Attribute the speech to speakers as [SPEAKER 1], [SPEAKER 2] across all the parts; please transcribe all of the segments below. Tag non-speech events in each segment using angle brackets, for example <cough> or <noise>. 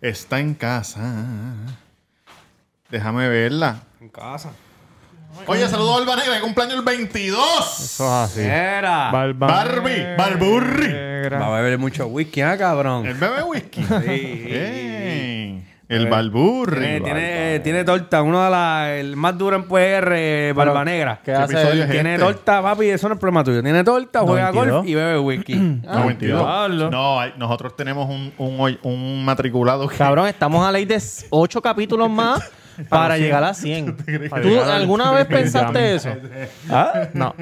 [SPEAKER 1] está en casa. Déjame verla.
[SPEAKER 2] En casa.
[SPEAKER 1] Oye, saludos a Alba Negra, que cumpleaños el 22.
[SPEAKER 3] Eso es así.
[SPEAKER 2] Era.
[SPEAKER 3] Barba
[SPEAKER 1] Barbie, Barburri.
[SPEAKER 3] negra.
[SPEAKER 2] Va a beber mucho whisky, ah, cabrón.
[SPEAKER 1] El bebé
[SPEAKER 2] <laughs>
[SPEAKER 1] whisky. Ey, El
[SPEAKER 2] Eh, Tiene,
[SPEAKER 1] Barburri.
[SPEAKER 2] tiene, tiene torta, uno de las el más duro en PR, Barba Negra.
[SPEAKER 3] ¿Qué hace
[SPEAKER 1] episodio
[SPEAKER 3] él?
[SPEAKER 1] es?
[SPEAKER 2] Tiene
[SPEAKER 1] gente.
[SPEAKER 2] torta, papi, eso no es problema tuyo. Tiene torta, juega
[SPEAKER 3] 92.
[SPEAKER 2] golf y
[SPEAKER 1] <clears throat>
[SPEAKER 2] bebe whisky.
[SPEAKER 1] Ah, No, 22.
[SPEAKER 3] diablo.
[SPEAKER 1] No, hay- nosotros tenemos un, un, hoy- un matriculado que
[SPEAKER 4] Cabrón, estamos a ley de 8 capítulos más para llegar a 100.
[SPEAKER 3] Para
[SPEAKER 4] ¿Tú
[SPEAKER 3] llegar al-
[SPEAKER 4] alguna vez pensaste
[SPEAKER 3] Benjamin.
[SPEAKER 4] eso?
[SPEAKER 3] ¿Ah?
[SPEAKER 4] No.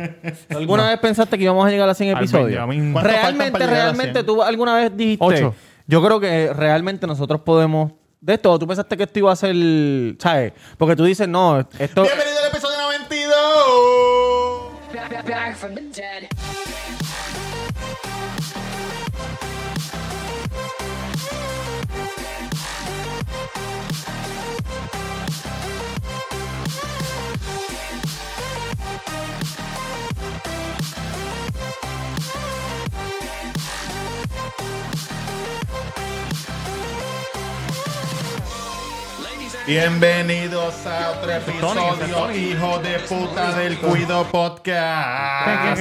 [SPEAKER 4] ¿Alguna vez pensaste que íbamos a llegar a 100
[SPEAKER 3] Al
[SPEAKER 4] episodios?
[SPEAKER 3] Benjamin.
[SPEAKER 1] ¿Cuánto faltan para
[SPEAKER 4] Realmente,
[SPEAKER 1] llegar a 100?
[SPEAKER 4] realmente, tú alguna vez dijiste.
[SPEAKER 3] Ocho.
[SPEAKER 4] Yo creo que realmente nosotros podemos. De esto, tú pensaste que esto iba a ser. ¿Sabes? Porque tú dices, no, esto.
[SPEAKER 1] Bienvenido al episodio 92.
[SPEAKER 5] Back, back, back from the dead.
[SPEAKER 1] Bienvenidos a otro episodio, hijo de puta del Cuido Podcast. <laughs>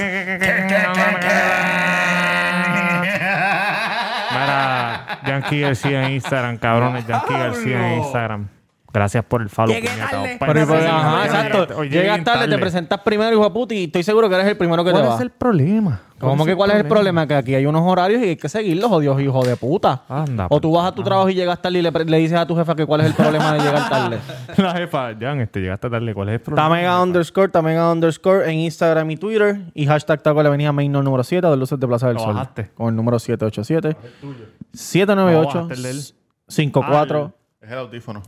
[SPEAKER 3] Mira, Yankee García en Instagram, cabrones. Yankee García en Instagram. Gracias por el follow,
[SPEAKER 2] Llegué
[SPEAKER 3] puñeta,
[SPEAKER 2] tarde.
[SPEAKER 3] opa.
[SPEAKER 4] Pero,
[SPEAKER 2] Pero,
[SPEAKER 4] pues,
[SPEAKER 2] sí,
[SPEAKER 4] ajá,
[SPEAKER 2] sí,
[SPEAKER 4] exacto.
[SPEAKER 3] Oye,
[SPEAKER 4] Llegas
[SPEAKER 3] bien
[SPEAKER 4] tarde, te presentas primero, hijo de puta, y estoy seguro que eres el primero que te
[SPEAKER 3] ¿Cuál
[SPEAKER 4] va.
[SPEAKER 3] es el problema?
[SPEAKER 4] ¿Cómo que cuál es el problema? Que aquí hay unos horarios y hay que seguirlos, odios, hijo de puta.
[SPEAKER 3] Anda,
[SPEAKER 4] o tú vas a tu trabajo y llegas tarde y le, pre- le dices a tu jefa que cuál es el problema de llegar <laughs> tarde.
[SPEAKER 3] <laughs> La jefa, Jan, este, llegaste tarde. ¿Cuál es el problema?
[SPEAKER 4] Tamega underscore, Tamega underscore en Instagram y Twitter. Y hashtag Taco de la Avenida Main número 7 de Luces de Plaza del
[SPEAKER 3] Lo
[SPEAKER 4] Sol.
[SPEAKER 3] bajaste.
[SPEAKER 4] Con el número 787.
[SPEAKER 3] No, bajaste el de él. Ah,
[SPEAKER 4] 798 5489.
[SPEAKER 1] Es el audífono.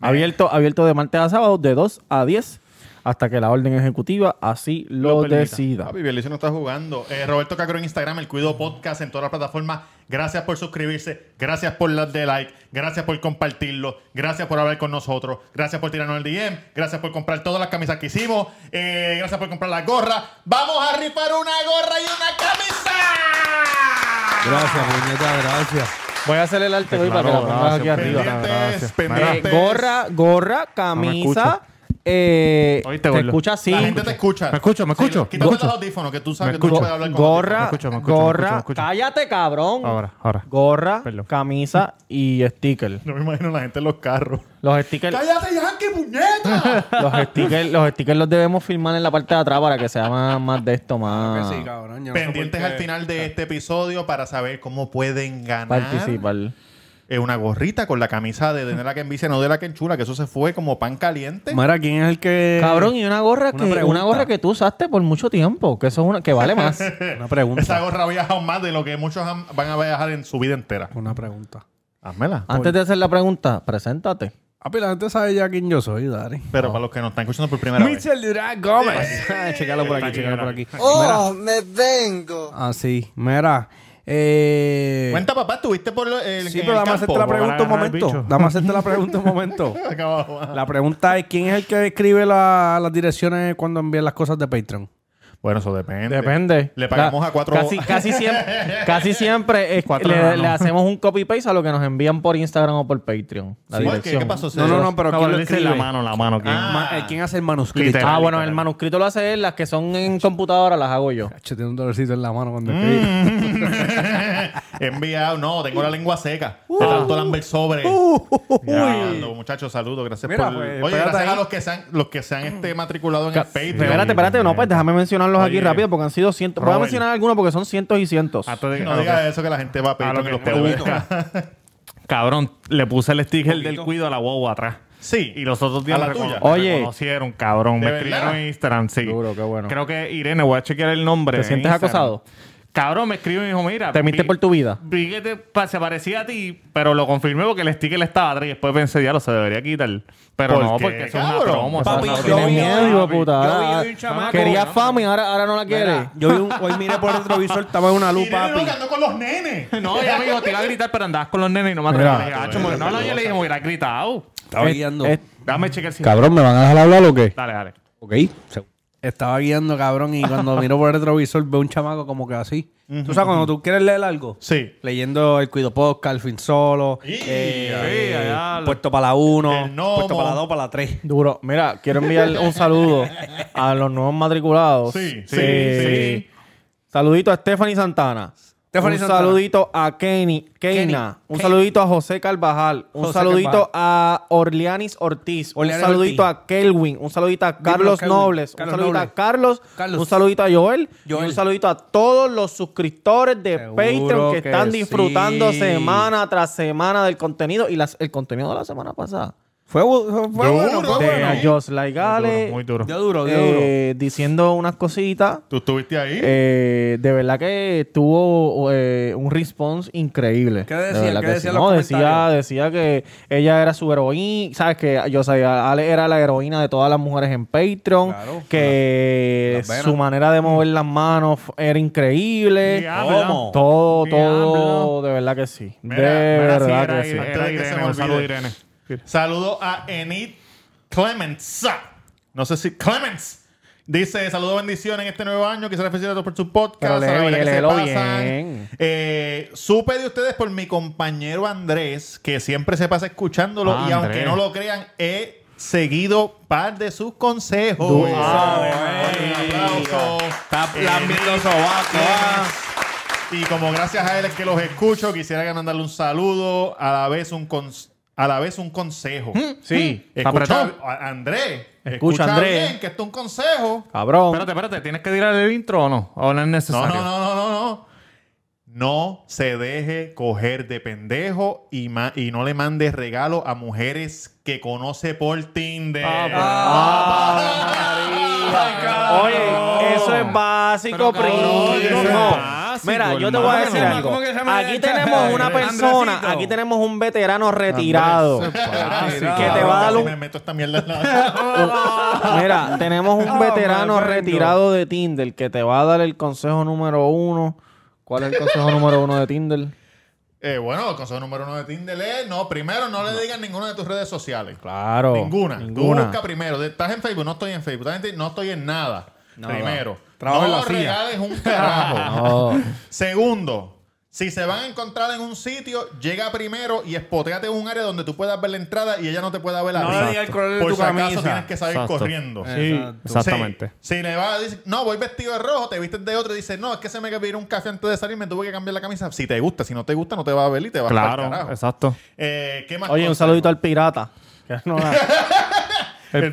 [SPEAKER 4] Abierto, abierto de martes a sábado de 2 a 10 hasta que la orden ejecutiva así lo,
[SPEAKER 3] permita.
[SPEAKER 4] decida.
[SPEAKER 1] Papi, Bielicio no está jugando. Eh, Roberto Cacro en Instagram, el Cuido Podcast en todas las plataformas. Gracias por suscribirse, gracias por darle like, gracias por compartirlo, gracias por hablar con nosotros, gracias por tirarnos el DM, gracias por comprar todas las camisas que hicimos, eh, gracias por comprar las gorras. ¡Vamos a rifar una gorra y una camisa!
[SPEAKER 2] Gracias, puñeta, gracias.
[SPEAKER 4] Voy a hacer el arte hoy para que la
[SPEAKER 3] Claro,
[SPEAKER 4] pongas aquí
[SPEAKER 3] gracias,
[SPEAKER 4] arriba.
[SPEAKER 3] pendiente.
[SPEAKER 1] Pendientes,
[SPEAKER 3] Gracias.
[SPEAKER 4] Eh,
[SPEAKER 1] pendientes.
[SPEAKER 4] gorra, gorra, camisa. eh,
[SPEAKER 3] Oíste,
[SPEAKER 4] te
[SPEAKER 3] gordo.
[SPEAKER 4] escucha así.
[SPEAKER 1] La gente te escucha.
[SPEAKER 3] Me escucho, me
[SPEAKER 1] Sí,
[SPEAKER 3] escucho,
[SPEAKER 1] Quítate
[SPEAKER 3] me escucho.
[SPEAKER 1] los audífonos, que tú sabes
[SPEAKER 3] Me
[SPEAKER 1] que tú no
[SPEAKER 3] escucho.
[SPEAKER 1] puedes hablar con
[SPEAKER 4] Gorra,
[SPEAKER 3] Me escucho, me escucho, me
[SPEAKER 4] gorra.
[SPEAKER 3] escucho, me escucho.
[SPEAKER 4] Cállate, cabrón.
[SPEAKER 3] Ahora, ahora.
[SPEAKER 4] Gorra,
[SPEAKER 3] Perdón.
[SPEAKER 4] camisa y sticker.
[SPEAKER 1] audífonos. <laughs> No me imagino la gente en los carros.
[SPEAKER 4] Los stickers,
[SPEAKER 1] ¡Cállate, Yankee,
[SPEAKER 3] <laughs>
[SPEAKER 1] puñeta!
[SPEAKER 4] los stickers, los stickers los debemos firmar en la parte de atrás para que sea más, más de esto, más
[SPEAKER 2] Sí, cabrón, yo no sé
[SPEAKER 1] Pendientes
[SPEAKER 2] por qué.
[SPEAKER 1] al final de este episodio para saber cómo pueden ganar
[SPEAKER 4] participar.
[SPEAKER 1] eh, una gorrita con la camisa de de la que envicia, no de la que enchula, que eso se fue como pan caliente.
[SPEAKER 2] Mira, ¿quién es el que...?
[SPEAKER 4] Cabrón, y una gorra
[SPEAKER 2] una
[SPEAKER 4] que, una
[SPEAKER 2] pregunta.
[SPEAKER 4] gorra que tú usaste por mucho tiempo, que eso es una, que
[SPEAKER 3] <laughs>
[SPEAKER 4] vale más.
[SPEAKER 2] Una pregunta.
[SPEAKER 1] Esa gorra ha viajado más de lo que muchos han- van a viajar en su vida entera.
[SPEAKER 2] Una pregunta.
[SPEAKER 1] Házmela.
[SPEAKER 2] Ah,
[SPEAKER 4] Antes de hacer la pregunta, preséntate.
[SPEAKER 2] Papi, la gente sabe ya quién yo soy, Dari.
[SPEAKER 1] Pero para los que nos están escuchando por primera vez.
[SPEAKER 2] Durán Gómez. <laughs> Checalo por aquí, checalo por aquí.
[SPEAKER 6] ¡Oh, me vengo!
[SPEAKER 2] Ah, sí. Mira, eh...
[SPEAKER 1] Cuenta, papá, estuviste por el,
[SPEAKER 2] Sí,
[SPEAKER 1] en
[SPEAKER 2] pero
[SPEAKER 1] el
[SPEAKER 2] dame hacerte la
[SPEAKER 1] campo.
[SPEAKER 2] pregunta un
[SPEAKER 3] Para ganar el
[SPEAKER 2] momento.
[SPEAKER 3] bicho.
[SPEAKER 2] Dame hacerte la pregunta un momento.
[SPEAKER 1] Acá abajo.
[SPEAKER 2] La pregunta es, ¿quién es el que escribe la- las direcciones cuando envían las cosas de Patreon?
[SPEAKER 1] Bueno, eso depende.
[SPEAKER 4] Depende.
[SPEAKER 1] Le pagamos
[SPEAKER 4] La-
[SPEAKER 1] a cuatro...
[SPEAKER 4] Casi, casi siempre, casi siempre es-
[SPEAKER 3] Cuatro
[SPEAKER 4] le,
[SPEAKER 3] nanos.
[SPEAKER 4] le hacemos un copy paste a lo que nos envían por Instagram o por Patreon. La
[SPEAKER 1] Sí, ¿Qué,
[SPEAKER 4] dirección.
[SPEAKER 1] ¿Qué pasó?
[SPEAKER 2] No, no, no, pero
[SPEAKER 3] No,
[SPEAKER 2] ¿quién lo
[SPEAKER 3] pero dice
[SPEAKER 2] escribe?
[SPEAKER 3] la mano, la mano. ¿quién?
[SPEAKER 1] Ah.
[SPEAKER 2] Ma- eh, ¿Quién hace el manuscrito?
[SPEAKER 3] Literal.
[SPEAKER 4] Ah, bueno, el manuscrito lo hace él, las que son en computadora las hago yo.
[SPEAKER 2] Cacho, tiene un dolorcito en la mano cuando escribe.
[SPEAKER 1] <laughs> Enviado, no, tengo la lengua seca.
[SPEAKER 2] Uh.
[SPEAKER 1] De tanto lamber sobre. Diablo, muchachos, saludos. Gracias
[SPEAKER 2] Mira,
[SPEAKER 1] por.
[SPEAKER 2] pues,
[SPEAKER 1] Oye,
[SPEAKER 2] espérate
[SPEAKER 1] gracias a
[SPEAKER 2] ahí. Mm.
[SPEAKER 1] los que se han, los que se han este, matriculado en el Patreon.
[SPEAKER 4] espérate, espérate, no, pues déjame mencionarlos aquí
[SPEAKER 1] Oye,
[SPEAKER 4] rápido porque han sido cientos. Voy a
[SPEAKER 3] Robert.
[SPEAKER 4] mencionar algunos porque son cientos y cientos.
[SPEAKER 3] Antes de- ah,
[SPEAKER 1] No digas eso que la gente va a
[SPEAKER 3] A
[SPEAKER 1] Patreon
[SPEAKER 3] lo
[SPEAKER 1] y
[SPEAKER 3] que
[SPEAKER 1] los
[SPEAKER 3] no
[SPEAKER 1] peores.
[SPEAKER 3] Cabrón, le puse el sticker del cuido a la guagua atrás.
[SPEAKER 1] <laughs> Sí.
[SPEAKER 3] Y los otros días
[SPEAKER 1] A la
[SPEAKER 3] me recono-
[SPEAKER 1] tuya.
[SPEAKER 3] me
[SPEAKER 4] Oye.
[SPEAKER 3] reconocieron, cabrón.
[SPEAKER 1] ¿De
[SPEAKER 3] Me
[SPEAKER 1] verdad?
[SPEAKER 3] escribieron en Instagram, sí.
[SPEAKER 4] Duro, qué bueno.
[SPEAKER 3] Creo que Irene, voy a chequear el nombre.
[SPEAKER 4] ¿Te
[SPEAKER 3] en
[SPEAKER 4] sientes
[SPEAKER 3] Instagram.
[SPEAKER 4] acosado?
[SPEAKER 3] Cabrón, me escribió y me dijo, mira.
[SPEAKER 4] Temiste
[SPEAKER 3] vi-
[SPEAKER 4] por tu vida.
[SPEAKER 3] Vi que te pa- se parecía a ti, pero lo confirmé porque el sticker estaba atrás y después pensé, ya lo se debería quitar. Pero
[SPEAKER 1] ¿Por
[SPEAKER 3] no,
[SPEAKER 1] qué,
[SPEAKER 3] porque eso es una
[SPEAKER 1] cabrón?
[SPEAKER 3] promo. eso
[SPEAKER 2] Papi,
[SPEAKER 3] es una
[SPEAKER 2] yo
[SPEAKER 3] promo.
[SPEAKER 4] Tienes
[SPEAKER 2] vi-
[SPEAKER 4] miedo, hijo de puta.
[SPEAKER 2] yo vi
[SPEAKER 4] Ah,
[SPEAKER 2] un chamaco,
[SPEAKER 4] Quería
[SPEAKER 2] ¿no?
[SPEAKER 4] fama y ahora, ahora no la quieres.
[SPEAKER 2] Mira, yo vi un- hoy miré por el retrovisor, estaba en
[SPEAKER 1] <laughs>
[SPEAKER 2] una
[SPEAKER 1] Y
[SPEAKER 2] lupa,
[SPEAKER 1] no,
[SPEAKER 2] papi.
[SPEAKER 1] que ando con los
[SPEAKER 2] <laughs>
[SPEAKER 1] nenes.
[SPEAKER 3] No, ya me
[SPEAKER 1] <laughs>
[SPEAKER 3] dijo, te iba a gritar, pero andabas con los nenes y no me atreví.
[SPEAKER 4] Mira.
[SPEAKER 3] Le dije, "Acho, me- No, no, yo le dije, me hubiera gritado.
[SPEAKER 2] Estaba
[SPEAKER 4] Es-
[SPEAKER 2] guiando.
[SPEAKER 3] Este
[SPEAKER 4] es-
[SPEAKER 3] Dame chequear si.
[SPEAKER 6] Cabrón, ¿me van a dejar hablar o qué?
[SPEAKER 3] Dale, dale.
[SPEAKER 6] Ok.
[SPEAKER 2] <laughs> Estaba guiando, cabrón, y cuando miro por el retrovisor veo un chamaco como que así. Tú sabes, cuando tú quieres leer algo,
[SPEAKER 1] Sí.
[SPEAKER 2] leyendo el Cuido Podcast, el Fin Solo,
[SPEAKER 1] Y-
[SPEAKER 2] eh,
[SPEAKER 3] y- ya, lo-
[SPEAKER 2] puesto para la 1,
[SPEAKER 1] El Nomo.
[SPEAKER 2] puesto para la 2, para la 3.
[SPEAKER 4] Duro. Mira, quiero enviar un saludo a los nuevos matriculados.
[SPEAKER 1] Sí, sí,
[SPEAKER 4] Eh, Saludito a Stephanie Santana.
[SPEAKER 2] Stephanie
[SPEAKER 4] un
[SPEAKER 2] Santana.
[SPEAKER 4] saludito a Kenny, Keina.
[SPEAKER 2] Kenny,
[SPEAKER 4] Un
[SPEAKER 2] Kenny.
[SPEAKER 4] saludito a José Carvajal. Un
[SPEAKER 2] José
[SPEAKER 4] saludito
[SPEAKER 2] Carvajal.
[SPEAKER 4] a Orleanis Ortiz.
[SPEAKER 2] Orleanis
[SPEAKER 4] un saludito
[SPEAKER 2] Ortiz.
[SPEAKER 4] a Kelwin. Un saludito a
[SPEAKER 2] Dímelo,
[SPEAKER 4] Carlos
[SPEAKER 2] Kelvin.
[SPEAKER 4] Nobles.
[SPEAKER 2] Carlos
[SPEAKER 4] un saludito
[SPEAKER 2] Nobles.
[SPEAKER 4] a Carlos.
[SPEAKER 2] Carlos.
[SPEAKER 4] Un saludito a Joel. y
[SPEAKER 2] Joel.
[SPEAKER 4] un saludito a todos los suscriptores de
[SPEAKER 2] Seguro
[SPEAKER 4] Patreon que,
[SPEAKER 2] que
[SPEAKER 4] están disfrutando
[SPEAKER 2] sí.
[SPEAKER 4] semana tras semana del contenido. Y las- el contenido de la semana pasada.
[SPEAKER 2] Fue, bu- fue
[SPEAKER 1] Duro,
[SPEAKER 2] bueno, fue
[SPEAKER 1] Ah,
[SPEAKER 4] De
[SPEAKER 1] bueno.
[SPEAKER 4] a Just Like Ale,
[SPEAKER 3] Muy duro.
[SPEAKER 2] Dio duro, dio duro.
[SPEAKER 4] eh, diciendo unas cositas.
[SPEAKER 1] Tú estuviste ahí.
[SPEAKER 4] Eh, de verdad que tuvo eh, un response increíble.
[SPEAKER 2] ¿Qué
[SPEAKER 4] De
[SPEAKER 2] decía?
[SPEAKER 4] verdad
[SPEAKER 2] ¿Qué
[SPEAKER 4] que
[SPEAKER 2] decía
[SPEAKER 4] sí.
[SPEAKER 2] los
[SPEAKER 4] No, decía,
[SPEAKER 2] comentarios?
[SPEAKER 4] decía que ella era su heroína. ¿Sabes que Yo sabía, Ale era la heroína de todas las mujeres en Patreon.
[SPEAKER 2] Claro.
[SPEAKER 4] que
[SPEAKER 2] Las venas.
[SPEAKER 4] su manera de mover las manos f- era increíble.
[SPEAKER 3] Diablo.
[SPEAKER 2] ¿Cómo?
[SPEAKER 4] Todo, todo,
[SPEAKER 3] Diablo.
[SPEAKER 4] de verdad que sí.
[SPEAKER 3] Mira,
[SPEAKER 4] de
[SPEAKER 3] mira, sí,
[SPEAKER 4] verdad
[SPEAKER 3] era-
[SPEAKER 4] que sí.
[SPEAKER 3] era
[SPEAKER 1] Antes de que
[SPEAKER 3] Irene,
[SPEAKER 1] se me
[SPEAKER 3] un saludo,
[SPEAKER 1] olvide.
[SPEAKER 3] Irene.
[SPEAKER 1] Saludo a Enid Clements. No sé si Clements. Dice, saludo, bendiciones en este nuevo año. Quisiera felicitarlos por su
[SPEAKER 4] Pero
[SPEAKER 1] podcast.
[SPEAKER 4] lee
[SPEAKER 1] a la verdad que
[SPEAKER 4] bien,
[SPEAKER 1] se
[SPEAKER 4] léelo
[SPEAKER 1] pasan.
[SPEAKER 4] bien.
[SPEAKER 1] Eh, supe de ustedes por mi compañero Andrés, que siempre se pasa escuchándolo.
[SPEAKER 3] Ah,
[SPEAKER 1] y aunque
[SPEAKER 3] Andrés.
[SPEAKER 1] no lo crean, he seguido par de sus consejos.
[SPEAKER 4] Duro.
[SPEAKER 1] Un aplauso. Eh,
[SPEAKER 2] Está
[SPEAKER 1] Enid
[SPEAKER 2] lambiendo sobaco, ah.
[SPEAKER 1] y como gracias a él es que los escucho, quisiera mandarle un saludo, a la vez un cons- a la vez un consejo.
[SPEAKER 4] Sí, Mm. está
[SPEAKER 1] Escucha,
[SPEAKER 4] apretado.
[SPEAKER 1] a- Andrés, escucha,
[SPEAKER 4] Escucha, Andrés.
[SPEAKER 1] bien, que esto es un consejo.
[SPEAKER 4] Cabrón.
[SPEAKER 3] Espérate, espérate. ¿Tienes que tirar el intro o no? ¿O no es
[SPEAKER 1] No,
[SPEAKER 3] necesario?
[SPEAKER 1] no, no, no, no, no. No se deje coger de pendejo y, ma- y no le mandes regalo a mujeres que conoce por Tinder.
[SPEAKER 4] Ah, pues.
[SPEAKER 1] Ah.
[SPEAKER 4] Oye, eso es básico, primo.
[SPEAKER 1] cabrón, eso es
[SPEAKER 3] básico,
[SPEAKER 4] Mira, yo te
[SPEAKER 3] hermano.
[SPEAKER 4] voy a decir
[SPEAKER 3] ¿Cómo que-
[SPEAKER 4] algo.
[SPEAKER 2] cómo que se llama
[SPEAKER 4] Aquí
[SPEAKER 2] el-
[SPEAKER 4] tenemos una persona,
[SPEAKER 3] Andresito.
[SPEAKER 4] aquí tenemos un veterano retirado. que te va a dar
[SPEAKER 1] Casi
[SPEAKER 4] un-
[SPEAKER 1] me meto esta mierda en la-
[SPEAKER 4] Mira, tenemos un veterano retirado de Tinder que te va a dar el consejo número uno. ¿Cuál es el consejo número uno de Tinder?
[SPEAKER 1] Eh, bueno, el consejo número uno de Tinder es no, primero no le digas ninguna de tus redes sociales.
[SPEAKER 4] Claro.
[SPEAKER 1] Ninguna. Tú
[SPEAKER 4] Ninguna.
[SPEAKER 1] busca primero. De- Estás en Facebook, no estoy en Facebook. Estás en Tinder, no estoy en nada. Primero.
[SPEAKER 2] Trabajo en
[SPEAKER 1] no
[SPEAKER 2] la silla.
[SPEAKER 1] regales un
[SPEAKER 2] <laughs>
[SPEAKER 1] carajo.
[SPEAKER 4] No.
[SPEAKER 1] Segundo, si se van a encontrar en un sitio, llega primero y espoteate en un área donde tú puedas ver la entrada y ella no te pueda ver la
[SPEAKER 2] No le
[SPEAKER 1] vista.
[SPEAKER 2] digas el color de
[SPEAKER 1] Por
[SPEAKER 2] tu
[SPEAKER 1] si acaso
[SPEAKER 2] camisa.
[SPEAKER 1] tienes que salir
[SPEAKER 3] Exacto.
[SPEAKER 1] corriendo.
[SPEAKER 3] Sí,
[SPEAKER 2] Exacto.
[SPEAKER 3] exactamente.
[SPEAKER 1] Sí. Si le vas a decir, no, voy vestido de rojo, te vistes de otro y dices, no, es que se me pidió un café antes de salir, me tuve que cambiar la camisa. Si te gusta, si no te gusta, no te va a ver y te va a
[SPEAKER 3] Claro, exacto.
[SPEAKER 1] Eh, ¿Qué más?
[SPEAKER 4] Oye, un
[SPEAKER 1] cosas?
[SPEAKER 4] saludito al pirata. Que <laughs> no la-
[SPEAKER 1] El,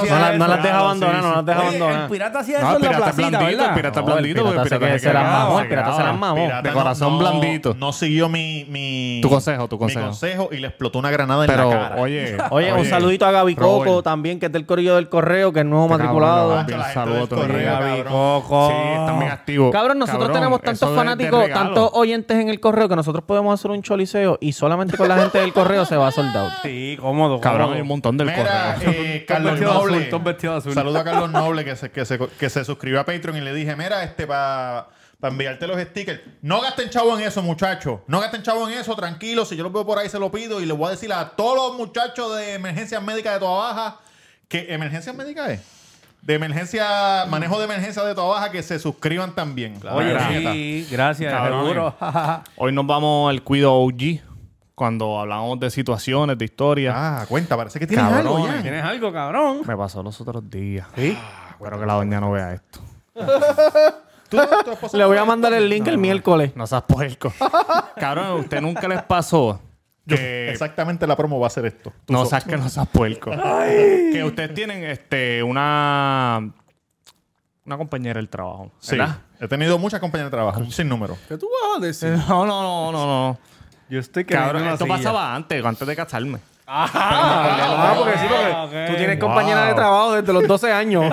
[SPEAKER 1] pirata,
[SPEAKER 2] hacía
[SPEAKER 1] no
[SPEAKER 4] no
[SPEAKER 1] la-
[SPEAKER 4] la- no las
[SPEAKER 1] deja
[SPEAKER 4] deja abandonar, no las deja
[SPEAKER 2] Oye,
[SPEAKER 4] abandonar.
[SPEAKER 2] el pirata hacía
[SPEAKER 3] No,
[SPEAKER 2] eso
[SPEAKER 3] el
[SPEAKER 2] en la
[SPEAKER 3] pirata es
[SPEAKER 2] placita,
[SPEAKER 3] blandito, el
[SPEAKER 2] ¿verdad?
[SPEAKER 3] pirata es
[SPEAKER 4] No, el
[SPEAKER 3] blandito.
[SPEAKER 4] pirata
[SPEAKER 3] porque
[SPEAKER 4] se que-
[SPEAKER 3] se
[SPEAKER 4] se las
[SPEAKER 3] quedaba,
[SPEAKER 4] mamó,
[SPEAKER 3] se
[SPEAKER 4] el pirata se
[SPEAKER 3] quedaba.
[SPEAKER 4] las mamó.
[SPEAKER 1] pirata
[SPEAKER 3] De
[SPEAKER 1] no-
[SPEAKER 3] corazón
[SPEAKER 1] no-
[SPEAKER 3] blandito.
[SPEAKER 1] No siguió mi, mi.
[SPEAKER 3] Tu consejo, tu consejo.
[SPEAKER 1] Mi consejo y le explotó una granada en la cara.
[SPEAKER 3] Pero, oye.
[SPEAKER 4] Oye, un saludito a Gaby
[SPEAKER 3] Robert. Este
[SPEAKER 4] Coco también, que es del Corrillo del Correo, que es nuevo
[SPEAKER 3] Cabrón,
[SPEAKER 4] matriculado.
[SPEAKER 3] Gaby,
[SPEAKER 1] Macho, la
[SPEAKER 3] un
[SPEAKER 1] gente
[SPEAKER 3] saludo
[SPEAKER 1] del
[SPEAKER 3] a todo el
[SPEAKER 1] correo,
[SPEAKER 3] mundo.
[SPEAKER 1] cabrón.
[SPEAKER 3] Sí, están bien activos.
[SPEAKER 4] Cabrón, nosotros tenemos tantos
[SPEAKER 3] eso es de
[SPEAKER 4] fanáticos,
[SPEAKER 3] regalo.
[SPEAKER 4] tantos oyentes en el correo que nosotros podemos hacer un choliseo y solamente con la gente del correo se va
[SPEAKER 3] <laughs>
[SPEAKER 4] a soldado.
[SPEAKER 2] Sí, cómodo.
[SPEAKER 3] Cabrón,
[SPEAKER 2] cómodo.
[SPEAKER 3] hay un montón del
[SPEAKER 1] Mira,
[SPEAKER 3] correo.
[SPEAKER 1] eh, Carlos
[SPEAKER 2] vestido de azul,
[SPEAKER 1] Noble.
[SPEAKER 2] todos vestidos de azul.
[SPEAKER 1] Saludo a Carlos Noble que se, que, se, que se suscribió a Patreon y le dije, mira, este, para enviarte los stickers. No gasten chavo en eso, muchachos. No gasten chavo en eso, tranquilo. Si yo lo veo por ahí, se lo pido. Y le voy a decir a todos los muchachos de emergencias médicas de Toda Baja que... ¿Emergencias médicas es? De emergencia, manejo de emergencia de Toda Baja que se suscriban también.
[SPEAKER 2] Oye,
[SPEAKER 1] Puñeta.
[SPEAKER 2] sí, gracias,
[SPEAKER 3] Cabrón. eh.
[SPEAKER 2] seguro.
[SPEAKER 3] Hoy nos vamos al Cuido OG. Cuando hablamos de situaciones, de historias.
[SPEAKER 1] Ah, cuenta, parece que tienes
[SPEAKER 3] Cabrón,
[SPEAKER 1] algo ya.
[SPEAKER 2] <laughs> ¿Tienes algo, cabrón?
[SPEAKER 3] Me pasó los otros días. Ah, espero que la doña no vea esto.
[SPEAKER 4] Le voy a mandar el link el miércoles.
[SPEAKER 3] No seas puerco. Cabrón, usted nunca les pasó. Que
[SPEAKER 1] Exactamente la promo va a ser esto. Tú
[SPEAKER 3] no
[SPEAKER 1] so-
[SPEAKER 3] sabes que no seas puerco. Que ustedes tienen este una una compañera del trabajo.
[SPEAKER 1] Sí.
[SPEAKER 3] ¿verdad?
[SPEAKER 1] He tenido muchas compañeras de trabajo, sin número.
[SPEAKER 2] ¿Qué tú vas a decir?
[SPEAKER 3] No, no, no, no, no.
[SPEAKER 2] Yo estoy
[SPEAKER 3] Cabrón,
[SPEAKER 2] cayendo en
[SPEAKER 3] esto
[SPEAKER 2] la silla.
[SPEAKER 3] pasaba antes, antes de casarme.
[SPEAKER 4] Ah, porque sí, porque tú tienes compañera de trabajo desde los 12 años.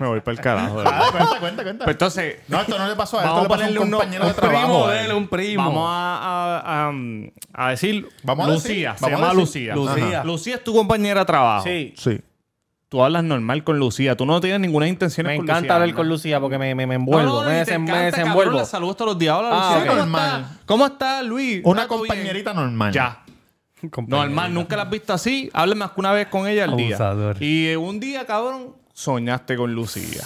[SPEAKER 3] Me voy para el carajo. de
[SPEAKER 1] Ah,
[SPEAKER 3] verdad.
[SPEAKER 1] cuenta, cuenta, cuenta.
[SPEAKER 3] Pero entonces,
[SPEAKER 1] No, esto no le pasó a él, esto
[SPEAKER 3] vamos
[SPEAKER 1] le
[SPEAKER 3] a
[SPEAKER 1] pasó a
[SPEAKER 3] ponerle
[SPEAKER 1] un
[SPEAKER 3] un, no-
[SPEAKER 1] compañero de
[SPEAKER 3] un primo
[SPEAKER 1] trabajo. a
[SPEAKER 2] de
[SPEAKER 1] él.
[SPEAKER 2] él, un primo.
[SPEAKER 3] Vamos a, a- a- a decir
[SPEAKER 1] Vamos a
[SPEAKER 3] Lucía.
[SPEAKER 1] decir,
[SPEAKER 3] se
[SPEAKER 1] vamos a
[SPEAKER 3] llama
[SPEAKER 1] decir.
[SPEAKER 3] Lucía.
[SPEAKER 2] Lucía.
[SPEAKER 3] Ajá. Lucía es tu compañera de trabajo.
[SPEAKER 4] Sí.
[SPEAKER 1] Sí.
[SPEAKER 3] Tú hablas normal con Lucía. Tú no tienes ninguna intención
[SPEAKER 4] Me
[SPEAKER 3] con
[SPEAKER 4] encanta
[SPEAKER 3] Lucía,
[SPEAKER 4] hablar
[SPEAKER 3] ¿no?
[SPEAKER 4] con Lucía porque me, me, me envuelvo.
[SPEAKER 3] No, no,
[SPEAKER 4] me,
[SPEAKER 3] ni
[SPEAKER 4] desen-
[SPEAKER 3] te
[SPEAKER 4] me
[SPEAKER 3] encanta,
[SPEAKER 4] desenvuelvo.
[SPEAKER 3] Cabrón, la saludo todos los días. Hola,
[SPEAKER 4] Ah,
[SPEAKER 3] Lucía,
[SPEAKER 4] ok.
[SPEAKER 3] ¿cómo
[SPEAKER 1] Normal.
[SPEAKER 3] está? ¿Cómo está, Luis?
[SPEAKER 1] Una
[SPEAKER 3] Ah, ¿todo bien?
[SPEAKER 1] compañerita normal.
[SPEAKER 3] Ya.
[SPEAKER 2] <laughs>
[SPEAKER 3] Normal, nunca la has visto así. Habla más que una vez con ella al día.
[SPEAKER 2] Abusador.
[SPEAKER 3] Y eh, un día, cabrón, soñaste con Lucía.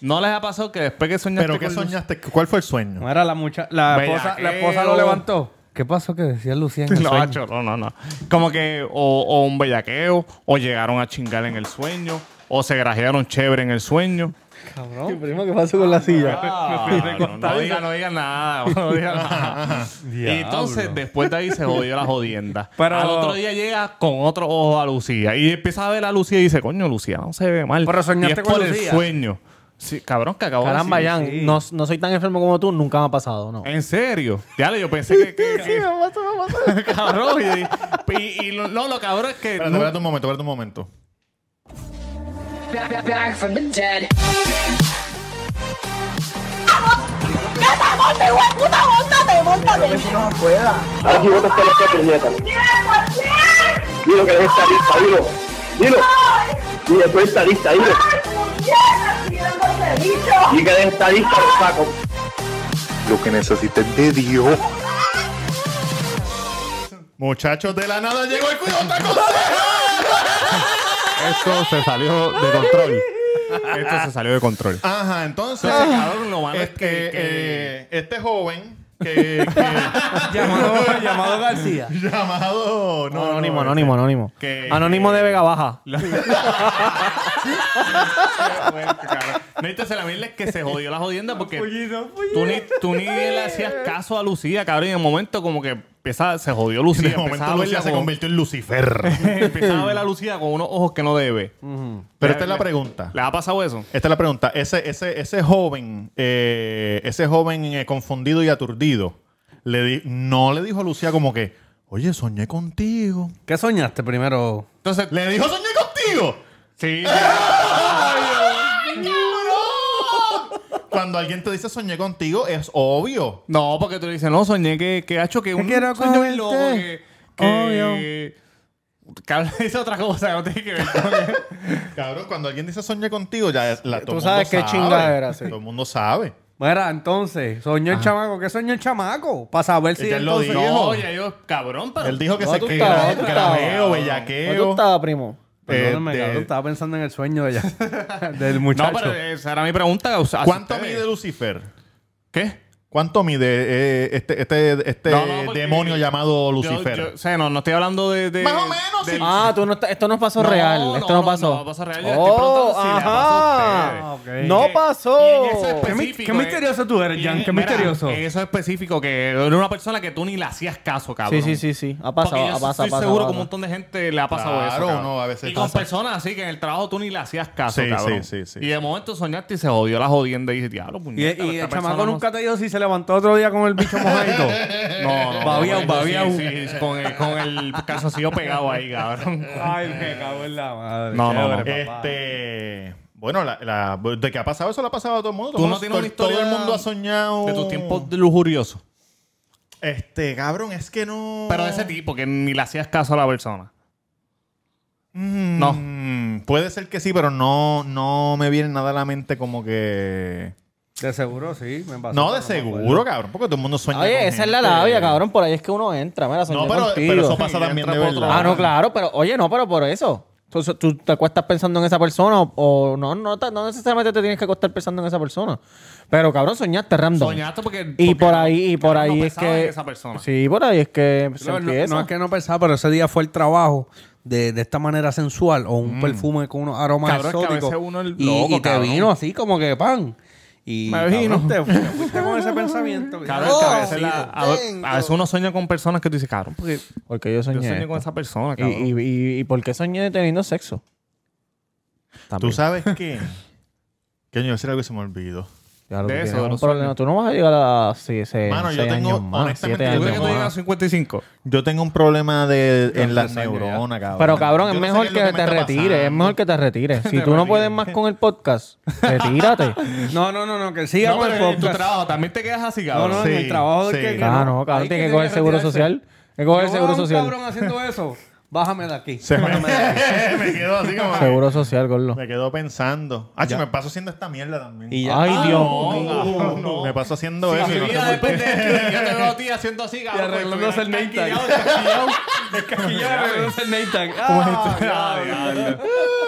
[SPEAKER 3] ¿No les ha pasado que después que soñaste
[SPEAKER 1] ¿Pero qué
[SPEAKER 3] con Lucía-
[SPEAKER 1] soñaste? ¿Cuál fue el sueño?
[SPEAKER 2] Mira, la, mucha, la,
[SPEAKER 3] Bellaqueo.
[SPEAKER 2] esposa, la esposa lo levantó. ¿Qué pasó que decía Lucía en el
[SPEAKER 3] <laughs> No,
[SPEAKER 2] sueño?
[SPEAKER 3] hacho, no, no, no. Como que o, o un bellaqueo, o llegaron a chingar en el sueño, o se grajearon chévere en el sueño.
[SPEAKER 2] Cabrón.
[SPEAKER 4] Primo, ¿qué pasó con la silla?
[SPEAKER 3] Ah, no, no diga, no diga nada. <laughs> No diga nada. y entonces, después de ahí se jodió la jodienda.
[SPEAKER 2] Pero-
[SPEAKER 3] Al otro día llega con otro ojo a Lucía. Y empieza a ver a Lucía y dice, coño, Lucía no se ve mal.
[SPEAKER 2] Pero soñaste
[SPEAKER 3] y es
[SPEAKER 2] con
[SPEAKER 3] por
[SPEAKER 2] Lucía.
[SPEAKER 3] el sueño. Sí, cabrón, que acabo
[SPEAKER 4] Caramba,
[SPEAKER 3] de decir.
[SPEAKER 4] Jan, No, no soy tan enfermo como tú, nunca me ha pasado, ¿no?
[SPEAKER 3] En serio. Ya yo pensé
[SPEAKER 2] <laughs>
[SPEAKER 3] que... que- <laughs> cabrón. Y, y- y lo- no, lo cabrón es que...
[SPEAKER 1] Espérate,
[SPEAKER 3] no-
[SPEAKER 1] espérate un momento, espérate un momento.
[SPEAKER 5] Back, back, back from the dead.
[SPEAKER 7] Aquí vos te estás loca, puñeta. Dilo que eres estadista, dilo. Dilo. Dilo que eres estadista, dilo. Y que eres estadista, lo saco.
[SPEAKER 8] Lo que necesites de Dios.
[SPEAKER 1] Muchachos, de la nada llegó el cuido taco.
[SPEAKER 3] Esto se salió de control. Esto se salió de control.
[SPEAKER 1] Ajá, entonces,
[SPEAKER 3] cabrón, lo malo
[SPEAKER 1] este,
[SPEAKER 3] es que- que-
[SPEAKER 1] eh, este joven que, que-
[SPEAKER 3] <laughs>
[SPEAKER 2] llamado,
[SPEAKER 1] <laughs>
[SPEAKER 2] llamado García.
[SPEAKER 1] llamado no, eh,
[SPEAKER 4] anónimo,
[SPEAKER 1] no,
[SPEAKER 4] anónimo, anónimo.
[SPEAKER 1] que-
[SPEAKER 4] Anónimo de Vega Baja.
[SPEAKER 3] No, entonces la mierda es que se jodió la jodienda porque tú ni, tú ni le hacías caso a Lucía, cabrón. Y en el momento como que empieza, se jodió
[SPEAKER 1] En
[SPEAKER 3] Lucía.
[SPEAKER 1] el momento
[SPEAKER 3] empezaba
[SPEAKER 1] Lucía
[SPEAKER 3] a verla
[SPEAKER 1] se
[SPEAKER 3] con-
[SPEAKER 1] convirtió en Lucifer.
[SPEAKER 3] <laughs> empezaba a ver a Lucía con unos ojos que no debe.
[SPEAKER 1] Pero esta es la pregunta.
[SPEAKER 3] ¿Le ha pasado eso?
[SPEAKER 1] Esta es la pregunta. Ese, ese, ese joven, eh, ese joven eh, confundido y aturdido, le di- no le dijo a Lucía como que, oye, soñé contigo.
[SPEAKER 2] ¿Qué soñaste primero?
[SPEAKER 3] Entonces,
[SPEAKER 1] Le dijo, soñé contigo.
[SPEAKER 3] sí.
[SPEAKER 1] <laughs> Cuando alguien te dice soñé contigo, es obvio.
[SPEAKER 3] No, porque tú le dices, no, soñé que, que ha hecho que un
[SPEAKER 2] quiero
[SPEAKER 3] sueño
[SPEAKER 2] comerte.
[SPEAKER 3] bien loco que... que Cabrón, <laughs> dice otra cosa, no tiene que ver con
[SPEAKER 1] Cabrón, cuando alguien dice soñé contigo, ya es- la, todo el
[SPEAKER 4] sabes
[SPEAKER 1] mundo
[SPEAKER 4] qué
[SPEAKER 1] sabe.
[SPEAKER 4] chingadera, sí.
[SPEAKER 1] Todo el mundo sabe.
[SPEAKER 2] Mira, entonces, soñó el chamaco. ¿Qué soñó el chamaco? Para saber si
[SPEAKER 1] Ella lo
[SPEAKER 2] entonces...
[SPEAKER 1] dijo.
[SPEAKER 3] No, ya yo, cabrón, pero...
[SPEAKER 1] Él dijo que
[SPEAKER 4] No,
[SPEAKER 1] se
[SPEAKER 4] tú
[SPEAKER 1] queda,
[SPEAKER 4] estabas, tú
[SPEAKER 1] grabeo,
[SPEAKER 4] estabas. ¿Dónde tú
[SPEAKER 1] bellaqueo.
[SPEAKER 4] estabas, primo?
[SPEAKER 2] Perdóname,
[SPEAKER 1] Eh, de-
[SPEAKER 2] cabrón, estaba pensando en el sueño de ella. del
[SPEAKER 3] No,
[SPEAKER 2] muchacho.
[SPEAKER 3] pero eh, esa era mi pregunta. o sea,
[SPEAKER 1] ¿Cuánto
[SPEAKER 3] ustedes-
[SPEAKER 1] mide Lucifer?
[SPEAKER 3] ¿Qué?
[SPEAKER 1] ¿Cuánto mide eh, este, este, este
[SPEAKER 3] No, no, porque-
[SPEAKER 1] demonio llamado
[SPEAKER 3] Yo-
[SPEAKER 1] Lucifer?
[SPEAKER 3] yo- o sea, no, no estoy hablando de... de-
[SPEAKER 1] Más o menos, sí.
[SPEAKER 3] de-
[SPEAKER 4] Este, Ah, tú no está- esto no pasó
[SPEAKER 3] No,
[SPEAKER 4] real.
[SPEAKER 3] no,
[SPEAKER 4] esto no,
[SPEAKER 3] no,
[SPEAKER 4] pasó.
[SPEAKER 3] no pasó real. Yo estoy
[SPEAKER 4] Oh,
[SPEAKER 3] preguntando si le pasó a
[SPEAKER 4] ajá.
[SPEAKER 3] ustedes.
[SPEAKER 4] No
[SPEAKER 3] Y-
[SPEAKER 4] pasó.
[SPEAKER 3] y en eso
[SPEAKER 2] Qué mi-
[SPEAKER 3] específico,
[SPEAKER 2] qué misterioso tú eres,
[SPEAKER 3] y
[SPEAKER 2] Jan,
[SPEAKER 3] en-
[SPEAKER 2] qué
[SPEAKER 3] mira,
[SPEAKER 2] misterioso.
[SPEAKER 3] en Eso específico, que era una persona que tú ni le hacías caso, cabrón.
[SPEAKER 4] Sí, sí, sí, sí. Ha pasado,
[SPEAKER 3] Porque yo
[SPEAKER 4] ha pasado,
[SPEAKER 3] estoy
[SPEAKER 4] ha pasado,
[SPEAKER 3] seguro que
[SPEAKER 4] ha
[SPEAKER 3] un
[SPEAKER 4] pasado.
[SPEAKER 3] montón de gente le ha pasado
[SPEAKER 1] Claro,
[SPEAKER 3] eso. cabrón.
[SPEAKER 1] no, a veces
[SPEAKER 3] y con
[SPEAKER 1] pasa.
[SPEAKER 3] personas así que en el trabajo tú ni le hacías caso,
[SPEAKER 1] Sí,
[SPEAKER 3] cabrón.
[SPEAKER 1] sí, sí, sí.
[SPEAKER 3] Y de momento soñaste y se jodió la jodienda y dices, diablo,
[SPEAKER 2] Y,
[SPEAKER 3] puñeta.
[SPEAKER 2] y
[SPEAKER 3] esta
[SPEAKER 2] el
[SPEAKER 3] persona
[SPEAKER 2] chamaco
[SPEAKER 3] no-
[SPEAKER 2] nunca te dijo si se levantó otro día con el bicho mojadito. uh.
[SPEAKER 3] No, <laughs> no.
[SPEAKER 2] Babiao,
[SPEAKER 3] no,
[SPEAKER 2] babiao.
[SPEAKER 3] sí, sí, con el, con el calzoncillo pegado ahí, cabrón.
[SPEAKER 2] Ay, me cago en la madre.
[SPEAKER 3] No, no,
[SPEAKER 2] Chévere,
[SPEAKER 3] no.
[SPEAKER 2] papá.
[SPEAKER 1] Este. Bueno, la, la- de que ha pasado eso, le ha pasado a todo el mundo.
[SPEAKER 3] Tú
[SPEAKER 1] Todo
[SPEAKER 3] no
[SPEAKER 1] el-
[SPEAKER 3] tienes una
[SPEAKER 1] todo, el
[SPEAKER 3] historia
[SPEAKER 1] mundo ha soñado.
[SPEAKER 3] De tus tiempos lujuriosos.
[SPEAKER 1] Este, cabrón, es que no.
[SPEAKER 3] Pero de ese tipo que ni le hacías caso a la persona.
[SPEAKER 1] No.
[SPEAKER 3] No.
[SPEAKER 1] Mm, Puede ser que sí, pero no, no me viene nada a la mente como que.
[SPEAKER 2] De seguro sí, me pasó.
[SPEAKER 1] No, de
[SPEAKER 2] me
[SPEAKER 1] seguro, cabrón, porque todo el mundo sueña.
[SPEAKER 4] Oye,
[SPEAKER 1] con
[SPEAKER 4] esa es la
[SPEAKER 1] gente.
[SPEAKER 4] labia, cabrón. Por ahí es que uno entra. Mira, soñé
[SPEAKER 1] No, pero,
[SPEAKER 4] contigo.
[SPEAKER 1] pero eso pasa también de
[SPEAKER 3] entra por
[SPEAKER 1] verdad.
[SPEAKER 3] otro
[SPEAKER 4] Ah, no, claro, pero oye, no, pero por eso. Tú, tú te acuestas pensando en esa persona o, o no, no, te- no necesariamente te tienes que acostar pensando en esa persona. Pero cabrón, soñaste random.
[SPEAKER 3] Soñaste porque. porque
[SPEAKER 4] y por ahí, y por
[SPEAKER 3] no
[SPEAKER 4] ahí es
[SPEAKER 3] pensabas
[SPEAKER 4] que.
[SPEAKER 3] en esa persona.
[SPEAKER 4] Sí, por ahí es que se
[SPEAKER 2] No, no,
[SPEAKER 4] empieza.
[SPEAKER 2] no es que no pensaba, pero ese día fue el trabajo de, de esta manera sensual o un perfume con unos aromas
[SPEAKER 3] Mm. Cabrón, es que a
[SPEAKER 2] exóticos.
[SPEAKER 3] veces uno es
[SPEAKER 2] y,
[SPEAKER 3] loco,
[SPEAKER 2] y te
[SPEAKER 3] cabrón.
[SPEAKER 2] vino así como que pan. Y
[SPEAKER 3] Me vino.
[SPEAKER 2] cabrón, te
[SPEAKER 3] <laughs>
[SPEAKER 2] fu- te fuiste con ese pensamiento. Oh,
[SPEAKER 3] Cabrón, que a, veces la- a,
[SPEAKER 6] tengo.
[SPEAKER 3] a veces uno sueña con personas que tú dices, cabrón, porque
[SPEAKER 4] Porque yo
[SPEAKER 3] yo
[SPEAKER 4] soñé.
[SPEAKER 3] soñé con
[SPEAKER 4] esto.
[SPEAKER 3] esa persona,
[SPEAKER 4] y,
[SPEAKER 3] cabrón.
[SPEAKER 4] y, y, y por qué soñé teniendo sexo.
[SPEAKER 1] ¿Tú sabes qué? que yo iba a decir algo que se me olvidó.
[SPEAKER 4] Ya lo
[SPEAKER 3] De
[SPEAKER 4] que
[SPEAKER 3] eso,
[SPEAKER 4] tienes
[SPEAKER 3] de
[SPEAKER 4] un
[SPEAKER 3] los
[SPEAKER 4] problema.
[SPEAKER 3] sueños.
[SPEAKER 4] Tú no vas a llegar a sí, seis,
[SPEAKER 1] Mano, yo
[SPEAKER 4] seis
[SPEAKER 1] tengo,
[SPEAKER 4] años más,
[SPEAKER 1] honestamente,
[SPEAKER 4] siete
[SPEAKER 1] yo
[SPEAKER 3] ¿Tú
[SPEAKER 4] años
[SPEAKER 3] crees que tú
[SPEAKER 1] tengo-
[SPEAKER 3] llegas a
[SPEAKER 4] más.
[SPEAKER 3] 55?
[SPEAKER 1] Yo tengo un problema de, en las
[SPEAKER 2] sueño ya.
[SPEAKER 1] neuronas, cabrón.
[SPEAKER 4] Pero cabrón,
[SPEAKER 1] Yo
[SPEAKER 4] es
[SPEAKER 1] no sé
[SPEAKER 4] mejor
[SPEAKER 1] qué
[SPEAKER 4] que,
[SPEAKER 1] lo me
[SPEAKER 4] te
[SPEAKER 1] está
[SPEAKER 4] retires. Es
[SPEAKER 1] pasando.
[SPEAKER 4] mejor que te retires. Si tú no puedes más con el podcast, retírate.
[SPEAKER 2] No, no, no, no, que siga
[SPEAKER 3] No,
[SPEAKER 2] con
[SPEAKER 3] pero
[SPEAKER 2] el
[SPEAKER 3] en tu
[SPEAKER 2] podcast.
[SPEAKER 3] trabajo también te quedas así,
[SPEAKER 2] pues- no,
[SPEAKER 3] cabrón.
[SPEAKER 2] no,
[SPEAKER 1] Sí,
[SPEAKER 2] en el trabajo del
[SPEAKER 1] sí.
[SPEAKER 2] que, que
[SPEAKER 4] Ah, no, cabrón,
[SPEAKER 2] Ahí
[SPEAKER 4] tiene
[SPEAKER 2] tiene
[SPEAKER 4] que coger seguro
[SPEAKER 2] retirarse.
[SPEAKER 4] social. Hay que coger
[SPEAKER 2] Yo
[SPEAKER 4] seguro
[SPEAKER 2] veo a un
[SPEAKER 4] social.
[SPEAKER 2] cabrón haciendo eso. Bájame de aquí.
[SPEAKER 1] Se me, <laughs> me quedo así como.
[SPEAKER 4] Seguro social, gordo.
[SPEAKER 1] Me quedo pensando. Ah, yo me paso haciendo esta mierda también. Oh,
[SPEAKER 2] Y ya.
[SPEAKER 4] Ay,
[SPEAKER 3] Ah,
[SPEAKER 4] Dios.
[SPEAKER 3] no, cabrón,
[SPEAKER 1] <laughs>
[SPEAKER 3] no.
[SPEAKER 1] Me paso haciendo eso. y no sé
[SPEAKER 3] Mira,
[SPEAKER 1] por qué.
[SPEAKER 3] después de aquí, yo te veo a ti haciendo así, cabrón.
[SPEAKER 2] Y arreglándose
[SPEAKER 3] porque
[SPEAKER 2] el
[SPEAKER 3] estuvieras
[SPEAKER 2] necktie.
[SPEAKER 3] <laughs> casquillado, casquillado.
[SPEAKER 2] Y ya regresó el Nathan. Ah,
[SPEAKER 3] Ah, diablo.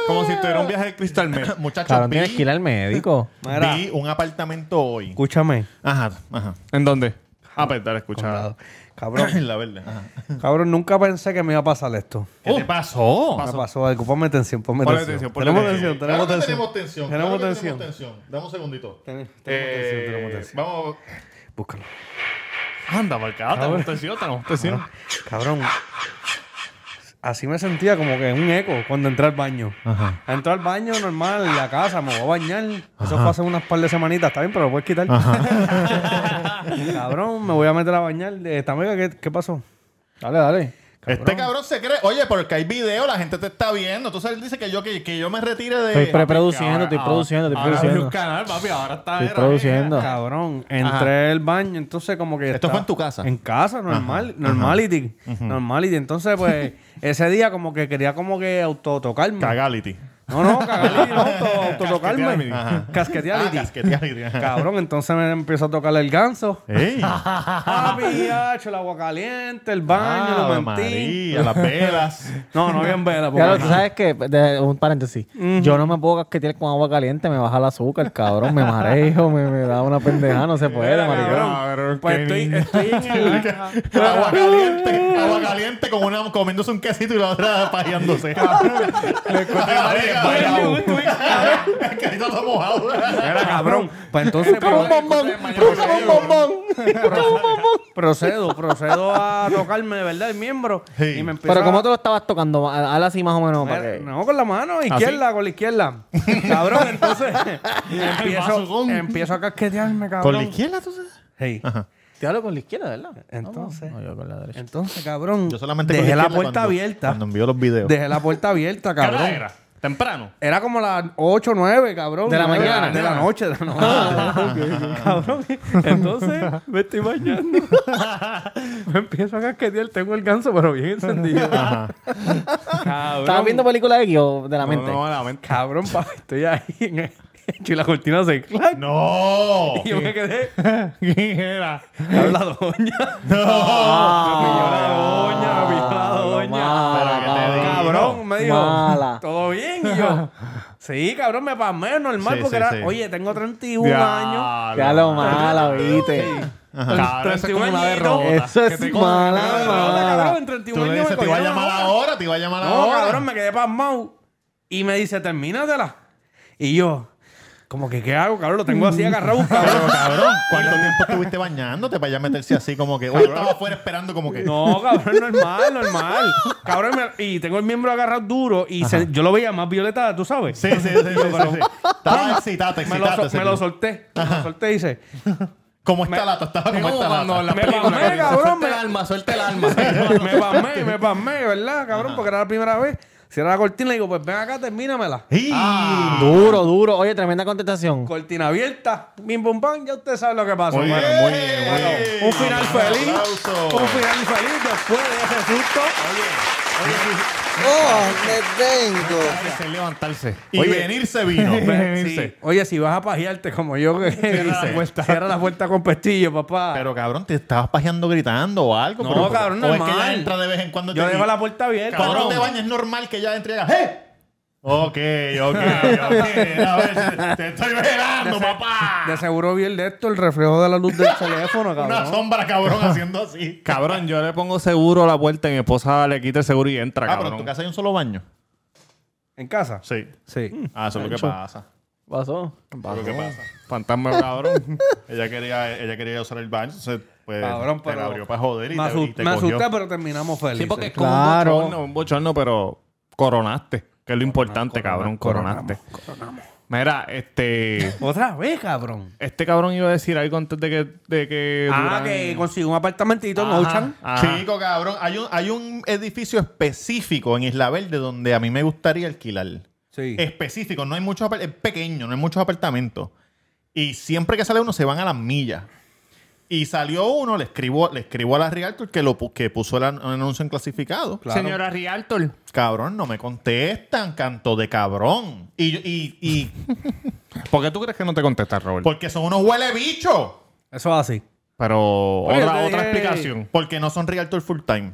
[SPEAKER 3] Como si tuviera un viaje de cristal meth.
[SPEAKER 1] Muchachos,
[SPEAKER 4] Cabrón,
[SPEAKER 1] vi,
[SPEAKER 4] tienes que ir al médico.
[SPEAKER 2] Mira.
[SPEAKER 1] vi un apartamento hoy.
[SPEAKER 2] Escúchame.
[SPEAKER 1] Ajá, ajá.
[SPEAKER 3] ¿En dónde? Ah, pues dale, escucha.
[SPEAKER 2] <coughs> Cabrón,
[SPEAKER 1] La verdad. ajá. Oh.
[SPEAKER 2] cabrón, nunca pensé que me iba a pasar esto.
[SPEAKER 1] ¿Qué te
[SPEAKER 3] Oh.
[SPEAKER 1] pasó?
[SPEAKER 2] Me pasó algo. Ponme tensión, ponme
[SPEAKER 3] Ponle
[SPEAKER 2] tensión.
[SPEAKER 3] atención, ponle
[SPEAKER 2] Tenemos
[SPEAKER 3] atención.
[SPEAKER 2] tensión,
[SPEAKER 1] Claro
[SPEAKER 2] tenemos
[SPEAKER 1] que
[SPEAKER 2] tensión.
[SPEAKER 1] tenemos tensión.
[SPEAKER 2] Tenemos
[SPEAKER 1] claro que
[SPEAKER 2] tensión.
[SPEAKER 1] Dame un segundito.
[SPEAKER 2] Ten- tenemos
[SPEAKER 1] Eh,
[SPEAKER 2] tensión, tenemos tensión.
[SPEAKER 1] Vamos.
[SPEAKER 2] Búscalo.
[SPEAKER 3] Anda, marcada, tenemos tensión, tenemos tensión.
[SPEAKER 2] Cabrón. Así me sentía como que un eco cuando entré al baño.
[SPEAKER 1] Ajá.
[SPEAKER 2] Entré al baño normal, en la casa, me voy a bañar. Eso fue hace unas par de semanitas, está bien, pero lo puedes quitar. <laughs> Cabrón, me voy a meter a bañar. Eh, Tamega, ¿qué, ¿qué pasó?
[SPEAKER 4] Dale, dale.
[SPEAKER 1] Este cabrón se cree. Oye, porque hay video, la gente te está viendo. Entonces él dice que yo, que, que yo me retire de.
[SPEAKER 4] Estoy preproduciendo, estoy
[SPEAKER 3] Ahora-
[SPEAKER 4] produciendo, estoy
[SPEAKER 3] ahora abrió
[SPEAKER 4] produciendo.
[SPEAKER 3] un canal, papi, ahora está...
[SPEAKER 4] Estoy
[SPEAKER 3] era-
[SPEAKER 4] produciendo.
[SPEAKER 2] Cabrón, entré al baño, entonces como que...
[SPEAKER 1] Esto fue en tu casa.
[SPEAKER 2] En casa, normal, normality. Normality.
[SPEAKER 1] <laughs>
[SPEAKER 2] Entonces, pues, ese día como que quería como que autotocarme.
[SPEAKER 1] Cagality.
[SPEAKER 2] No, no, cagality,
[SPEAKER 1] <laughs>
[SPEAKER 2] no, auto- autotocarme.
[SPEAKER 3] Casquetearme.
[SPEAKER 2] Ajá.
[SPEAKER 1] Ah,
[SPEAKER 2] Casqueteality.
[SPEAKER 1] casqueteality, ajá.
[SPEAKER 2] Cabrón, entonces me empiezo a tocar el ganso.
[SPEAKER 1] Ey. <laughs>
[SPEAKER 2] Papi, hacho, el agua caliente, el baño,
[SPEAKER 1] Ave
[SPEAKER 2] lo mentí.
[SPEAKER 1] María, las velas.
[SPEAKER 2] No, no había en vela. porque-
[SPEAKER 4] Claro, tú sabes que, de- un paréntesis, yo no me puedo casquetear con agua caliente, me baja el azúcar, cabrón, me mareo, <laughs> me, me da una pendeja, no se puede,
[SPEAKER 2] Mira,
[SPEAKER 4] maricón.
[SPEAKER 2] cabrón.
[SPEAKER 3] Cabrón,
[SPEAKER 2] Pues
[SPEAKER 3] qué
[SPEAKER 2] estoy,
[SPEAKER 3] niño.
[SPEAKER 1] <laughs>
[SPEAKER 2] estoy en el...
[SPEAKER 1] <laughs> agua caliente. Agua caliente con una, comiéndose un quesito y la otra <laughs> pajeándose.
[SPEAKER 2] Cabrón,
[SPEAKER 1] El quesito está mojado.
[SPEAKER 2] Era cabrón. Pues entonces... pro- Procedo, procedo a tocarme de verdad el miembro.
[SPEAKER 1] Sí.
[SPEAKER 2] Y me empiezo
[SPEAKER 4] Pero
[SPEAKER 2] a-
[SPEAKER 4] ¿cómo tú lo estabas tocando? Haz así más o menos para
[SPEAKER 2] Mira,
[SPEAKER 4] que...
[SPEAKER 2] No, con la
[SPEAKER 4] ¿Ah,
[SPEAKER 2] mano izquierda, con la izquierda. Cabrón,
[SPEAKER 4] <laughs>
[SPEAKER 2] entonces empiezo,
[SPEAKER 3] vasugón.
[SPEAKER 2] empiezo a casquetearme, cabrón.
[SPEAKER 1] ¿Con la izquierda tú
[SPEAKER 2] Sí.
[SPEAKER 4] Te hablo con la izquierda, ¿verdad?
[SPEAKER 2] Entonces,
[SPEAKER 4] No, yo con la derecha.
[SPEAKER 2] entonces, cabrón,
[SPEAKER 1] Yo solamente con
[SPEAKER 2] dejé la
[SPEAKER 1] izquierda
[SPEAKER 2] puerta
[SPEAKER 1] cuando-
[SPEAKER 2] abierta.
[SPEAKER 1] Cuando envió los videos.
[SPEAKER 2] Dejé la puerta abierta,
[SPEAKER 3] ¿Qué hora
[SPEAKER 2] cabrón.
[SPEAKER 3] era?
[SPEAKER 4] <laughs>
[SPEAKER 3] Temprano.
[SPEAKER 2] Era como las 8 o 9, cabrón.
[SPEAKER 4] De la
[SPEAKER 2] Nueve
[SPEAKER 4] mañana. Ah.
[SPEAKER 2] De la noche. De la <laughs> noche. cabrón. Entonces, me estoy bañando. <laughs> me empiezo a casquetear. Tengo el ganso, pero bien encendido.
[SPEAKER 4] ¿Estabas
[SPEAKER 2] cabrón.
[SPEAKER 4] viendo películas X o de la
[SPEAKER 3] No,
[SPEAKER 4] mente?
[SPEAKER 3] no, la mente.
[SPEAKER 2] Cabrón, papi. Estoy ahí. En el... <laughs> Y la cortina se clac.
[SPEAKER 1] ¡No!
[SPEAKER 2] <laughs> Y yo me quedé.
[SPEAKER 3] ¿Quién era?
[SPEAKER 2] La doña.
[SPEAKER 4] Ah,
[SPEAKER 2] No. Me pilló la doña. Me pilló la doña.
[SPEAKER 4] mala,
[SPEAKER 1] Pero que te digo.
[SPEAKER 2] Cabrón, me dijo,
[SPEAKER 4] Mala.
[SPEAKER 2] ¿todo bien?
[SPEAKER 1] <laughs>
[SPEAKER 2] Y yo, sí, cabrón, me pasmé normal
[SPEAKER 1] Sí, sí,
[SPEAKER 2] porque era,
[SPEAKER 1] sí.
[SPEAKER 2] oye, tengo 31 años.
[SPEAKER 4] Ya lo mala, viste.
[SPEAKER 3] Cabrón, eso es como una
[SPEAKER 2] 31
[SPEAKER 3] derrota.
[SPEAKER 4] Eso
[SPEAKER 3] Que te cogen.
[SPEAKER 4] es
[SPEAKER 2] Cabrón,
[SPEAKER 4] mala,
[SPEAKER 2] cabrón,
[SPEAKER 4] mala.
[SPEAKER 2] en
[SPEAKER 1] Tú
[SPEAKER 2] 31
[SPEAKER 1] le
[SPEAKER 2] años
[SPEAKER 1] dices,
[SPEAKER 2] me
[SPEAKER 1] te iba a
[SPEAKER 2] cogieron
[SPEAKER 1] llamar
[SPEAKER 2] una-
[SPEAKER 1] ahora, te iba a llamar
[SPEAKER 2] No,
[SPEAKER 1] ahora.
[SPEAKER 2] cabrón, me quedé pasmado. Y me dice, termínatela. Y yo, como que, ¿qué hago, cabrón? Lo tengo
[SPEAKER 1] <laughs>
[SPEAKER 2] así agarrado,
[SPEAKER 1] Pero,
[SPEAKER 2] cabrón.
[SPEAKER 1] cabrón, ¿cuánto tiempo estuviste bañándote para ya meterse así como que... Oye, estaba afuera esperando como que...
[SPEAKER 2] No, cabrón, normal, normal. Cabrón, me- y tengo el miembro agarrado duro y se- yo lo veía más violeta, tú sabes.
[SPEAKER 1] Sí, sí, sí, sí, sí, sí. Estaba excitada,
[SPEAKER 2] Me lo,
[SPEAKER 1] excitada.
[SPEAKER 2] sol- me lo solté. Me lo solté y dice,
[SPEAKER 1] Como esta lata, estaba como
[SPEAKER 3] Es como
[SPEAKER 1] esta
[SPEAKER 3] cuando
[SPEAKER 1] lata.
[SPEAKER 3] en las
[SPEAKER 2] Me
[SPEAKER 3] películas
[SPEAKER 2] mamé,
[SPEAKER 3] que dicen,
[SPEAKER 2] cabrón,
[SPEAKER 3] suelta
[SPEAKER 2] me-
[SPEAKER 3] el alma, suelta el alma.
[SPEAKER 1] <laughs>
[SPEAKER 2] me pasmé, me pasmé, ¿verdad, cabrón? Porque era la primera vez. Cierra la cortina y digo, pues ven acá, termínamela.
[SPEAKER 1] ¡Y! Ah.
[SPEAKER 2] Ah.
[SPEAKER 4] Duro, duro. Oye, tremenda contestación.
[SPEAKER 2] Cortina abierta, bim bum bam, ya usted sabe lo que pasó.
[SPEAKER 1] Muy
[SPEAKER 2] Bueno,
[SPEAKER 1] bien,
[SPEAKER 2] muy
[SPEAKER 1] muy
[SPEAKER 2] bueno.
[SPEAKER 1] bien.
[SPEAKER 2] Un final
[SPEAKER 1] Vamos,
[SPEAKER 2] feliz.
[SPEAKER 1] aplauso.
[SPEAKER 2] Un final feliz después de ese susto.
[SPEAKER 6] Oh, me vengo.
[SPEAKER 3] Levantarse, levantarse.
[SPEAKER 1] Y venirse
[SPEAKER 2] <laughs>
[SPEAKER 1] vino.
[SPEAKER 2] Pues,
[SPEAKER 3] sí.
[SPEAKER 2] sí. Oye, si vas a pajearte como yo, que
[SPEAKER 1] la
[SPEAKER 2] dice,
[SPEAKER 1] puerta.
[SPEAKER 2] cierra la puerta con pestillo, papá.
[SPEAKER 1] Pero cabrón, te estabas pajeando gritando o algo.
[SPEAKER 2] No,
[SPEAKER 1] pero-
[SPEAKER 2] cabrón,
[SPEAKER 1] o es
[SPEAKER 2] normal.
[SPEAKER 1] que ella entra de vez en cuando.
[SPEAKER 2] yo
[SPEAKER 1] te-
[SPEAKER 2] dejo la puerta abierta.
[SPEAKER 1] Cuando
[SPEAKER 2] cabrón.
[SPEAKER 1] te bañas es normal que ella entre y haga, ¡Eh! Ok, ok,
[SPEAKER 2] <laughs>
[SPEAKER 1] ok. A ver, te estoy velando, papá.
[SPEAKER 2] De seguro vi el de esto, el reflejo de la
[SPEAKER 1] <laughs>
[SPEAKER 2] luz del teléfono,
[SPEAKER 1] Una
[SPEAKER 2] cabrón.
[SPEAKER 1] sombra, cabrón, haciendo así. Ah,
[SPEAKER 3] Cabrón, yo le pongo seguro a la puerta y mi esposa le quita el seguro y entra,
[SPEAKER 1] Ah, pero en tu
[SPEAKER 3] cabrón.
[SPEAKER 1] casa hay un solo baño.
[SPEAKER 2] ¿En casa?
[SPEAKER 1] Sí.
[SPEAKER 2] Sí.
[SPEAKER 1] Ah, eso es lo que pasa.
[SPEAKER 4] Pasó.
[SPEAKER 1] Eso es lo que pasa.
[SPEAKER 3] Fantasma, cabrón.
[SPEAKER 1] <laughs> Ella quería, ella quería usar el baño, entonces pues,
[SPEAKER 2] Cabrón,
[SPEAKER 1] te la
[SPEAKER 2] pero-
[SPEAKER 1] abrió para joder y te,
[SPEAKER 2] Me,
[SPEAKER 1] y
[SPEAKER 2] asusté,
[SPEAKER 1] te
[SPEAKER 2] me
[SPEAKER 1] cogió.
[SPEAKER 2] asusté, pero terminamos felices.
[SPEAKER 3] Sí, porque es como
[SPEAKER 4] <laughs> Claro.
[SPEAKER 3] un bochorno, un bochorno, pero coronaste. Que es lo importante, cabrón, coronaste. Mira, este...
[SPEAKER 2] Otra vez, cabrón.
[SPEAKER 3] Este cabrón iba a decir algo antes de que... De que
[SPEAKER 2] Ah,
[SPEAKER 3] Durán-
[SPEAKER 2] que consiguió un apartamentito,
[SPEAKER 3] Ajá,
[SPEAKER 2] no Chan.
[SPEAKER 3] ajá.
[SPEAKER 1] Chico, cabrón, hay un, hay un edificio específico en Isla Verde donde a mí me gustaría alquilar.
[SPEAKER 2] Sí.
[SPEAKER 1] Específico, no hay muchos apart- es pequeño, no hay muchos apartamentos. Y siempre que sale uno se van a las millas. Y salió uno, le escribo, le escribo a la Realtor que lo pu- que puso el an- el anuncio en clasificado.
[SPEAKER 3] Señora Rialtor.
[SPEAKER 1] Cabrón, no me contestan, canto de cabrón. Y, yo- y, y
[SPEAKER 3] ¿Por qué tú crees que no te contestas, Robert?
[SPEAKER 1] porque son unos huele bichos.
[SPEAKER 2] Eso es así.
[SPEAKER 3] Pero
[SPEAKER 2] Oye,
[SPEAKER 3] otra,
[SPEAKER 2] te
[SPEAKER 3] otra
[SPEAKER 2] dije-
[SPEAKER 3] explicación.
[SPEAKER 1] Porque no son Realtor full time.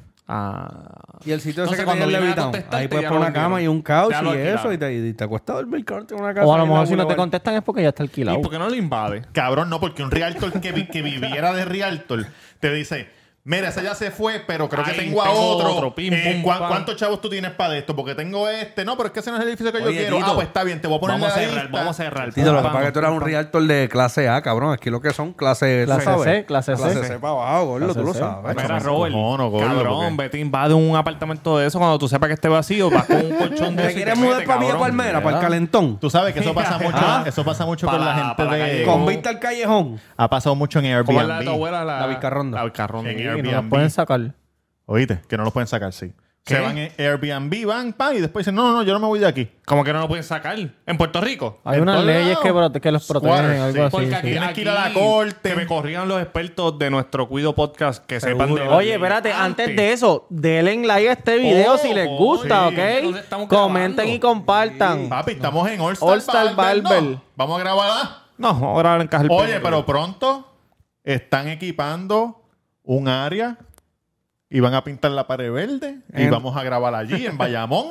[SPEAKER 3] a-
[SPEAKER 2] Y el sitio ese
[SPEAKER 3] Entonces,
[SPEAKER 2] que cuando
[SPEAKER 3] cuando
[SPEAKER 2] en
[SPEAKER 3] vienen a
[SPEAKER 2] Levitown.
[SPEAKER 3] contestarte,
[SPEAKER 2] Ahí puedes
[SPEAKER 3] ya
[SPEAKER 2] poner
[SPEAKER 3] lo
[SPEAKER 2] una cama
[SPEAKER 3] alquilaron.
[SPEAKER 2] y un couch
[SPEAKER 3] Ya
[SPEAKER 2] y
[SPEAKER 3] lo
[SPEAKER 2] eso.
[SPEAKER 3] alquilaron.
[SPEAKER 2] Y te, y te acuestas a dormir cabrón, tiene una casa.
[SPEAKER 4] O a
[SPEAKER 2] ahí
[SPEAKER 4] lo
[SPEAKER 2] en
[SPEAKER 4] mejor
[SPEAKER 2] la
[SPEAKER 4] si no te
[SPEAKER 2] Boulevard.
[SPEAKER 4] contestan es porque ya está alquilado.
[SPEAKER 3] ¿Y por qué no lo invade?
[SPEAKER 1] Cabrón, no, porque un realtor que, vi- que viviera de realtor te dice, mira, esa ya se fue, pero creo que
[SPEAKER 3] Ay,
[SPEAKER 1] tengo a
[SPEAKER 3] tengo
[SPEAKER 1] otro.
[SPEAKER 3] otro, pim,
[SPEAKER 1] Eh,
[SPEAKER 3] pum,
[SPEAKER 1] ¿cuá-
[SPEAKER 3] pam.
[SPEAKER 1] ¿Cuántos chavos tú tienes para esto? Porque tengo este. No, pero es que ese no es el edificio que yo
[SPEAKER 3] Oye,
[SPEAKER 1] quiero.
[SPEAKER 3] Tito,
[SPEAKER 1] ah, pues está bien, te voy a poner
[SPEAKER 3] vamos
[SPEAKER 1] en
[SPEAKER 3] a
[SPEAKER 1] la
[SPEAKER 3] cerrar,
[SPEAKER 1] lista.
[SPEAKER 3] vamos a cerrar.
[SPEAKER 2] Sí, lo que
[SPEAKER 3] Pam,
[SPEAKER 2] pasa es que tú eras un reactor de clase A, cabrón. Aquí lo que son clase,
[SPEAKER 4] Clase
[SPEAKER 2] ¿sabes?
[SPEAKER 4] C, clase C.
[SPEAKER 2] Clase C para abajo, gordo, tú lo
[SPEAKER 4] C.
[SPEAKER 2] sabes.
[SPEAKER 3] Mira, Robert,
[SPEAKER 1] cojono, gordo,
[SPEAKER 3] cabrón,
[SPEAKER 1] porque-
[SPEAKER 3] vete invade un apartamento de eso cuando tú sepas que esté vacío, vas con un colchón de
[SPEAKER 2] ¿Te
[SPEAKER 3] eso y
[SPEAKER 2] quieres
[SPEAKER 3] te
[SPEAKER 2] mudar
[SPEAKER 3] metes,
[SPEAKER 2] para Villa
[SPEAKER 3] cabrón.
[SPEAKER 2] Palmera, para el calentón?
[SPEAKER 1] Tú sabes que eso pasa mucho,
[SPEAKER 3] Ah.
[SPEAKER 1] eso pasa mucho
[SPEAKER 3] Pa'
[SPEAKER 1] con la
[SPEAKER 3] la-
[SPEAKER 1] gente
[SPEAKER 3] pa' la
[SPEAKER 1] de.
[SPEAKER 3] calle.
[SPEAKER 2] Con vista al callejón.
[SPEAKER 1] Ha pasado mucho en
[SPEAKER 3] ¿Cómo es la de tu
[SPEAKER 1] Airbnb.
[SPEAKER 3] abuela? La,
[SPEAKER 2] La Vicarronda.
[SPEAKER 3] La Vicarronda.
[SPEAKER 1] En
[SPEAKER 4] Y
[SPEAKER 1] Airbnb.
[SPEAKER 4] no las pueden sacar.
[SPEAKER 1] Oíste, que no los pueden sacar, sí. Se
[SPEAKER 3] ¿Qué?
[SPEAKER 1] van en Airbnb, van, pa, y después dicen, no, no, yo no me voy de aquí.
[SPEAKER 3] Como que no lo pueden sacar. En Puerto Rico.
[SPEAKER 4] Hay
[SPEAKER 1] En
[SPEAKER 4] unas
[SPEAKER 1] todos
[SPEAKER 4] leyes
[SPEAKER 1] lados.
[SPEAKER 4] que, prote- que los
[SPEAKER 1] Squatters,
[SPEAKER 4] protegen,
[SPEAKER 1] sí.
[SPEAKER 4] algo
[SPEAKER 1] Porque
[SPEAKER 4] así.
[SPEAKER 3] Porque aquí,
[SPEAKER 4] sí.
[SPEAKER 1] Tienes que ir
[SPEAKER 3] aquí
[SPEAKER 1] a la corte.
[SPEAKER 3] Que me corrían los expertos de nuestro Cuido Podcast que sepan de.
[SPEAKER 4] Oye, espérate, antes de eso, denle like a este video
[SPEAKER 3] Oh,
[SPEAKER 4] si les
[SPEAKER 3] oh,
[SPEAKER 4] gusta,
[SPEAKER 3] sí. Entonces
[SPEAKER 4] ¿ok?
[SPEAKER 3] estamos
[SPEAKER 4] Comenten
[SPEAKER 3] grabando.
[SPEAKER 4] y compartan.
[SPEAKER 1] Papi, estamos en All Star,
[SPEAKER 4] All Star Barber.
[SPEAKER 1] ¿no? Vamos a grabarla.
[SPEAKER 3] No, ahora encaja el
[SPEAKER 1] Oye, pero pronto están equipando un área y van a pintar la pared verde y vamos a grabar allí en Bayamón,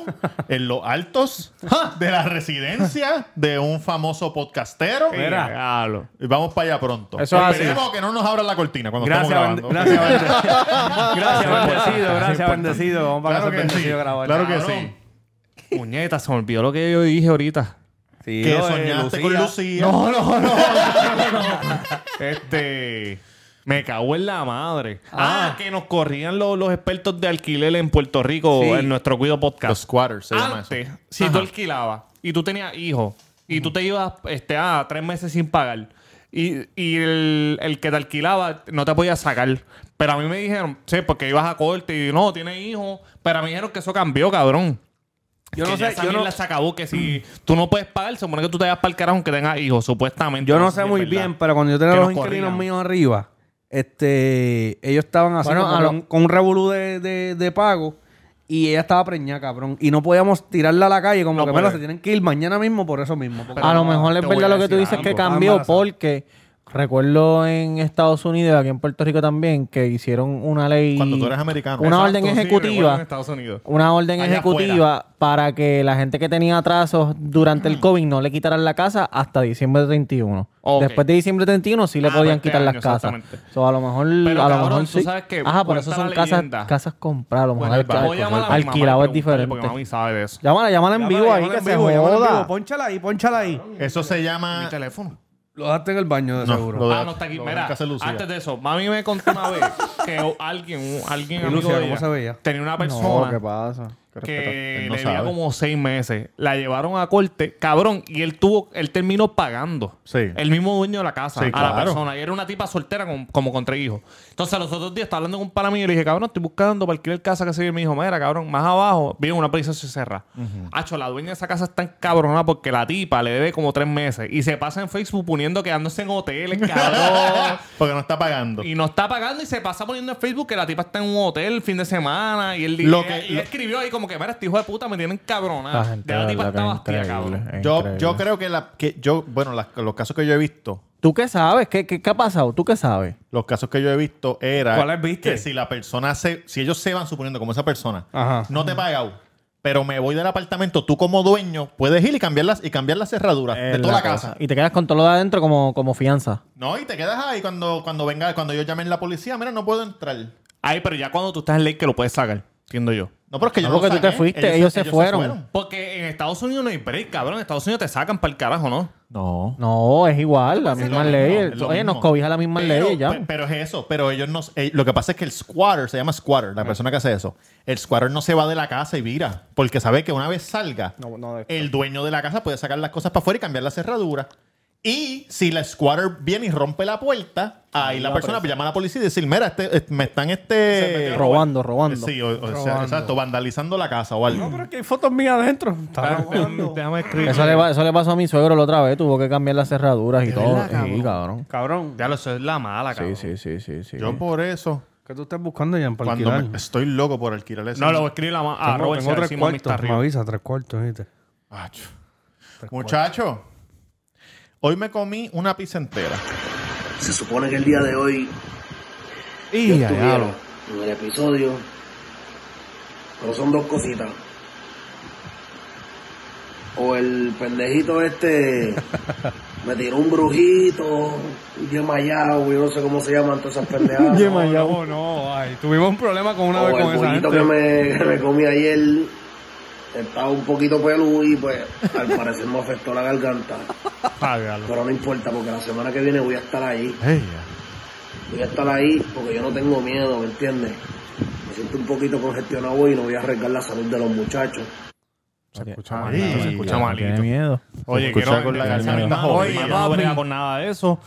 [SPEAKER 1] en los altos de la residencia de un famoso podcastero.
[SPEAKER 3] Mira.
[SPEAKER 1] Y vamos para allá pronto.
[SPEAKER 4] Eso es así.
[SPEAKER 1] Esperemos que no nos abran la cortina cuando
[SPEAKER 2] Gracias,
[SPEAKER 1] estamos
[SPEAKER 2] bend-
[SPEAKER 1] grabando. <laughs>
[SPEAKER 2] gracias,
[SPEAKER 3] <laughs>
[SPEAKER 2] bende- gracias, bendecido, gracias,
[SPEAKER 1] importante.
[SPEAKER 2] bendecido. Vamos para
[SPEAKER 1] Claro
[SPEAKER 2] casa,
[SPEAKER 1] que sí.
[SPEAKER 2] bendecido, grabar.
[SPEAKER 1] Claro que
[SPEAKER 3] Cabrón.
[SPEAKER 1] sí.
[SPEAKER 3] Puñeta, se me olvidó lo que yo dije ahorita.
[SPEAKER 2] Sí,
[SPEAKER 1] Que
[SPEAKER 2] lo de
[SPEAKER 1] soñaste con Lucía.
[SPEAKER 3] No, no, no. este. Me cago en la madre. Ah, que nos corrían los, los expertos de alquiler en Puerto Rico
[SPEAKER 2] Sí.
[SPEAKER 3] en nuestro Cuido
[SPEAKER 1] Los
[SPEAKER 3] Podcast.
[SPEAKER 1] squatters se llama eso.
[SPEAKER 3] Antes, si tú alquilabas y tú tenías hijos y tú te ibas este, a tres meses sin pagar y, y el, el que te alquilaba no te podía sacar. Pero a mí me dijeron, sí, porque ibas a corte y no, tienes hijos. Pero a mí me dijeron que eso cambió, cabrón.
[SPEAKER 2] Yo no
[SPEAKER 3] Que ya
[SPEAKER 2] sé,
[SPEAKER 3] esa
[SPEAKER 2] yo no-
[SPEAKER 3] mierda se acabó, que si tú no puedes pagar, se supone que tú te vas para el carajo aunque tengas hijos, supuestamente.
[SPEAKER 2] Yo no
[SPEAKER 3] sé
[SPEAKER 2] sé
[SPEAKER 3] si es
[SPEAKER 2] muy
[SPEAKER 3] verdad.
[SPEAKER 2] bien, pero cuando yo tenía
[SPEAKER 3] Que
[SPEAKER 2] los
[SPEAKER 3] nos
[SPEAKER 2] inquilinos
[SPEAKER 3] corrían.
[SPEAKER 2] míos arriba, este, ellos estaban haciendo
[SPEAKER 4] Bueno, a
[SPEAKER 2] como
[SPEAKER 4] lo-
[SPEAKER 2] un- con un revolú de, de, de pago y ella estaba preñada, cabrón. Y no podíamos tirarla a la calle como
[SPEAKER 3] No
[SPEAKER 2] que,
[SPEAKER 3] puede.
[SPEAKER 2] bueno, se tienen que ir mañana mismo por eso mismo. porque-
[SPEAKER 4] a lo mejor es
[SPEAKER 3] te voy
[SPEAKER 4] verdad
[SPEAKER 3] a
[SPEAKER 4] lo que tú
[SPEAKER 3] decir
[SPEAKER 4] dices que
[SPEAKER 3] algo.
[SPEAKER 4] cambió
[SPEAKER 2] Estaba
[SPEAKER 4] porque recuerdo en Estados Unidos, aquí en Puerto Rico también, que hicieron una ley...
[SPEAKER 1] Cuando tú eres americano.
[SPEAKER 4] Una
[SPEAKER 1] Exacto,
[SPEAKER 4] orden
[SPEAKER 3] sí,
[SPEAKER 4] ejecutiva.
[SPEAKER 3] recuerdo en Estados Unidos.
[SPEAKER 4] Una orden
[SPEAKER 1] Allá
[SPEAKER 4] ejecutiva para que la gente que tenía atrasos durante
[SPEAKER 3] Mm.
[SPEAKER 4] el COVID no le quitaran la casa hasta diciembre 31.
[SPEAKER 3] Ok.
[SPEAKER 4] Después de diciembre 31 sí le
[SPEAKER 3] Ah,
[SPEAKER 4] podían
[SPEAKER 3] pues, este
[SPEAKER 4] quitar las
[SPEAKER 3] año,
[SPEAKER 4] casas.
[SPEAKER 3] exactamente.
[SPEAKER 4] So, a lo mejor,
[SPEAKER 3] Pero,
[SPEAKER 4] a lo
[SPEAKER 3] cabrón,
[SPEAKER 4] mejor
[SPEAKER 3] tú
[SPEAKER 4] sí.
[SPEAKER 3] sabes que
[SPEAKER 4] Ajá, por eso
[SPEAKER 3] cuenta
[SPEAKER 4] son
[SPEAKER 3] la
[SPEAKER 4] casas,
[SPEAKER 3] leyenda.
[SPEAKER 4] casas compradas. A lo mejor
[SPEAKER 1] Bueno,
[SPEAKER 4] alquiladas-
[SPEAKER 1] voy a llamar a mi
[SPEAKER 3] mamá
[SPEAKER 4] alquilado
[SPEAKER 3] para
[SPEAKER 4] es
[SPEAKER 3] preguntarle,
[SPEAKER 4] diferente.
[SPEAKER 3] Porque mami sabe de eso.
[SPEAKER 4] Llámala, llámala en vivo ahí, que se joda.
[SPEAKER 2] Pónchala ahí, pónchala ahí.
[SPEAKER 1] Eso se llama.
[SPEAKER 3] Mi teléfono.
[SPEAKER 2] Lo dejaste en el baño, de
[SPEAKER 1] No,
[SPEAKER 2] seguro.
[SPEAKER 1] lo de-
[SPEAKER 3] Ah, no está aquí.
[SPEAKER 1] lo de
[SPEAKER 3] Mira,
[SPEAKER 1] Casa Lucía.
[SPEAKER 3] antes de eso, mami me contó una vez que o- alguien, un- alguien
[SPEAKER 2] ¿Y
[SPEAKER 3] amigo
[SPEAKER 2] Lucía,
[SPEAKER 3] de
[SPEAKER 2] cómo
[SPEAKER 3] ella
[SPEAKER 2] se veía?
[SPEAKER 3] tenía una
[SPEAKER 2] No,
[SPEAKER 3] persona
[SPEAKER 2] ¿qué pasa?
[SPEAKER 3] que
[SPEAKER 1] Él no
[SPEAKER 3] le debía
[SPEAKER 1] sabe.
[SPEAKER 3] como seis meses. La llevaron a corte, cabrón, y él tuvo, él terminó pagando.
[SPEAKER 1] Sí.
[SPEAKER 3] El mismo dueño de la casa,
[SPEAKER 1] Sí,
[SPEAKER 3] a
[SPEAKER 1] claro.
[SPEAKER 3] la persona. Y era una tipa soltera con- como con tres hijos. Entonces, a los otros días estaba hablando con un pana mío y le dije, cabrón, estoy buscando para alquiler casa que se vive. Y me dijo, mira, cabrón, más abajo viene una prisa se cerra. Hacho, la dueña de esa casa está encabronada porque la tipa le debe como tres meses. Y se pasa en Facebook poniendo quedándose en hoteles, cabrón.
[SPEAKER 1] Porque no está pagando.
[SPEAKER 3] Y no está pagando y se pasa poniendo en Facebook que la tipa está en un hotel el fin de semana y él, di-
[SPEAKER 1] Lo
[SPEAKER 3] y-
[SPEAKER 1] que-
[SPEAKER 3] y
[SPEAKER 1] lo-
[SPEAKER 3] escribió ahí como que, mira, este hijo de puta me tienen
[SPEAKER 4] La
[SPEAKER 3] cabronada.
[SPEAKER 4] gente,
[SPEAKER 3] Ya la
[SPEAKER 4] de
[SPEAKER 3] tipa
[SPEAKER 4] verdad,
[SPEAKER 3] está
[SPEAKER 4] que
[SPEAKER 3] bastida,
[SPEAKER 4] es
[SPEAKER 3] cabrón.
[SPEAKER 4] increíble,
[SPEAKER 1] Yo,
[SPEAKER 4] increíble.
[SPEAKER 1] yo creo que, la, que yo, bueno, las- los casos que yo he visto,
[SPEAKER 4] ¿Tú qué sabes? ¿Qué, qué, qué ha pasado? ¿Tú qué sabes?
[SPEAKER 1] los casos que yo he visto era
[SPEAKER 2] ¿Cuáles viste?
[SPEAKER 1] que si la persona se, si ellos se van suponiendo como esa persona,
[SPEAKER 2] Ajá.
[SPEAKER 1] no te paga, pero me voy del apartamento, tú como dueño puedes ir y cambiar las y cambiar las cerraduras de
[SPEAKER 4] Eh,
[SPEAKER 1] toda la casa.
[SPEAKER 4] Y te quedas con todo lo de adentro como, como fianza.
[SPEAKER 1] No, y te quedas ahí cuando cuando venga, cuando yo llamen la policía, mira, no puedo entrar.
[SPEAKER 3] Ay, pero ya cuando tú estás en ley que lo puedes sacar, entiendo yo.
[SPEAKER 1] No, pero es que yo
[SPEAKER 4] No, porque tú
[SPEAKER 1] saqué.
[SPEAKER 4] te fuiste, ellos se fueron.
[SPEAKER 3] Porque en Estados Unidos no hay break, cabrón. En Estados Unidos te sacan para el carajo, ¿no?
[SPEAKER 1] No.
[SPEAKER 4] No, es igual,
[SPEAKER 1] Es
[SPEAKER 4] las
[SPEAKER 1] lo
[SPEAKER 4] mismas
[SPEAKER 1] mismo,
[SPEAKER 4] leyes.
[SPEAKER 1] es lo
[SPEAKER 4] Oye,
[SPEAKER 1] mismo.
[SPEAKER 4] nos cobija las mismas
[SPEAKER 1] Pero-
[SPEAKER 4] leyes ya.
[SPEAKER 1] pe- Pero es eso, pero ellos no. eh, lo que pasa es que el squatter, se llama squatter, la persona que hace eso. El squatter no se va de la casa y vira, porque sabe que una vez salga,
[SPEAKER 2] pues,
[SPEAKER 1] el dueño de la casa puede sacar las cosas para afuera y cambiar la cerradura. Y si la squatter viene y rompe la puerta, ahí la persona llama a la policía y dice, mira, este, este- me están este...
[SPEAKER 4] robando, robando.
[SPEAKER 1] Sí, o- o sea, exacto, vandalizando la casa o algo.
[SPEAKER 2] Pero es que hay fotos mías adentro. Está robando.
[SPEAKER 3] <laughs> Déjame escribir.
[SPEAKER 4] Eso le, va- eso le pasó a mi suegro la otra vez. Tuvo que cambiar las cerraduras y todo. Sí, cabrón.
[SPEAKER 2] Cabrón,
[SPEAKER 3] Ya lo eso es la mala, cabrón.
[SPEAKER 4] Sí, sí, sí, sí.
[SPEAKER 1] Yo por eso,
[SPEAKER 2] ¿qué tú estás buscando, Jan, para
[SPEAKER 1] cuando
[SPEAKER 2] alquilar?
[SPEAKER 1] me- estoy loco por alquilar eso.
[SPEAKER 3] No, lo voy a escribir la mala. Ah,
[SPEAKER 2] Tengo-
[SPEAKER 3] Robert,
[SPEAKER 2] tengo
[SPEAKER 3] si
[SPEAKER 2] tres
[SPEAKER 3] encima a mí está
[SPEAKER 2] cuartos, me
[SPEAKER 3] arriba.
[SPEAKER 2] avisa, tres cuartos, ¿viste?
[SPEAKER 1] Acho. Muchacho, hoy me comí una pizza entera.
[SPEAKER 7] Se supone que el día de hoy
[SPEAKER 3] Y ya, ya,
[SPEAKER 7] estuviera
[SPEAKER 3] lo-
[SPEAKER 7] en el episodio Pero son dos cositas. O el pendejito este me tiró un brujito, un yemayao, yo no sé cómo se llaman todas esas pendejadas.
[SPEAKER 3] No, no, ay, tuvimos un problema con una
[SPEAKER 7] O
[SPEAKER 3] vez con
[SPEAKER 7] el
[SPEAKER 3] esa
[SPEAKER 7] pollito
[SPEAKER 3] gente.
[SPEAKER 7] que me, que me comí ayer estaba un poquito peludo y pues al parecer me afectó la garganta.
[SPEAKER 1] Págalo.
[SPEAKER 7] Pero no importa porque la semana que viene voy a estar ahí.
[SPEAKER 1] Ey,
[SPEAKER 7] Voy a estar ahí porque yo no tengo miedo, ¿me entiendes? Me siento un poquito congestionado hoy y no voy a arriesgar la salud de los muchachos.
[SPEAKER 2] Se escucha
[SPEAKER 1] malito, se escucha malito.
[SPEAKER 2] miedo.
[SPEAKER 1] Oye, quiero con la canción
[SPEAKER 3] Oye,
[SPEAKER 1] está jodida.
[SPEAKER 3] no brega con nada de eso.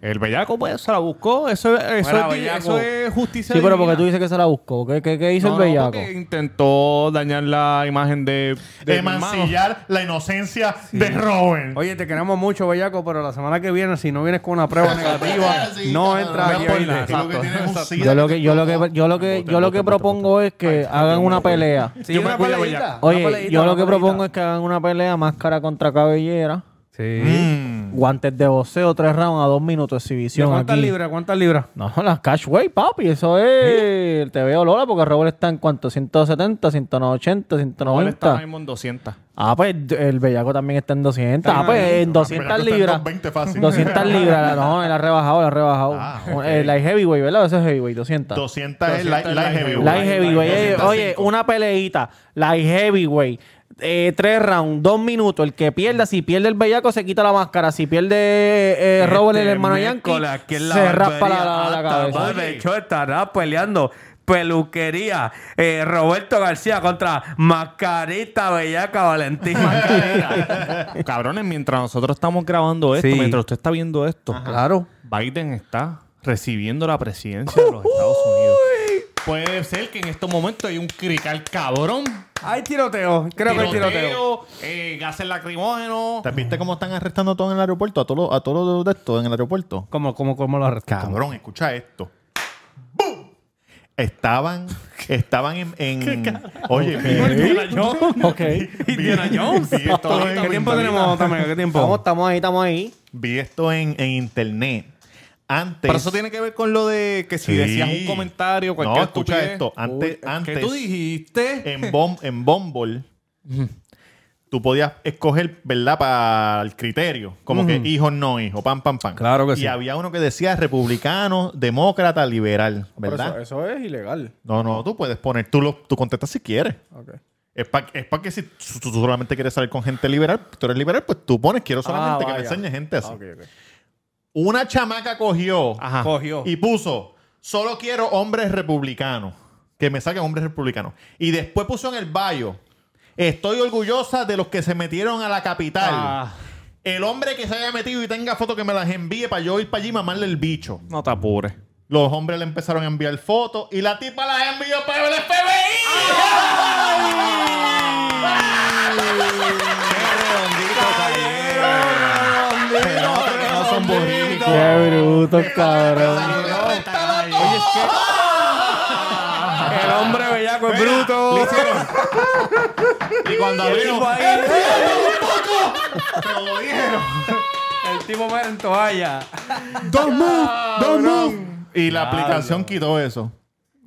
[SPEAKER 3] El bellaco, pues, se la buscó. Eso, eso,
[SPEAKER 1] Fuera,
[SPEAKER 3] es, di-
[SPEAKER 1] bellaco.
[SPEAKER 3] eso es justicia.
[SPEAKER 4] Sí, pero
[SPEAKER 3] divina.
[SPEAKER 4] porque tú dices que se la buscó. ¿Qué, qué, qué hizo
[SPEAKER 3] No,
[SPEAKER 4] el
[SPEAKER 3] no,
[SPEAKER 4] bellaco?
[SPEAKER 3] porque intentó dañar la imagen de, de mi hermano.
[SPEAKER 1] Emancillar la inocencia de Robin.
[SPEAKER 2] Oye, te queremos mucho, bellaco, pero la semana que viene, si no vienes con una <laughs> prueba negativa,
[SPEAKER 1] Sí,
[SPEAKER 2] no
[SPEAKER 1] cabrón,
[SPEAKER 2] entras
[SPEAKER 1] no
[SPEAKER 2] aquí.
[SPEAKER 1] es por
[SPEAKER 2] hoy.
[SPEAKER 1] nada, tú
[SPEAKER 2] Exacto.
[SPEAKER 1] lo que tienes es un sida
[SPEAKER 4] Yo lo que, yo lo que, yo lo que, yo lo que propongo es que hagan una pelea.
[SPEAKER 2] Sí,
[SPEAKER 3] Yo me
[SPEAKER 2] una
[SPEAKER 3] cuido,
[SPEAKER 2] peleita,
[SPEAKER 3] bellaco.
[SPEAKER 2] una
[SPEAKER 4] Oye,
[SPEAKER 2] peleita,
[SPEAKER 4] yo
[SPEAKER 2] una
[SPEAKER 4] lo que
[SPEAKER 2] peleita.
[SPEAKER 4] propongo es que hagan una pelea máscara contra cabellera,
[SPEAKER 2] Sí.
[SPEAKER 4] guantes de boxeo, tres rounds a dos minutos
[SPEAKER 2] ¿De
[SPEAKER 4] exhibición
[SPEAKER 2] ¿Cuántas
[SPEAKER 4] aquí.
[SPEAKER 2] libras? ¿Cuántas libras?
[SPEAKER 4] No, las cashway, papi, eso es. Te veo Lola porque Robert está en cuánto, 170, 180,
[SPEAKER 3] Él está ahora
[SPEAKER 4] 190.
[SPEAKER 3] mismo en 200.
[SPEAKER 4] Ah, pues el bellaco también está en 200. Ah, pues en 200
[SPEAKER 1] Bellaco está en
[SPEAKER 4] libras.
[SPEAKER 1] 220 fácil. <laughs>
[SPEAKER 4] 200 libras, la- no, él ha rebajado, la ha rebajado.
[SPEAKER 1] Ah,
[SPEAKER 4] Eh, La heavyweight, ¿verdad? Eso es heavyweight, 200.
[SPEAKER 1] 200 es light light heavyweight.
[SPEAKER 4] Light heavyweight. eh,
[SPEAKER 1] 205.
[SPEAKER 4] oye, una peleita. Light heavyweight. Eh, tres rounds, dos minutos. El que pierda, si pierde el bellaco, se quita la máscara. Si pierde eh, Robert, el hermano Yankee,
[SPEAKER 2] Este miércoles aquí en la
[SPEAKER 4] se raspa la,
[SPEAKER 2] barbería
[SPEAKER 4] la- la
[SPEAKER 2] hasta
[SPEAKER 4] cabeza.
[SPEAKER 2] Barbershop estará peleando peluquería. eh, Roberto García contra Mascarita Bellaca Valentín.
[SPEAKER 3] Cabrones, mientras nosotros estamos grabando esto,
[SPEAKER 2] Sí.
[SPEAKER 3] mientras usted está viendo esto,
[SPEAKER 2] claro.
[SPEAKER 3] Biden está recibiendo la presidencia de los Estados Unidos. Puede ser que en estos momentos hay un crical cabrón.
[SPEAKER 2] Hay tiroteo. Creo que hay tiroteo.
[SPEAKER 3] Tiroteo, eh, gases lacrimógenos.
[SPEAKER 1] ¿Te viste cómo están arrestando a todos en el aeropuerto? A todos los- a todos los de estos en el aeropuerto.
[SPEAKER 2] ¿Cómo, cómo, cómo lo arrestaron?
[SPEAKER 1] Cabrón, escucha esto. ¡Bum! Estaban, estaban en.
[SPEAKER 4] <laughs>
[SPEAKER 1] en- oye,
[SPEAKER 3] Indiana Jones.
[SPEAKER 1] <laughs>
[SPEAKER 4] Ok.
[SPEAKER 3] <laughs> Indiana Jones. este
[SPEAKER 1] Sí, esto es-
[SPEAKER 2] ¿Qué tiempo tenemos, Tamega? ¿Qué
[SPEAKER 4] Estamos,
[SPEAKER 2] tiempo?
[SPEAKER 4] estamos ahí, estamos ahí.
[SPEAKER 1] vi esto en, en internet. Antes.
[SPEAKER 3] Pero eso tiene que ver con lo de que si
[SPEAKER 1] Sí.
[SPEAKER 3] decías un comentario,
[SPEAKER 1] No,
[SPEAKER 3] cualquier
[SPEAKER 1] escucha
[SPEAKER 3] estupidez.
[SPEAKER 1] esto. Antes-
[SPEAKER 3] Uy,
[SPEAKER 1] antes-
[SPEAKER 3] ¿Qué tú dijiste? <laughs>
[SPEAKER 1] en, Bom- en Bumble, tú podías escoger, ¿verdad? Para el criterio. Como que hijo, no hijo, pam, pam, pam.
[SPEAKER 2] Claro que sí.
[SPEAKER 1] Y había uno que decía republicano, demócrata, liberal, ¿verdad?
[SPEAKER 2] es ilegal.
[SPEAKER 1] No, no, tú puedes poner, tú, lo, tú contestas si quieres. Es para que si tú, tú solamente quieres salir con gente liberal, tú eres liberal, pues tú pones,
[SPEAKER 3] Ah,
[SPEAKER 1] quiero solamente que me
[SPEAKER 2] vaya.
[SPEAKER 1] enseñe gente así. Una chamaca cogió
[SPEAKER 3] Ajá.
[SPEAKER 2] Cogió.
[SPEAKER 1] y puso, solo quiero hombres republicanos, que me salgan hombres republicanos. Y después puso en el bayo, estoy orgullosa de los que se metieron a la capital.
[SPEAKER 3] Ah.
[SPEAKER 1] El hombre que se haya metido y tenga fotos que me las envíe para yo ir para allí y mamarle el bicho.
[SPEAKER 3] No te apures.
[SPEAKER 1] Los hombres le empezaron a enviar fotos y la tipa las envió para el FBI. No son boricos.
[SPEAKER 4] Qué bruto, cabrón.
[SPEAKER 1] Empezaron a arrestar a todos.
[SPEAKER 2] El hombre bellaco es bruto.
[SPEAKER 1] Y cuando
[SPEAKER 2] El tipo
[SPEAKER 1] abrimos,
[SPEAKER 2] ahí,
[SPEAKER 1] te lo <laughs> dijeron.
[SPEAKER 2] el tipo muere en toalla.
[SPEAKER 1] Dos moves, dos moves. Y la aplicación quitó eso.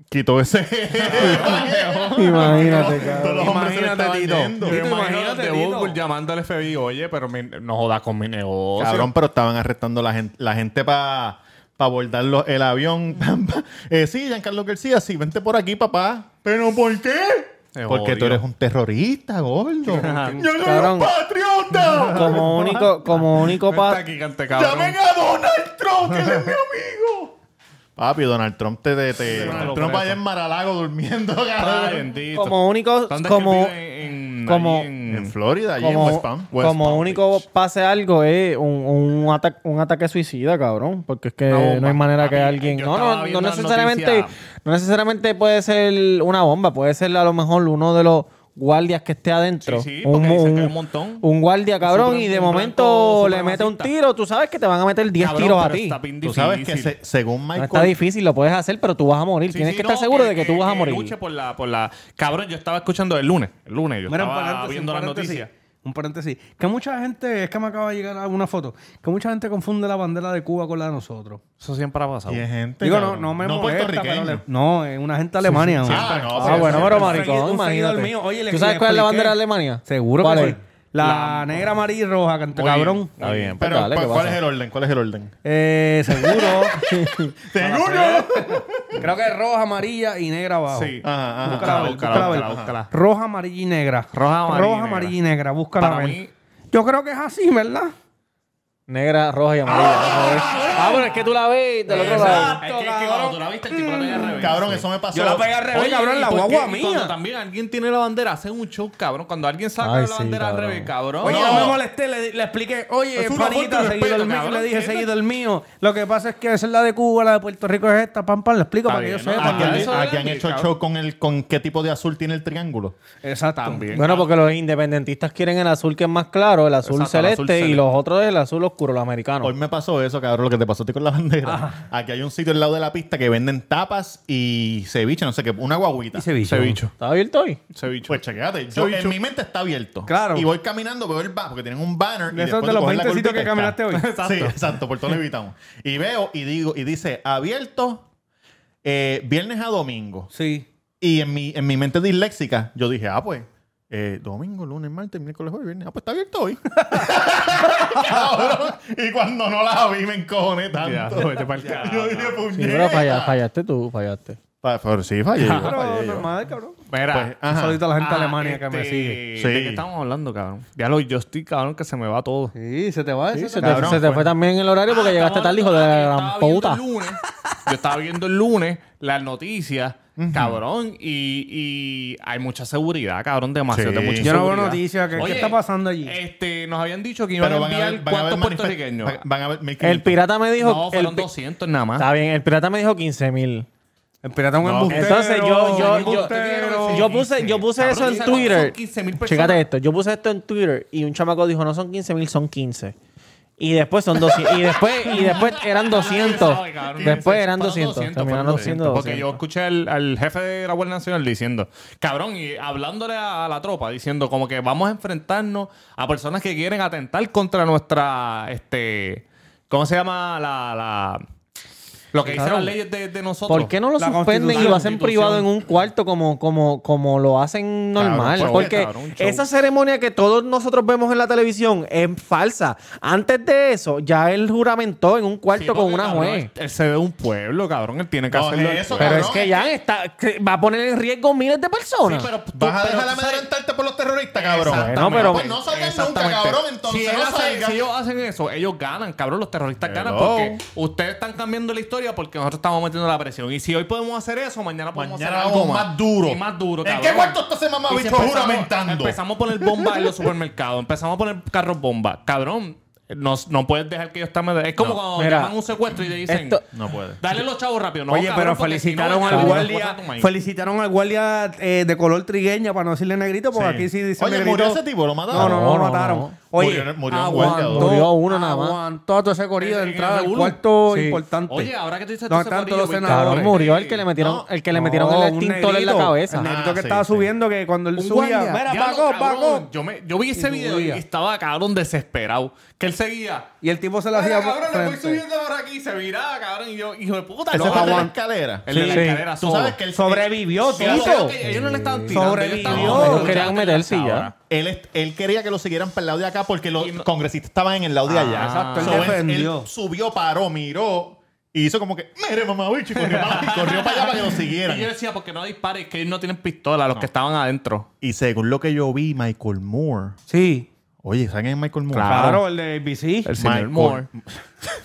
[SPEAKER 1] Quitó ese.
[SPEAKER 4] Imagínate,
[SPEAKER 1] Todos
[SPEAKER 4] cabrón.
[SPEAKER 1] los hombres se le
[SPEAKER 2] Imagínate,
[SPEAKER 1] estaban
[SPEAKER 2] Tito.
[SPEAKER 1] yendo.
[SPEAKER 2] Tito,
[SPEAKER 3] Imagínate
[SPEAKER 2] imagínate,
[SPEAKER 3] de
[SPEAKER 2] Tito.
[SPEAKER 3] Google llamando al FBI, oye, pero mi- no jodas con mi negocio.
[SPEAKER 1] Cabrón, pero estaban arrestando la gente, la gente para pa abordar los- el avión. <laughs> Pam, pam. Eh, sí, Giancarlo García, sí, vente por aquí, papá. ¿Pero por qué?
[SPEAKER 3] Te
[SPEAKER 1] Porque tú
[SPEAKER 3] odio.
[SPEAKER 1] eres un terrorista, gordo. ¡Yo soy
[SPEAKER 4] Cabrón.
[SPEAKER 1] un patriota!
[SPEAKER 4] <laughs> Como único, como único
[SPEAKER 3] Vente
[SPEAKER 4] pa
[SPEAKER 3] aquí, cante, cabrón.
[SPEAKER 1] ¡Llamen a Donald Trump, que él es mi amigo! Papi, Donald Trump te... te, te Donald
[SPEAKER 3] lo
[SPEAKER 1] Trump
[SPEAKER 3] preso.
[SPEAKER 1] allá en Maralago durmiendo,
[SPEAKER 3] Ay,
[SPEAKER 1] cabrón.
[SPEAKER 3] bendito.
[SPEAKER 4] como único,
[SPEAKER 3] ¿Dónde es que
[SPEAKER 4] como,
[SPEAKER 3] vive en-
[SPEAKER 4] como-
[SPEAKER 3] allí en-
[SPEAKER 1] En Florida, allí en
[SPEAKER 4] como,
[SPEAKER 1] West Palm. West
[SPEAKER 4] como
[SPEAKER 1] Palm
[SPEAKER 4] único
[SPEAKER 1] Beach.
[SPEAKER 4] pase algo es un, un, ata- un ataque suicida, cabrón. Porque es que
[SPEAKER 3] Una bomba.
[SPEAKER 4] no hay manera que
[SPEAKER 3] Papi,
[SPEAKER 4] alguien.
[SPEAKER 3] yo
[SPEAKER 4] No,
[SPEAKER 3] estaba
[SPEAKER 4] no, no
[SPEAKER 3] viendo las
[SPEAKER 4] necesariamente,
[SPEAKER 3] noticias.
[SPEAKER 4] no necesariamente puede ser una bomba, puede ser a lo mejor uno de los guardias que esté adentro.
[SPEAKER 3] Sí, sí, porque dicen que hay un montón.
[SPEAKER 4] un guardia, cabrón,
[SPEAKER 3] Supre-
[SPEAKER 4] y de
[SPEAKER 3] un
[SPEAKER 4] momento
[SPEAKER 3] blanco
[SPEAKER 4] le mete un
[SPEAKER 3] supremacista.
[SPEAKER 4] tiro. Tú sabes que te van a meter 10
[SPEAKER 3] Cabrón,
[SPEAKER 4] tiros a
[SPEAKER 3] pero
[SPEAKER 4] ti.
[SPEAKER 3] está bien
[SPEAKER 1] Tú sabes que
[SPEAKER 3] difícil.
[SPEAKER 1] se- según
[SPEAKER 4] No está
[SPEAKER 1] Michael...
[SPEAKER 4] difícil, lo puedes hacer, pero tú vas a morir.
[SPEAKER 3] Sí,
[SPEAKER 4] Tienes
[SPEAKER 3] sí,
[SPEAKER 4] que estar
[SPEAKER 3] no,
[SPEAKER 4] seguro de que tú vas a
[SPEAKER 3] que
[SPEAKER 4] morir.
[SPEAKER 3] luche por la, por la... Cabrón, yo estaba escuchando el lunes. El lunes yo
[SPEAKER 2] Mira, un
[SPEAKER 3] estaba
[SPEAKER 2] paréntesis,
[SPEAKER 3] viendo
[SPEAKER 2] un
[SPEAKER 3] las
[SPEAKER 2] paréntesis.
[SPEAKER 3] noticias.
[SPEAKER 2] un paréntesis, que mucha gente, es que me acaba de llegar una foto, que mucha gente confunde la bandera de Cuba con la de nosotros.
[SPEAKER 3] Eso siempre ha pasado.
[SPEAKER 1] Y es gente.
[SPEAKER 2] Digo, no,
[SPEAKER 1] cabrón.
[SPEAKER 2] no me
[SPEAKER 1] No
[SPEAKER 2] molesta,
[SPEAKER 1] puertorriqueño.
[SPEAKER 2] pero le- no, es una gente de Alemania.
[SPEAKER 1] sí.
[SPEAKER 2] ¿no?
[SPEAKER 1] Ah, no,
[SPEAKER 4] Ah, bueno, pero maricón,
[SPEAKER 2] Un seguidor
[SPEAKER 4] imagínate.
[SPEAKER 2] mío, oye, le-
[SPEAKER 4] ¿Tú sabes
[SPEAKER 2] le
[SPEAKER 4] cuál es la
[SPEAKER 2] expliqué.
[SPEAKER 4] bandera de Alemania?
[SPEAKER 2] Seguro
[SPEAKER 4] ¿Cuál
[SPEAKER 2] que
[SPEAKER 4] es?
[SPEAKER 2] sí. La, negra, amarilla y roja, canta cabrón.
[SPEAKER 3] Está bien.
[SPEAKER 1] Pero, pues,
[SPEAKER 4] Dale, ¿qué
[SPEAKER 1] ¿cuál, cuál
[SPEAKER 4] pasa?
[SPEAKER 1] es el orden? ¿Cuál es el orden?
[SPEAKER 2] Eh, <laughs> seguro.
[SPEAKER 1] ¡Seguro!
[SPEAKER 2] Creo que es roja, amarilla y negra abajo.
[SPEAKER 3] Sí.
[SPEAKER 1] Ajá, ajá.
[SPEAKER 2] Búscala,
[SPEAKER 3] Búscala,
[SPEAKER 2] búscala,
[SPEAKER 3] búscala,
[SPEAKER 2] búscala.
[SPEAKER 3] búscala.
[SPEAKER 2] Roja, amarilla y negra.
[SPEAKER 3] Roja, amarilla y
[SPEAKER 2] Roja,
[SPEAKER 3] negra.
[SPEAKER 2] amarilla y negra. Búscala.
[SPEAKER 3] Para
[SPEAKER 2] a ver.
[SPEAKER 3] mí-
[SPEAKER 2] Yo creo que es así, ¿verdad?
[SPEAKER 4] Negra, roja y amarilla. Ah, bueno, es que tú la ves del otro lado.
[SPEAKER 3] Es que, es que cuando tú la viste, el tipo la pegó al revés.
[SPEAKER 1] Cabrón, eso me pasó.
[SPEAKER 3] Yo la pegué al revés,
[SPEAKER 2] Oye,
[SPEAKER 3] cabrón,
[SPEAKER 2] ¿y
[SPEAKER 3] la
[SPEAKER 2] por
[SPEAKER 3] guagua
[SPEAKER 2] qué?
[SPEAKER 3] mía.
[SPEAKER 2] Y
[SPEAKER 3] Cuando
[SPEAKER 2] cuando
[SPEAKER 3] también alguien tiene la bandera, hacen un show, cabrón. Cuando alguien saca
[SPEAKER 4] Ay,
[SPEAKER 3] la
[SPEAKER 4] sí,
[SPEAKER 3] bandera al
[SPEAKER 4] cabrón.
[SPEAKER 3] revés, cabrón.
[SPEAKER 2] Oye,
[SPEAKER 1] No,
[SPEAKER 2] no me
[SPEAKER 1] no.
[SPEAKER 2] molesté, le, le expliqué, oye,
[SPEAKER 1] Es una falta
[SPEAKER 2] panita,
[SPEAKER 1] de
[SPEAKER 2] seguido
[SPEAKER 1] respeto,
[SPEAKER 2] el mío,
[SPEAKER 1] cabrón,
[SPEAKER 2] le dije,
[SPEAKER 1] ¿entiendes?
[SPEAKER 2] seguido el mío. Lo que pasa es que esa es la de Cuba, la de Puerto Rico es esta, pam, pam, le explico
[SPEAKER 3] Está
[SPEAKER 2] para que yo
[SPEAKER 3] bien, ¿no?
[SPEAKER 2] sepa.
[SPEAKER 1] ¿A
[SPEAKER 3] Porque
[SPEAKER 1] quién
[SPEAKER 2] ¿entiendes?
[SPEAKER 1] le-
[SPEAKER 3] eso
[SPEAKER 1] a
[SPEAKER 3] es
[SPEAKER 1] quién
[SPEAKER 3] mi
[SPEAKER 1] hecho el
[SPEAKER 3] cabrón.
[SPEAKER 1] show con el con qué tipo de azul tiene el triángulo?
[SPEAKER 2] Exacto.
[SPEAKER 4] Bueno, porque los independentistas quieren el azul que es más claro, el azul,
[SPEAKER 3] Exacto, el azul
[SPEAKER 4] celeste, y
[SPEAKER 3] celeste.
[SPEAKER 4] los otros el azul oscuro, los americanos.
[SPEAKER 1] Hoy me pasó eso, cabrón, lo que te pasó a ti con la bandera.
[SPEAKER 3] Ah.
[SPEAKER 1] Aquí hay un sitio al lado de la pista que venden tapas y ceviche, no sé qué, una guaguita.
[SPEAKER 2] Y ceviche.
[SPEAKER 3] Cevicho.
[SPEAKER 4] ¿Está abierto hoy?
[SPEAKER 3] Cevicho.
[SPEAKER 1] Pues chequéate, yo, en mi mente está abierto.
[SPEAKER 2] Claro.
[SPEAKER 1] Y voy caminando, veo el bar, porque tienen un banner.
[SPEAKER 2] De
[SPEAKER 1] y
[SPEAKER 2] esos
[SPEAKER 1] después
[SPEAKER 2] de los
[SPEAKER 1] coges la
[SPEAKER 2] 20
[SPEAKER 1] curvita
[SPEAKER 2] sitios que
[SPEAKER 1] y está.
[SPEAKER 2] caminaste hoy.
[SPEAKER 1] Sí, <laughs> exacto, por todo lo evitamos. Y veo y digo, y dice, abierto eh, viernes a domingo.
[SPEAKER 2] Sí.
[SPEAKER 1] Y en mi, en mi mente disléxica, yo dije, ah, pues, eh, domingo, lunes, martes, miércoles, jueves, viernes. Ah, pues está abierto hoy. <laughs> Cabrón. Y cuando no la vi, me encojoné tanto. <laughs> yo dije,
[SPEAKER 4] Sí, pero falla-
[SPEAKER 1] puñeta.
[SPEAKER 4] fallaste tú, fallaste.
[SPEAKER 1] Pa- pero sí, fallé. yo,
[SPEAKER 2] Claro,
[SPEAKER 1] fallé yo.
[SPEAKER 2] normal, cabrón.
[SPEAKER 1] Pues,
[SPEAKER 3] Mira.
[SPEAKER 1] ajá.
[SPEAKER 2] Saludito a la gente de
[SPEAKER 3] Ah,
[SPEAKER 2] Alemania que me
[SPEAKER 3] este,
[SPEAKER 2] sigue.
[SPEAKER 1] Sí.
[SPEAKER 3] ¿De qué estamos hablando, cabrón? Ya lo yo estoy, cabrón, que se me va todo.
[SPEAKER 2] Sí, se te va
[SPEAKER 4] Sí,
[SPEAKER 2] eso.
[SPEAKER 4] Pues, se te,
[SPEAKER 1] cabrón,
[SPEAKER 4] se te
[SPEAKER 1] fue.
[SPEAKER 4] fue también el horario porque
[SPEAKER 3] Ah,
[SPEAKER 4] llegaste
[SPEAKER 3] estaba
[SPEAKER 4] tarde, hijo
[SPEAKER 3] viendo-
[SPEAKER 4] de la
[SPEAKER 3] estaba
[SPEAKER 4] gran
[SPEAKER 3] viendo el
[SPEAKER 4] puta.
[SPEAKER 3] lunes. Yo estaba viendo el lunes las noticias, cabrón, y, y hay mucha seguridad, cabrón, demasiado.
[SPEAKER 1] Sí.
[SPEAKER 3] de mucha
[SPEAKER 2] Yo no veo
[SPEAKER 3] seguridad.
[SPEAKER 2] noticias, ¿qué- qué
[SPEAKER 3] Oye,
[SPEAKER 2] está pasando allí?
[SPEAKER 3] Este, nos habían dicho que iban
[SPEAKER 1] Pero
[SPEAKER 3] a
[SPEAKER 1] van a
[SPEAKER 3] enviar
[SPEAKER 1] ver, van a ver
[SPEAKER 3] cuántos
[SPEAKER 1] manifest-
[SPEAKER 3] puertorriqueños.
[SPEAKER 1] van- Van a ver 1500.
[SPEAKER 4] El pirata me dijo.
[SPEAKER 3] No,
[SPEAKER 4] el
[SPEAKER 3] fueron
[SPEAKER 4] pi-
[SPEAKER 3] 200 nada más.
[SPEAKER 4] Está bien, el pirata me dijo 15 mil.
[SPEAKER 2] El pirata es un
[SPEAKER 1] No,
[SPEAKER 2] embustero.
[SPEAKER 4] entonces yo- yo- yo-
[SPEAKER 2] embustero.
[SPEAKER 4] Yo puse, yo puse
[SPEAKER 3] Cabrón,
[SPEAKER 4] eso
[SPEAKER 3] ¿sabes
[SPEAKER 4] en
[SPEAKER 3] cuánto son
[SPEAKER 4] Twitter.
[SPEAKER 3] 15.000 personas?
[SPEAKER 4] Chécate esto. Yo puse esto en Twitter y un chamaco dijo, no son 15 mil, son 15. Y después son 200. y, después, y después eran 200.
[SPEAKER 3] Ay, cabrón.
[SPEAKER 4] después eran
[SPEAKER 3] Fueron
[SPEAKER 4] 200.
[SPEAKER 3] 200,
[SPEAKER 4] terminaron
[SPEAKER 3] fueron
[SPEAKER 4] siendo
[SPEAKER 3] 200. Porque
[SPEAKER 4] 200.
[SPEAKER 3] yo escuché al, al jefe de la Guardia Nacional diciendo, cabrón, y hablándole a, a la tropa, diciendo como que vamos a enfrentarnos a personas que quieren atentar contra nuestra, este, ¿cómo se llama? La, la- lo que dicen
[SPEAKER 4] Cabrón.
[SPEAKER 3] las leyes de, de nosotros.
[SPEAKER 4] ¿Por qué no lo
[SPEAKER 2] La
[SPEAKER 4] suspenden y
[SPEAKER 2] constitución.
[SPEAKER 4] lo hacen privado en un cuarto como, como, como lo hacen normal?
[SPEAKER 1] show,
[SPEAKER 4] Porque
[SPEAKER 3] cabrón, show.
[SPEAKER 4] esa ceremonia que todos nosotros vemos en la televisión es falsa. Antes de eso, ya él juramentó en un cuarto
[SPEAKER 3] Sí,
[SPEAKER 4] con
[SPEAKER 3] porque,
[SPEAKER 4] una
[SPEAKER 3] cabrón,
[SPEAKER 4] juez.
[SPEAKER 3] él- Él se ve un pueblo, cabrón. Él tiene que
[SPEAKER 1] No,
[SPEAKER 3] hacerlo.
[SPEAKER 1] es eso,
[SPEAKER 4] Pero
[SPEAKER 1] cabrón,
[SPEAKER 4] es que ya está, que va a poner en riesgo miles de personas.
[SPEAKER 3] pero tú-
[SPEAKER 1] ¿Vas a
[SPEAKER 3] pero
[SPEAKER 1] dejar
[SPEAKER 3] tú sabes-
[SPEAKER 1] amedrentarte por los terroristas, cabrón?
[SPEAKER 4] Exactamente. No, pero-
[SPEAKER 1] Pues no salgan nunca,
[SPEAKER 3] Eh, Exactamente.
[SPEAKER 1] cabrón. Entonces
[SPEAKER 3] si,
[SPEAKER 1] no
[SPEAKER 3] él hace-
[SPEAKER 1] salgan.
[SPEAKER 3] si ellos hacen eso, ellos ganan, cabrón. Los terroristas ganan
[SPEAKER 1] Hello.
[SPEAKER 3] porque ustedes están cambiando la historia porque nosotros estamos metiendo la presión. Y si hoy podemos hacer eso, mañana podemos
[SPEAKER 1] Mañana
[SPEAKER 3] hacer algo
[SPEAKER 1] vamos más duro.
[SPEAKER 3] Y más duro,
[SPEAKER 1] ¿En
[SPEAKER 3] cabrón.
[SPEAKER 1] qué cuarto está ese
[SPEAKER 3] Y
[SPEAKER 1] mamabicho
[SPEAKER 3] empezamos-
[SPEAKER 1] juramentando?
[SPEAKER 3] Empezamos a poner
[SPEAKER 1] <laughs>
[SPEAKER 3] bombas en los supermercados. Empezamos a poner carros bomba. Cabrón, no, no puedes dejar que ellos estén... Es como cuando te
[SPEAKER 4] Mira,
[SPEAKER 3] llaman a un secuestro y te dicen...
[SPEAKER 4] esto-
[SPEAKER 1] No puede.
[SPEAKER 3] Dale los chavos rápido. No,
[SPEAKER 2] Oye,
[SPEAKER 3] cabrón,
[SPEAKER 2] pero
[SPEAKER 3] porque si no,
[SPEAKER 2] felicitaron al
[SPEAKER 3] cabrón,
[SPEAKER 2] guardia,
[SPEAKER 3] te maíz.
[SPEAKER 2] felicitaron al guardia eh, de color trigueña para no decirle negrito, porque
[SPEAKER 1] Sí.
[SPEAKER 2] aquí sí dice
[SPEAKER 1] Oye,
[SPEAKER 2] negrito.
[SPEAKER 1] murió ese tipo, lo
[SPEAKER 2] No,
[SPEAKER 1] mataron.
[SPEAKER 2] no, no,
[SPEAKER 4] No,
[SPEAKER 2] lo
[SPEAKER 4] no,
[SPEAKER 2] mataron.
[SPEAKER 4] no.
[SPEAKER 2] Oye,
[SPEAKER 1] Murió- murió un guardia,
[SPEAKER 2] aguantó,
[SPEAKER 1] dos.
[SPEAKER 4] Murió uno nada más.
[SPEAKER 2] Aguantó a todo ese corillo de
[SPEAKER 3] En el
[SPEAKER 2] entrada al
[SPEAKER 3] revolú.
[SPEAKER 2] cuarto
[SPEAKER 4] Sí.
[SPEAKER 2] importante.
[SPEAKER 3] Oye, ahora que tú dices
[SPEAKER 2] No,
[SPEAKER 3] todo ese
[SPEAKER 2] tanto los
[SPEAKER 3] corillo, güey,
[SPEAKER 2] senadores.
[SPEAKER 4] Cabrón, murió el que le metieron,
[SPEAKER 1] No,
[SPEAKER 4] el que le metieron el
[SPEAKER 2] un
[SPEAKER 4] extintor en la
[SPEAKER 2] negrito.
[SPEAKER 4] cabeza.
[SPEAKER 2] El negrito
[SPEAKER 1] Ah,
[SPEAKER 2] que
[SPEAKER 1] sí,
[SPEAKER 2] estaba
[SPEAKER 1] sí.
[SPEAKER 2] subiendo, que cuando él
[SPEAKER 3] Un
[SPEAKER 2] subía,
[SPEAKER 3] guardia.
[SPEAKER 2] mira,
[SPEAKER 3] Diablo,
[SPEAKER 2] Paco,
[SPEAKER 3] cabrón.
[SPEAKER 2] Paco.
[SPEAKER 3] Yo, me, yo vi ese
[SPEAKER 2] Y
[SPEAKER 3] video y
[SPEAKER 2] subía.
[SPEAKER 3] estaba cabrón desesperado. Que él seguía.
[SPEAKER 2] Y el tipo se lo
[SPEAKER 3] Mira,
[SPEAKER 2] hacía
[SPEAKER 3] cabrón, le voy
[SPEAKER 2] frente.
[SPEAKER 3] subiendo por aquí. Se miraba, cabrón. Y yo, hijo de puta,
[SPEAKER 1] Ese
[SPEAKER 3] no,
[SPEAKER 1] fue el de la
[SPEAKER 3] cabrón.
[SPEAKER 1] escalera.
[SPEAKER 3] El de la
[SPEAKER 4] Sí.
[SPEAKER 3] escalera
[SPEAKER 1] Tú
[SPEAKER 3] solo.
[SPEAKER 1] sabes que él
[SPEAKER 2] Sobrevivió,
[SPEAKER 3] Sí, yo creo
[SPEAKER 2] Tito.
[SPEAKER 3] que ellos no le estaban tirando. ellos estaban-
[SPEAKER 2] Sobrevivió.
[SPEAKER 3] ellos
[SPEAKER 4] Querían meterse y ya.
[SPEAKER 1] Él, est- él quería que lo siguieran para el lado de acá porque los
[SPEAKER 3] Y no-
[SPEAKER 1] congresistas estaban en el lado de allá.
[SPEAKER 2] exacto, él
[SPEAKER 1] él-
[SPEAKER 2] defendió.
[SPEAKER 1] él subió, paró, miró y hizo como que, mire, mamabicho, y corrió para, y corrió para allá para que lo siguieran.
[SPEAKER 3] Y yo decía, porque no dispares, que ellos no tienen pistola, los que estaban adentro.
[SPEAKER 1] Y según lo que yo vi, Michael Moore.
[SPEAKER 2] Sí.
[SPEAKER 1] Oye, ¿saben quién es Michael Moore?
[SPEAKER 2] Claro, el de ABC.
[SPEAKER 3] El señor
[SPEAKER 1] Michael-
[SPEAKER 3] Moore.
[SPEAKER 1] <laughs>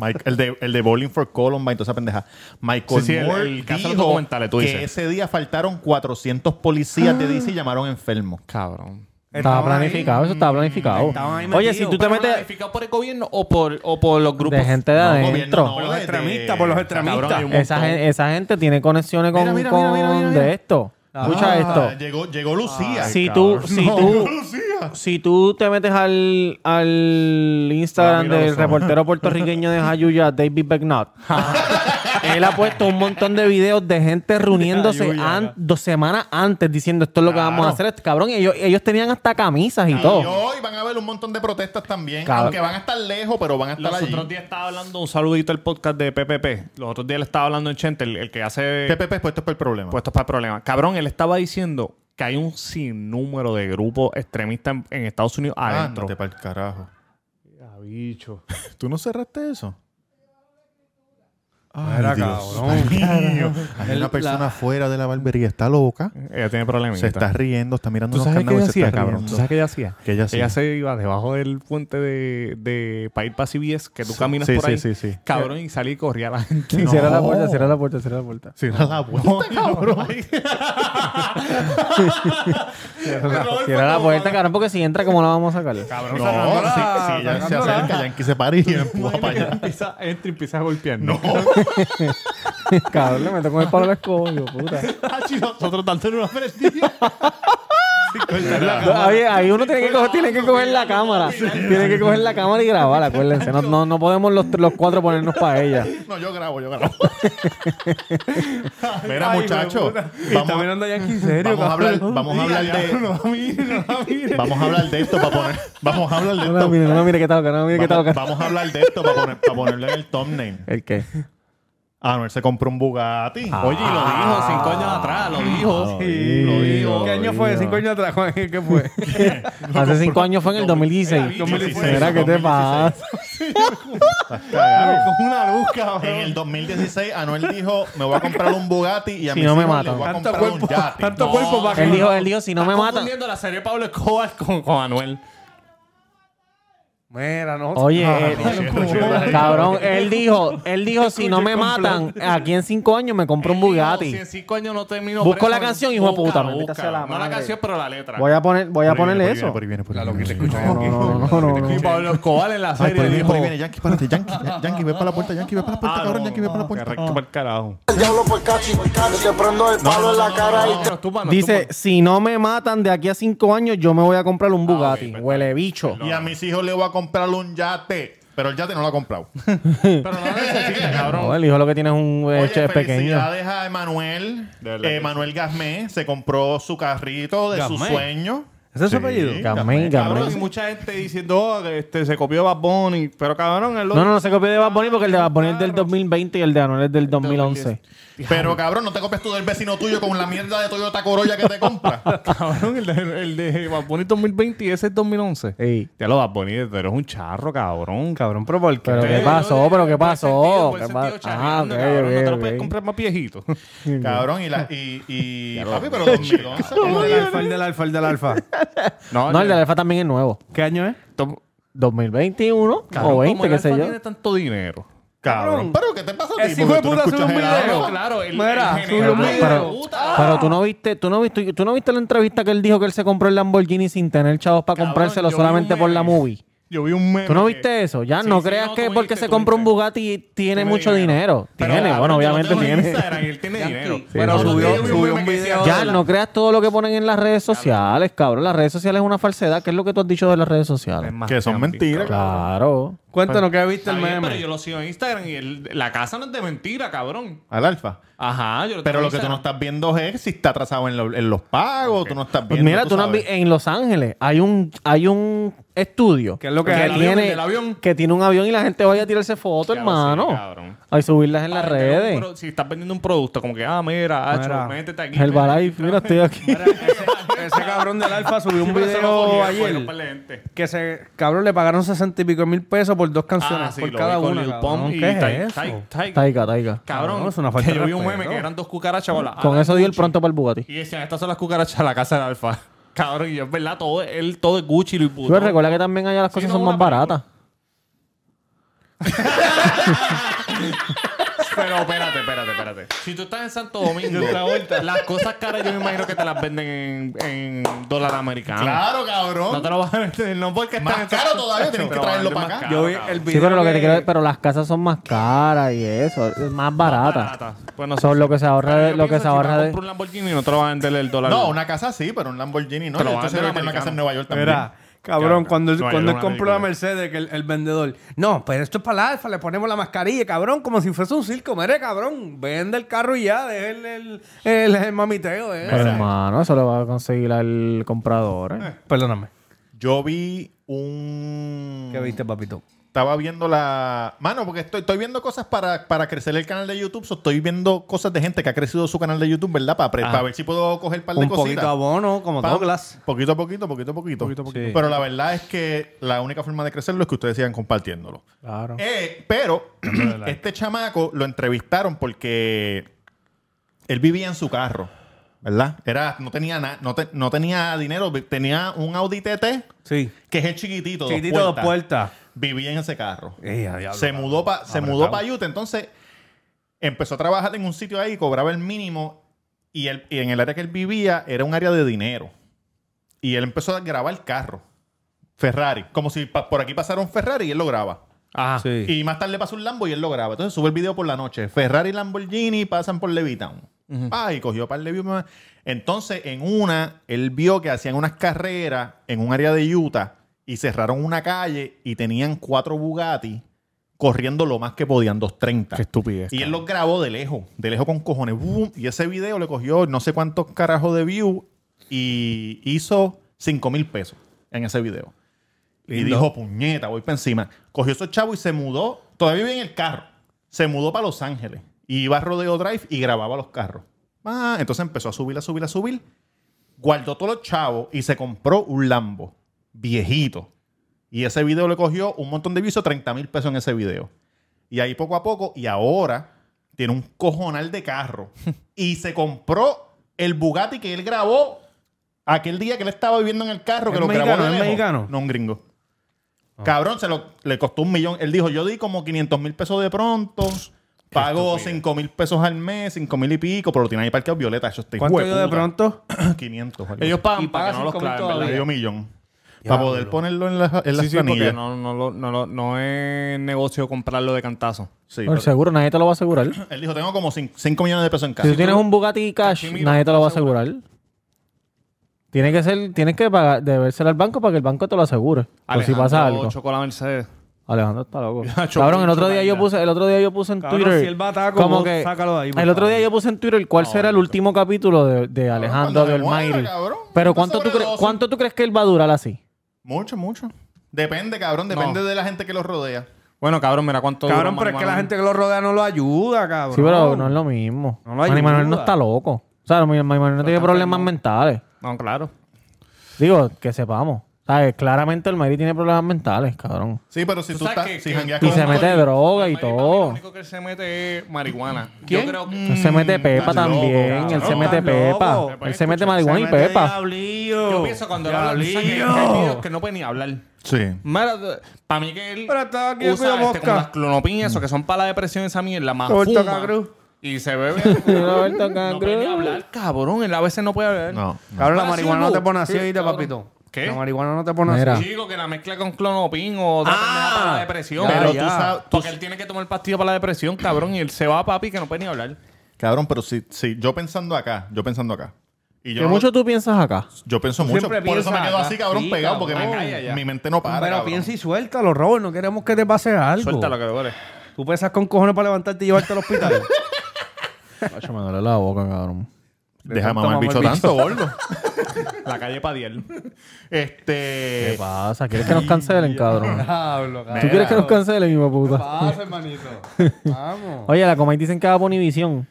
[SPEAKER 1] Mike- el, de, el de Bowling for Columbine, toda esa pendeja. Michael
[SPEAKER 3] Sí, sí, el-
[SPEAKER 1] Moore
[SPEAKER 3] el caso de los
[SPEAKER 1] dijo
[SPEAKER 3] documentales, tú
[SPEAKER 1] que
[SPEAKER 3] dices.
[SPEAKER 1] ese día faltaron 400 policías de DC y llamaron enfermos.
[SPEAKER 3] Cabrón.
[SPEAKER 4] Estaba planificado, eso estaba planificado.
[SPEAKER 2] Estaban ahí
[SPEAKER 4] Oye, si
[SPEAKER 2] metidos.
[SPEAKER 4] tú te
[SPEAKER 3] Pero
[SPEAKER 4] metes
[SPEAKER 3] planificado por el gobierno o por, o por los grupos?
[SPEAKER 4] de gente de
[SPEAKER 1] No,
[SPEAKER 4] adentro,
[SPEAKER 1] gobierno, no, eh,
[SPEAKER 2] Por los
[SPEAKER 1] de-
[SPEAKER 2] extremistas, por los
[SPEAKER 1] de-
[SPEAKER 2] extremistas.
[SPEAKER 1] cabrón, hay un
[SPEAKER 4] esa,
[SPEAKER 1] montón.
[SPEAKER 4] gen- esa gente tiene conexiones con,
[SPEAKER 1] Mira, mira, mira, mira,
[SPEAKER 4] con-
[SPEAKER 1] mira, mira.
[SPEAKER 4] de esto. Escucha
[SPEAKER 1] Ah,
[SPEAKER 4] esto.
[SPEAKER 1] Llegó, llegó Lucía.
[SPEAKER 4] si tú, si
[SPEAKER 1] No,
[SPEAKER 4] tú,
[SPEAKER 1] Lucía.
[SPEAKER 4] si tú te metes al, al Instagram
[SPEAKER 3] Ramiro
[SPEAKER 4] del
[SPEAKER 3] Lozano.
[SPEAKER 4] reportero puertorriqueño de Jayuya, David Becknott, él ha puesto un montón de videos de gente reuniéndose an- dos semanas antes diciendo esto es lo que vamos a hacer, este cabrón. Y ellos, ellos tenían hasta camisas y
[SPEAKER 1] Y
[SPEAKER 4] todo.
[SPEAKER 1] hoy van a haber un montón de protestas también,
[SPEAKER 4] Cabrón.
[SPEAKER 1] aunque van a estar lejos, pero van a estar
[SPEAKER 3] Los
[SPEAKER 1] allí.
[SPEAKER 3] otros días estaba hablando, un saludito al podcast de PPP. Los otros días le estaba hablando en Chente, el, el que hace
[SPEAKER 1] PPP puesto por el problema.
[SPEAKER 3] puestos Pues para el problema. Cabrón, él estaba diciendo que hay un sinnúmero de grupos extremistas en, en Estados Unidos
[SPEAKER 1] Ah,
[SPEAKER 3] adentro.
[SPEAKER 1] Ándate para el carajo.
[SPEAKER 3] Ah, bicho.
[SPEAKER 1] ¿Tú no cerraste eso?
[SPEAKER 9] Era
[SPEAKER 1] Ay, Dios
[SPEAKER 9] cabrón.
[SPEAKER 1] mío. <laughs> Hay
[SPEAKER 9] El-
[SPEAKER 1] una persona
[SPEAKER 9] la-
[SPEAKER 1] fuera de la barbería. Está loca.
[SPEAKER 3] Ella tiene problemas.
[SPEAKER 1] Se está riendo, está mirando
[SPEAKER 3] ¿Tú
[SPEAKER 1] unos
[SPEAKER 3] sabes qué ella
[SPEAKER 1] candados y se
[SPEAKER 3] hacía,
[SPEAKER 1] está
[SPEAKER 3] cabrón? ¿Tú
[SPEAKER 1] riendo.
[SPEAKER 3] sabes qué ella hacía?
[SPEAKER 1] ¿Qué ella hacía?
[SPEAKER 3] Ella se iba debajo del puente de, de para ir para CBS, que tú
[SPEAKER 1] Sí,
[SPEAKER 3] caminas
[SPEAKER 1] sí,
[SPEAKER 3] por ahí,
[SPEAKER 1] sí, sí, sí.
[SPEAKER 3] cabrón, y salí y corría la gente.
[SPEAKER 2] Sí, Cierra la puerta, cierra la puerta, cierra la puerta.
[SPEAKER 1] A la <laughs> puerta, cabrón.
[SPEAKER 4] Cierra la puerta, cabrón, porque si entra, ¿cómo la vamos a sacar?
[SPEAKER 3] Cabrón,
[SPEAKER 1] No, si, si ella se
[SPEAKER 9] sacándola.
[SPEAKER 1] acerca, Yankee se para y <laughs> empuja para allá.
[SPEAKER 3] empieza, entra y empieza a golpear.
[SPEAKER 1] <laughs>
[SPEAKER 3] No.
[SPEAKER 2] cabrón, le meto con el palo de escoba, hijo de puta.
[SPEAKER 3] Nosotros tanto en una
[SPEAKER 1] <laughs>
[SPEAKER 3] prendida.
[SPEAKER 4] Ahí, ahí uno tiene que, coger, tiene que coger la cámara. Tiene que coger la cámara y grabar, acuérdense. No, no, no podemos los, los cuatro ponernos para ella.
[SPEAKER 1] No, yo grabo, yo grabo. Mira,
[SPEAKER 2] Ay,
[SPEAKER 1] muchachos.
[SPEAKER 2] hijo de puta. Y está
[SPEAKER 1] Vamos,
[SPEAKER 2] mirando a Yankee en serio,
[SPEAKER 1] vamos a hablar,
[SPEAKER 2] cabrón.
[SPEAKER 1] vamos a hablar de.
[SPEAKER 2] No la mire, no la mire.
[SPEAKER 1] Vamos a hablar de esto para poner. Vamos a hablar de
[SPEAKER 4] No, no,
[SPEAKER 1] esto.
[SPEAKER 4] mire, no, mire qué tal, no, mire qué tal.
[SPEAKER 1] Vamos, vamos a hablar de esto para, poner, para ponerlo en el thumbnail.
[SPEAKER 4] ¿El qué?
[SPEAKER 1] Ah, no, él se compró un Bugatti.
[SPEAKER 3] Oye, y lo dijo cinco años atrás, lo dijo.
[SPEAKER 2] Sí.
[SPEAKER 1] Lo digo,
[SPEAKER 2] ¿Qué año fue? ¿Cinco años atrás, Juan? ¿Qué fue?
[SPEAKER 4] Hace cinco años fue en el 2016.
[SPEAKER 1] 2016.
[SPEAKER 4] Mira, ¿qué te
[SPEAKER 1] 2016.
[SPEAKER 4] pasa?
[SPEAKER 1] Cagado.
[SPEAKER 2] Con una luz, cabrón.
[SPEAKER 1] En el 2016, Anuel dijo: Me voy a comprar un Bugatti y a
[SPEAKER 4] Si
[SPEAKER 1] mis
[SPEAKER 4] no me
[SPEAKER 1] hijos
[SPEAKER 4] matan.
[SPEAKER 1] les voy a
[SPEAKER 2] Tanto
[SPEAKER 1] comprar
[SPEAKER 2] cuerpo,
[SPEAKER 1] un yate.
[SPEAKER 2] tanto cuerpo para
[SPEAKER 4] Él dijo, él dijo, si no me matan.
[SPEAKER 3] confundiendo la serie de Pablo Escobar con, con Anuel.
[SPEAKER 2] Mira, no.
[SPEAKER 4] Oye,
[SPEAKER 2] Ah,
[SPEAKER 4] eh,
[SPEAKER 2] no,
[SPEAKER 1] sí,
[SPEAKER 2] no,
[SPEAKER 1] sí,
[SPEAKER 2] no.
[SPEAKER 1] sí.
[SPEAKER 4] Cabrón, él dijo, él dijo, si no me matan, aquí en cinco años me compro un
[SPEAKER 3] Si
[SPEAKER 4] Bugatti.
[SPEAKER 3] en cinco años no termino.
[SPEAKER 4] Busco
[SPEAKER 3] preso,
[SPEAKER 4] la canción, hijo de
[SPEAKER 3] búscala,
[SPEAKER 4] puta,
[SPEAKER 3] búscala.
[SPEAKER 4] maldita sea la
[SPEAKER 3] No la
[SPEAKER 4] madre.
[SPEAKER 3] canción, pero la letra.
[SPEAKER 4] Voy a poner, voy a
[SPEAKER 1] Por ahí
[SPEAKER 4] ponerle
[SPEAKER 1] viene,
[SPEAKER 4] eso.
[SPEAKER 1] por ahí viene, por ahí
[SPEAKER 9] La
[SPEAKER 1] viene,
[SPEAKER 9] loquita
[SPEAKER 1] por ahí viene.
[SPEAKER 9] escucha.
[SPEAKER 4] No, no, no, no, no.
[SPEAKER 3] Y Pablo Escobar en la
[SPEAKER 1] Ay, por
[SPEAKER 3] serie
[SPEAKER 1] ahí viene, por ahí
[SPEAKER 3] dijo-
[SPEAKER 1] viene. Yankee, párate. Yankee, <laughs> Ya- Yankee, ve para la puerta. Yankee, ve para la puerta, cabrón. Yankee, ve para la puerta.
[SPEAKER 3] Correcto, para el carajo.
[SPEAKER 6] El diablo por cachi, yo te prendo el palo en la cara y te...
[SPEAKER 4] Dice, si no me matan de aquí a cinco años, yo me voy a comprar
[SPEAKER 3] Ah,
[SPEAKER 4] un Bugatti.
[SPEAKER 3] perfecto.
[SPEAKER 4] Huele bicho.
[SPEAKER 1] Y a mis hijos les voy a comprar un yate. Pero el yate no lo ha comprado.
[SPEAKER 3] Pero no lo necesita, cabrón.
[SPEAKER 4] No, el hijo lo que tiene es un eh,
[SPEAKER 1] Oye,
[SPEAKER 4] che, pequeño.
[SPEAKER 1] felicidades a Emanuel.
[SPEAKER 3] De verdad que
[SPEAKER 1] Emanuel Gasmé se compró su carrito de su
[SPEAKER 9] Gasmé.
[SPEAKER 1] sueño.
[SPEAKER 9] ¿Ese es su
[SPEAKER 1] Sí.
[SPEAKER 9] apellido?
[SPEAKER 4] Gamén,
[SPEAKER 3] Cabrón, y
[SPEAKER 4] gamén.
[SPEAKER 3] mucha gente diciendo, "Oh, que, este, se copió Bad Bunny. Pero cabrón, el
[SPEAKER 4] No, no, no se copió de Bad Bunny porque el de Bad Bunny es del 2020 y el de Anuel es del 2011.
[SPEAKER 1] Pero cabrón, no te copies tú del vecino tuyo con la mierda de Toyota Corolla que te
[SPEAKER 9] <laughs>
[SPEAKER 1] compra.
[SPEAKER 3] <laughs> Cabrón, el de, el de Bad Bunny 2020 y ese es 2011.
[SPEAKER 4] Ey.
[SPEAKER 3] Ya lo Bad Bunny, pero es un charro, cabrón.
[SPEAKER 9] Cabrón, pero ¿por qué?
[SPEAKER 4] Pero qué
[SPEAKER 3] Yo-
[SPEAKER 4] pasó,
[SPEAKER 3] yo-
[SPEAKER 4] pero qué
[SPEAKER 3] buen sentido,
[SPEAKER 4] pasó.
[SPEAKER 3] buen
[SPEAKER 4] ¿Qué
[SPEAKER 3] sentido,
[SPEAKER 4] pa- Ah, ok,
[SPEAKER 3] charreando, cabrón, No te lo
[SPEAKER 4] ok,
[SPEAKER 3] puedes
[SPEAKER 4] ok.
[SPEAKER 3] comprar más
[SPEAKER 4] <laughs>
[SPEAKER 3] viejito.
[SPEAKER 1] cabrón, y la. Y, y papi, pero 2011.
[SPEAKER 9] El del alfa, el del alfa, el del alfa.
[SPEAKER 4] No, el de Alefa también es nuevo.
[SPEAKER 9] ¿Qué año es?
[SPEAKER 3] Tom-
[SPEAKER 4] 2021
[SPEAKER 3] cabrón,
[SPEAKER 4] o
[SPEAKER 3] como
[SPEAKER 4] 20,
[SPEAKER 3] el
[SPEAKER 4] qué sé
[SPEAKER 3] Alfa
[SPEAKER 4] yo.
[SPEAKER 3] tiene tanto dinero.
[SPEAKER 1] Cabrón. Pero ¿qué te pasa a ti?
[SPEAKER 9] Ese hijo de
[SPEAKER 1] Porque tú no
[SPEAKER 9] puta sube
[SPEAKER 1] escuchas
[SPEAKER 9] un
[SPEAKER 1] el audio.
[SPEAKER 9] video.
[SPEAKER 3] Claro, el-
[SPEAKER 9] Mira,
[SPEAKER 3] el
[SPEAKER 9] sube un
[SPEAKER 3] general.
[SPEAKER 4] Pero,
[SPEAKER 9] video.
[SPEAKER 4] pero tú no viste, tú no viste, tú no viste la entrevista que él dijo que él se compró el Lamborghini sin tener chavos para
[SPEAKER 3] Cabrón,
[SPEAKER 4] comprárselo
[SPEAKER 3] yo vi un
[SPEAKER 4] solamente por la
[SPEAKER 3] meme.
[SPEAKER 4] movie.
[SPEAKER 3] Yo vi un meme.
[SPEAKER 4] ¿Tú no
[SPEAKER 3] que-
[SPEAKER 4] viste eso? Ya
[SPEAKER 3] Sí,
[SPEAKER 4] no
[SPEAKER 3] sí,
[SPEAKER 4] creas
[SPEAKER 3] no,
[SPEAKER 4] que
[SPEAKER 3] tú
[SPEAKER 4] porque
[SPEAKER 3] viste,
[SPEAKER 4] se
[SPEAKER 3] tú
[SPEAKER 4] compra un
[SPEAKER 3] viste.
[SPEAKER 4] Bugatti tiene
[SPEAKER 3] Tiene
[SPEAKER 4] mucho dinero.
[SPEAKER 3] dinero. Pero,
[SPEAKER 4] Tiene,
[SPEAKER 3] cabrón,
[SPEAKER 4] bueno,
[SPEAKER 3] yo
[SPEAKER 4] obviamente
[SPEAKER 3] tengo
[SPEAKER 4] tiene.
[SPEAKER 3] Instagram y él tiene dinero.
[SPEAKER 9] Pero
[SPEAKER 3] Sí,
[SPEAKER 9] subió,
[SPEAKER 3] yo vi un
[SPEAKER 9] subió
[SPEAKER 3] meme
[SPEAKER 9] un
[SPEAKER 3] que decía,
[SPEAKER 9] video.
[SPEAKER 4] Ya, no creas todo lo que ponen en las redes sociales, cabrón. Las redes sociales es una falsedad. ¿Qué es lo que tú has dicho de las redes sociales?
[SPEAKER 3] "Es más
[SPEAKER 1] Que son
[SPEAKER 3] amplio".
[SPEAKER 1] mentiras.
[SPEAKER 4] Claro.
[SPEAKER 9] Cuéntanos que viste
[SPEAKER 3] Está
[SPEAKER 9] el
[SPEAKER 3] bien, pero Pues, yo
[SPEAKER 9] meme.
[SPEAKER 3] lo sigo en Instagram y el- la casa no es de mentira, cabrón.
[SPEAKER 1] Al alfa.
[SPEAKER 3] Ajá, yo
[SPEAKER 1] Pero
[SPEAKER 3] tengo
[SPEAKER 1] lo que tú
[SPEAKER 3] en
[SPEAKER 1] no
[SPEAKER 3] Instagram.
[SPEAKER 1] estás viendo es si está atrasado en, lo- en los pagos, tú no estás viendo.
[SPEAKER 4] Pues mira, tú, no has vi-
[SPEAKER 1] sabes.
[SPEAKER 4] en Los Ángeles hay un hay un estudio
[SPEAKER 9] ¿Qué es lo que es? ¿El avión?
[SPEAKER 4] tiene
[SPEAKER 9] ¿El del avión?
[SPEAKER 4] que tiene un avión y la gente vaya a tirarse fotos,
[SPEAKER 3] Ya lo sé,
[SPEAKER 4] hermano.
[SPEAKER 3] cabrón.
[SPEAKER 4] Hay subirlas en las
[SPEAKER 3] Para vender un
[SPEAKER 4] redes.
[SPEAKER 3] pro- si estás vendiendo un producto, como que, ah, mira, hacho,
[SPEAKER 9] Mira.
[SPEAKER 3] métete aquí.
[SPEAKER 4] El
[SPEAKER 3] mira,
[SPEAKER 4] Balife, mira, estoy aquí.
[SPEAKER 9] Ese
[SPEAKER 3] <laughs>
[SPEAKER 9] cabrón del alfa subió
[SPEAKER 3] Sí,
[SPEAKER 9] un
[SPEAKER 3] pero eso lo
[SPEAKER 9] video
[SPEAKER 3] cogieron, cogieron par
[SPEAKER 9] ayer.
[SPEAKER 3] de gente.
[SPEAKER 9] Que se, cabrón, le pagaron sesenta y pico mil pesos por dos
[SPEAKER 3] Ah,
[SPEAKER 9] canciones,
[SPEAKER 3] sí,
[SPEAKER 9] por
[SPEAKER 3] lo
[SPEAKER 9] cada
[SPEAKER 3] vi con
[SPEAKER 9] una.
[SPEAKER 3] Lil
[SPEAKER 9] cabrón.
[SPEAKER 3] Pump y
[SPEAKER 9] ¿Qué
[SPEAKER 3] Ty-
[SPEAKER 9] es eso?
[SPEAKER 3] Ty- Ty-
[SPEAKER 4] Taiga, taiga.
[SPEAKER 3] Cabrón,
[SPEAKER 9] Cabrón, es una falta
[SPEAKER 3] que
[SPEAKER 9] de
[SPEAKER 3] yo vi un
[SPEAKER 9] respeto.
[SPEAKER 3] meme que eran dos cucarachas. bola.
[SPEAKER 4] Con
[SPEAKER 3] Ah,
[SPEAKER 4] eso dio el
[SPEAKER 3] Gucci.
[SPEAKER 4] pronto para el Bugatti.
[SPEAKER 3] Y decían, estas son las cucarachas de la casa del alfa. <laughs> Cabrón, y es verdad, todo, él todo es Gucci, Louis
[SPEAKER 4] Pero
[SPEAKER 3] Vuitton.
[SPEAKER 4] Pues recuerda que también allá las
[SPEAKER 3] Sí,
[SPEAKER 4] cosas
[SPEAKER 3] no,
[SPEAKER 4] son
[SPEAKER 3] una
[SPEAKER 4] más baratas.
[SPEAKER 3] Pero espérate, espérate, espérate. Si tú estás en Santo Domingo, las cosas caras yo me imagino que te las venden en, en dólar americano.
[SPEAKER 1] Ah. Claro,
[SPEAKER 3] No
[SPEAKER 1] cabrón.
[SPEAKER 3] te lo vas a vender, no porque estás
[SPEAKER 1] Más
[SPEAKER 3] en
[SPEAKER 1] caro todavía, tienes que
[SPEAKER 3] Pero
[SPEAKER 1] traerlo
[SPEAKER 3] vale
[SPEAKER 1] para
[SPEAKER 3] más
[SPEAKER 1] acá.
[SPEAKER 3] caro,
[SPEAKER 9] Yo vi
[SPEAKER 3] cabrón.
[SPEAKER 9] el
[SPEAKER 4] Sí,
[SPEAKER 9] video.
[SPEAKER 4] pero lo que te
[SPEAKER 9] que-
[SPEAKER 4] quiero pero las casas son más caras y eso, es más baratas.
[SPEAKER 3] Barata. Pues no sé.
[SPEAKER 4] Son lo que se ahorra
[SPEAKER 3] Pero
[SPEAKER 4] de-
[SPEAKER 3] yo
[SPEAKER 4] lo que
[SPEAKER 3] pienso,
[SPEAKER 4] se
[SPEAKER 3] si
[SPEAKER 4] ahorra
[SPEAKER 3] vas a
[SPEAKER 4] de
[SPEAKER 3] comprar un Lamborghini no te lo vas a vender el dólar.
[SPEAKER 1] No, una casa sí, pero un Lamborghini no.
[SPEAKER 3] Te lo
[SPEAKER 1] Yo
[SPEAKER 3] van a
[SPEAKER 1] estoy seguro que tiene una
[SPEAKER 3] americano.
[SPEAKER 1] casa en Nueva York también.
[SPEAKER 9] Mira, Cabrón, cuando, él-
[SPEAKER 1] No,
[SPEAKER 9] cuando
[SPEAKER 1] era
[SPEAKER 9] él
[SPEAKER 1] una
[SPEAKER 9] compró la
[SPEAKER 1] película.
[SPEAKER 9] Mercedes, que el, el vendedor. No, pero esto es para la alfa, le ponemos la mascarilla, cabrón, como si fuese un circo. Mire, cabrón, vende el carro y ya, deje el, el, el- el mamiteo. eh.
[SPEAKER 4] Hermano, eso lo va a conseguir al comprador. ¿eh?
[SPEAKER 9] Perdóname.
[SPEAKER 1] Yo vi un.
[SPEAKER 9] ¿Qué viste, papito?
[SPEAKER 1] Estaba viendo la. Mano, porque estoy, estoy viendo cosas para, para crecer el canal de YouTube. so estoy viendo cosas de gente que ha crecido su canal de YouTube, ¿verdad? Para,
[SPEAKER 3] Ah.
[SPEAKER 1] para ver si puedo coger un par de
[SPEAKER 9] Un
[SPEAKER 1] cositas.
[SPEAKER 9] poquito abono, como
[SPEAKER 1] Pa-
[SPEAKER 9] Douglas.
[SPEAKER 1] Poquito a poquito, poquito a poquito.
[SPEAKER 9] Poquito a poquito. Sí.
[SPEAKER 1] Pero la verdad es que la única forma de crecerlo es que ustedes sigan compartiéndolo.
[SPEAKER 2] Claro.
[SPEAKER 1] Eh, pero <clears throat> este chamaco lo entrevistaron porque él vivía en su carro, ¿verdad? Era, no tenía na- no, te- no tenía dinero, vi- tenía un Audi TT,
[SPEAKER 9] Sí.
[SPEAKER 1] que es el chiquitito,
[SPEAKER 9] Chiquitito
[SPEAKER 1] dos
[SPEAKER 9] dos
[SPEAKER 1] puertas.
[SPEAKER 9] puertas.
[SPEAKER 1] Vivía en ese carro.
[SPEAKER 9] Eh, a diablo,
[SPEAKER 1] se
[SPEAKER 9] cabrón.
[SPEAKER 1] mudó pa, se
[SPEAKER 9] Apretado.
[SPEAKER 1] mudó para Utah, entonces empezó a trabajar en un sitio ahí, cobraba el mínimo y, él, y en el área que él vivía era un área de dinero. Y él empezó a grabar carro. Ferrari, como si pa- por aquí pasara un Ferrari y él lo graba.
[SPEAKER 3] Ajá.
[SPEAKER 9] Ah, Sí.
[SPEAKER 1] Y más tarde pasa un Lambo y él lo graba. Entonces sube el video por la noche. Ferrari y Lamborghini pasan por Levittown. Pa, y cogió par de views más. Entonces, en una, él vio que hacían unas carreras en un área de Utah y cerraron una calle y tenían cuatro Bugatti corriendo lo más que podían, 230.
[SPEAKER 3] Qué estupidez.
[SPEAKER 1] Y él los grabó de lejos, de lejos con cojones. ¡Bum! Y ese video le cogió no sé cuántos carajos de view y hizo 5 mil pesos en ese video. Y dijo, puñeta, voy para encima. Cogió esos chavos y se mudó. Todavía vive en el carro. Se mudó para Los Ángeles. Y iba a Rodeo Drive y grababa los carros. Ah, entonces empezó a subir, a subir, a subir. Guardó todos los chavos y se compró un Lambo. Viejito. Y ese video le cogió un montón de views, 30 mil pesos en ese video. Y ahí poco a poco, y ahora tiene un cojonal
[SPEAKER 9] <laughs>
[SPEAKER 1] de carro. y se compró el Bugatti que él grabó aquel día que él estaba viviendo en el carro, que
[SPEAKER 9] ¿Es
[SPEAKER 1] lo grabó.
[SPEAKER 9] mexicano?
[SPEAKER 1] de
[SPEAKER 9] ¿Es
[SPEAKER 1] lejos.
[SPEAKER 9] mexicano? Ah.
[SPEAKER 1] No, un gringo. Cabrón, se lo, le costó un millón. Él dijo, yo di como 500 mil pesos de pronto, pago 5 mil pesos al mes, 5 mil y pico, pero lo tiene ahí parqueado violeta. Yo estoy
[SPEAKER 9] ¿Cuánto dio de
[SPEAKER 1] hueputa.
[SPEAKER 9] pronto?
[SPEAKER 1] 500. algo
[SPEAKER 3] Ellos
[SPEAKER 1] así.
[SPEAKER 3] pagan para que
[SPEAKER 4] Y paga
[SPEAKER 3] no los
[SPEAKER 4] cinco mil
[SPEAKER 3] claven,
[SPEAKER 4] todavía.
[SPEAKER 3] ¿verdad?
[SPEAKER 1] Le dio un millón. Para poder ponerlo en las en las
[SPEAKER 3] Sí, sí, porque
[SPEAKER 1] planillas.
[SPEAKER 3] no, no, lo- no, lo- no es negocio comprarlo de cantazo.
[SPEAKER 1] Sí,
[SPEAKER 4] Por
[SPEAKER 1] pero-
[SPEAKER 4] seguro, nadie te lo va a asegurar.
[SPEAKER 1] él dijo, tengo como 5 millones de pesos en
[SPEAKER 4] Si
[SPEAKER 1] casa.
[SPEAKER 4] tú tienes un Bugatti Cash,
[SPEAKER 3] Cachimiro,
[SPEAKER 4] nadie te lo va a asegurar. Tiene que ser, tienes que pagar, debérselo al banco para que el banco te lo asegure. Por si
[SPEAKER 3] Alejandro
[SPEAKER 4] pasa algo.
[SPEAKER 3] chocó la Mercedes.
[SPEAKER 4] Alejandro está loco.
[SPEAKER 9] <laughs>
[SPEAKER 3] Chocó
[SPEAKER 4] Cabrón, el
[SPEAKER 3] mucho
[SPEAKER 4] otro día
[SPEAKER 3] la
[SPEAKER 4] yo
[SPEAKER 3] isla.
[SPEAKER 4] puse, el otro día yo puse en
[SPEAKER 9] Cabrón,
[SPEAKER 4] Twitter.
[SPEAKER 9] si él va a taco,
[SPEAKER 4] como
[SPEAKER 9] vos
[SPEAKER 4] que
[SPEAKER 9] sácalo de ahí, por
[SPEAKER 4] el otro
[SPEAKER 9] favor.
[SPEAKER 4] día yo puse en Twitter cuál será el último capítulo de, de Alejandro
[SPEAKER 1] cuando
[SPEAKER 4] de
[SPEAKER 1] se muera,
[SPEAKER 4] Almighty.
[SPEAKER 1] cabrón.
[SPEAKER 4] Pero
[SPEAKER 1] Está
[SPEAKER 4] ¿cuánto tú,
[SPEAKER 1] sobre
[SPEAKER 4] cre-
[SPEAKER 1] 12.
[SPEAKER 4] ¿cuánto tú crees que él va a durar así?
[SPEAKER 1] Mucho, mucho. Depende, cabrón. Depende de la gente que los rodea.
[SPEAKER 3] Bueno, cabrón, mira cuánto.
[SPEAKER 9] Cabrón,
[SPEAKER 3] duró
[SPEAKER 9] pero es
[SPEAKER 3] Manu
[SPEAKER 9] que la
[SPEAKER 3] Manu.
[SPEAKER 9] gente que lo rodea no lo ayuda, cabrón.
[SPEAKER 4] Sí, pero no es lo mismo.
[SPEAKER 9] No lo
[SPEAKER 4] Manny Manuel no
[SPEAKER 9] ayuda.
[SPEAKER 4] está loco. O sea, Manny Manuel no tiene problemas mentales.
[SPEAKER 3] No, claro.
[SPEAKER 4] Digo, que sepamos. ¿Sabes? Claramente el Madrid tiene problemas mentales, cabrón.
[SPEAKER 1] Sí, pero si tú,
[SPEAKER 3] sabes
[SPEAKER 1] estás...
[SPEAKER 3] que-
[SPEAKER 1] si
[SPEAKER 3] que-
[SPEAKER 1] jangueas
[SPEAKER 4] Y
[SPEAKER 1] con
[SPEAKER 4] se
[SPEAKER 1] un
[SPEAKER 4] mete
[SPEAKER 1] corillo-
[SPEAKER 4] droga y
[SPEAKER 3] Mari- Mari, Lo
[SPEAKER 4] todo.
[SPEAKER 3] único que él se mete es marihuana.
[SPEAKER 4] ¿Quién?
[SPEAKER 3] Yo creo que.
[SPEAKER 4] Él se mete pepa
[SPEAKER 1] estás loco,
[SPEAKER 4] también. Él
[SPEAKER 1] cabrón,
[SPEAKER 4] se mete
[SPEAKER 9] estás
[SPEAKER 4] pepa.
[SPEAKER 9] loco.
[SPEAKER 4] Él se mete marihuana y pepa.
[SPEAKER 3] Yo pienso cuando él habla, tú sabes que hay videos que no puede ni hablar.
[SPEAKER 1] Sí.
[SPEAKER 3] para mí que él
[SPEAKER 9] Pero estaba aquí, cuida
[SPEAKER 3] usa este,
[SPEAKER 9] mosca.
[SPEAKER 3] como las clonopinas, eso que son para la depresión esa mierda, más
[SPEAKER 9] Roberto
[SPEAKER 3] fuma
[SPEAKER 9] Cangrejo.
[SPEAKER 3] y se bebe.
[SPEAKER 4] Roberto
[SPEAKER 3] no puede ni
[SPEAKER 4] Cangrejo.
[SPEAKER 3] hablar, cabrón. Él a veces no puede hablar.
[SPEAKER 1] No.
[SPEAKER 9] Cabrón, la
[SPEAKER 3] Ahora sí,
[SPEAKER 9] marihuana no
[SPEAKER 3] no.
[SPEAKER 9] te pone así,
[SPEAKER 3] Sí,
[SPEAKER 9] ¿oíste,
[SPEAKER 3] cabrón.
[SPEAKER 9] papito?
[SPEAKER 3] ¿Qué?
[SPEAKER 9] La marihuana no te pone
[SPEAKER 4] Mira.
[SPEAKER 9] así.
[SPEAKER 3] Chico, que la mezcla con clonopin o otra
[SPEAKER 9] Ah,
[SPEAKER 3] pendeja para la depresión.
[SPEAKER 1] Pero tú
[SPEAKER 9] ya.
[SPEAKER 1] sabes... tú
[SPEAKER 3] Porque él tiene que tomar pastillas para la depresión, cabrón, y él se va a papi que no puede ni hablar.
[SPEAKER 1] Cabrón, pero si, si yo pensando acá, yo pensando acá. Y yo,
[SPEAKER 4] ¿Qué
[SPEAKER 1] no-
[SPEAKER 4] mucho tú piensas acá?
[SPEAKER 1] yo pienso mucho.
[SPEAKER 9] siempre
[SPEAKER 1] Por eso me
[SPEAKER 9] piensas
[SPEAKER 1] quedo
[SPEAKER 9] acá.
[SPEAKER 1] así, cabrón,
[SPEAKER 3] Sí,
[SPEAKER 1] pegado,
[SPEAKER 3] cabrón.
[SPEAKER 1] porque me-
[SPEAKER 3] Ay, ay, ay.
[SPEAKER 1] mi mente no para.
[SPEAKER 9] Pero
[SPEAKER 1] cabrón.
[SPEAKER 9] piensa y suéltalo, Robert. No queremos que te pase algo.
[SPEAKER 3] Suéltalo que duele.
[SPEAKER 9] Tú pesas con cojones para levantarte y llevarte al hospital.
[SPEAKER 4] me duele la boca, cabrón.
[SPEAKER 1] Deja
[SPEAKER 9] Tanto
[SPEAKER 1] mamar el
[SPEAKER 9] mamar
[SPEAKER 1] bicho
[SPEAKER 9] el bicho.
[SPEAKER 1] tanto, gordo.
[SPEAKER 3] La calle para Diel.
[SPEAKER 1] Este...
[SPEAKER 4] ¿Qué pasa? Eh, ¿Quieres que nos cancelen, cabrón?
[SPEAKER 9] Diablo, cabrón.
[SPEAKER 4] ¿Tú quieres que nos cancelen, hijo de puta?
[SPEAKER 9] Pasa, Ah, pues, hermanito.
[SPEAKER 4] <laughs>
[SPEAKER 9] Vamos.
[SPEAKER 4] Oye, la Comay dicen que va a Ponivisión.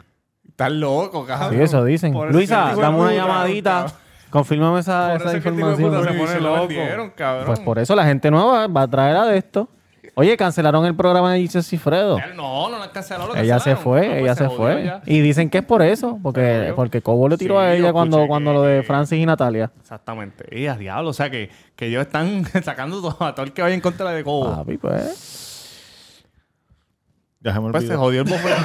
[SPEAKER 3] Estás loco, cabrón.
[SPEAKER 4] Sí, eso dicen.
[SPEAKER 9] Por eso que
[SPEAKER 4] Luisa,
[SPEAKER 9] el hijo de
[SPEAKER 4] dame una
[SPEAKER 9] puta,
[SPEAKER 4] llamadita. Confírmame esa,
[SPEAKER 9] Por
[SPEAKER 4] esa
[SPEAKER 9] eso es que el hijo de puta se
[SPEAKER 4] información.
[SPEAKER 9] pone
[SPEAKER 3] Se lo
[SPEAKER 9] loco.
[SPEAKER 3] vendieron, cabrón.
[SPEAKER 4] Pues por eso la gente nueva va a traer a de esto. Oye, cancelaron el programa de Giselle Cifredo.
[SPEAKER 3] No, no la cancelaron. lo
[SPEAKER 4] Ella se
[SPEAKER 3] cancelaron.
[SPEAKER 4] fue,
[SPEAKER 3] No, pues
[SPEAKER 4] ella se
[SPEAKER 3] jodió
[SPEAKER 4] fue.
[SPEAKER 3] ya.
[SPEAKER 4] Y dicen que es por eso, porque, porque Cobo le tiró
[SPEAKER 3] Sí,
[SPEAKER 4] a
[SPEAKER 3] yo
[SPEAKER 4] ella cuando,
[SPEAKER 3] escuché
[SPEAKER 4] cuando
[SPEAKER 3] que-
[SPEAKER 4] lo de Francis y Natalia.
[SPEAKER 3] Exactamente. Ella, diablo. O sea, que, que ellos están <laughs> sacando todo, a todo el que vaya en contra
[SPEAKER 4] Ah,
[SPEAKER 3] de Cobo.
[SPEAKER 4] Papi, pues.
[SPEAKER 1] Ya se me
[SPEAKER 3] pues se
[SPEAKER 1] olvidó.
[SPEAKER 3] jodió el bofetón.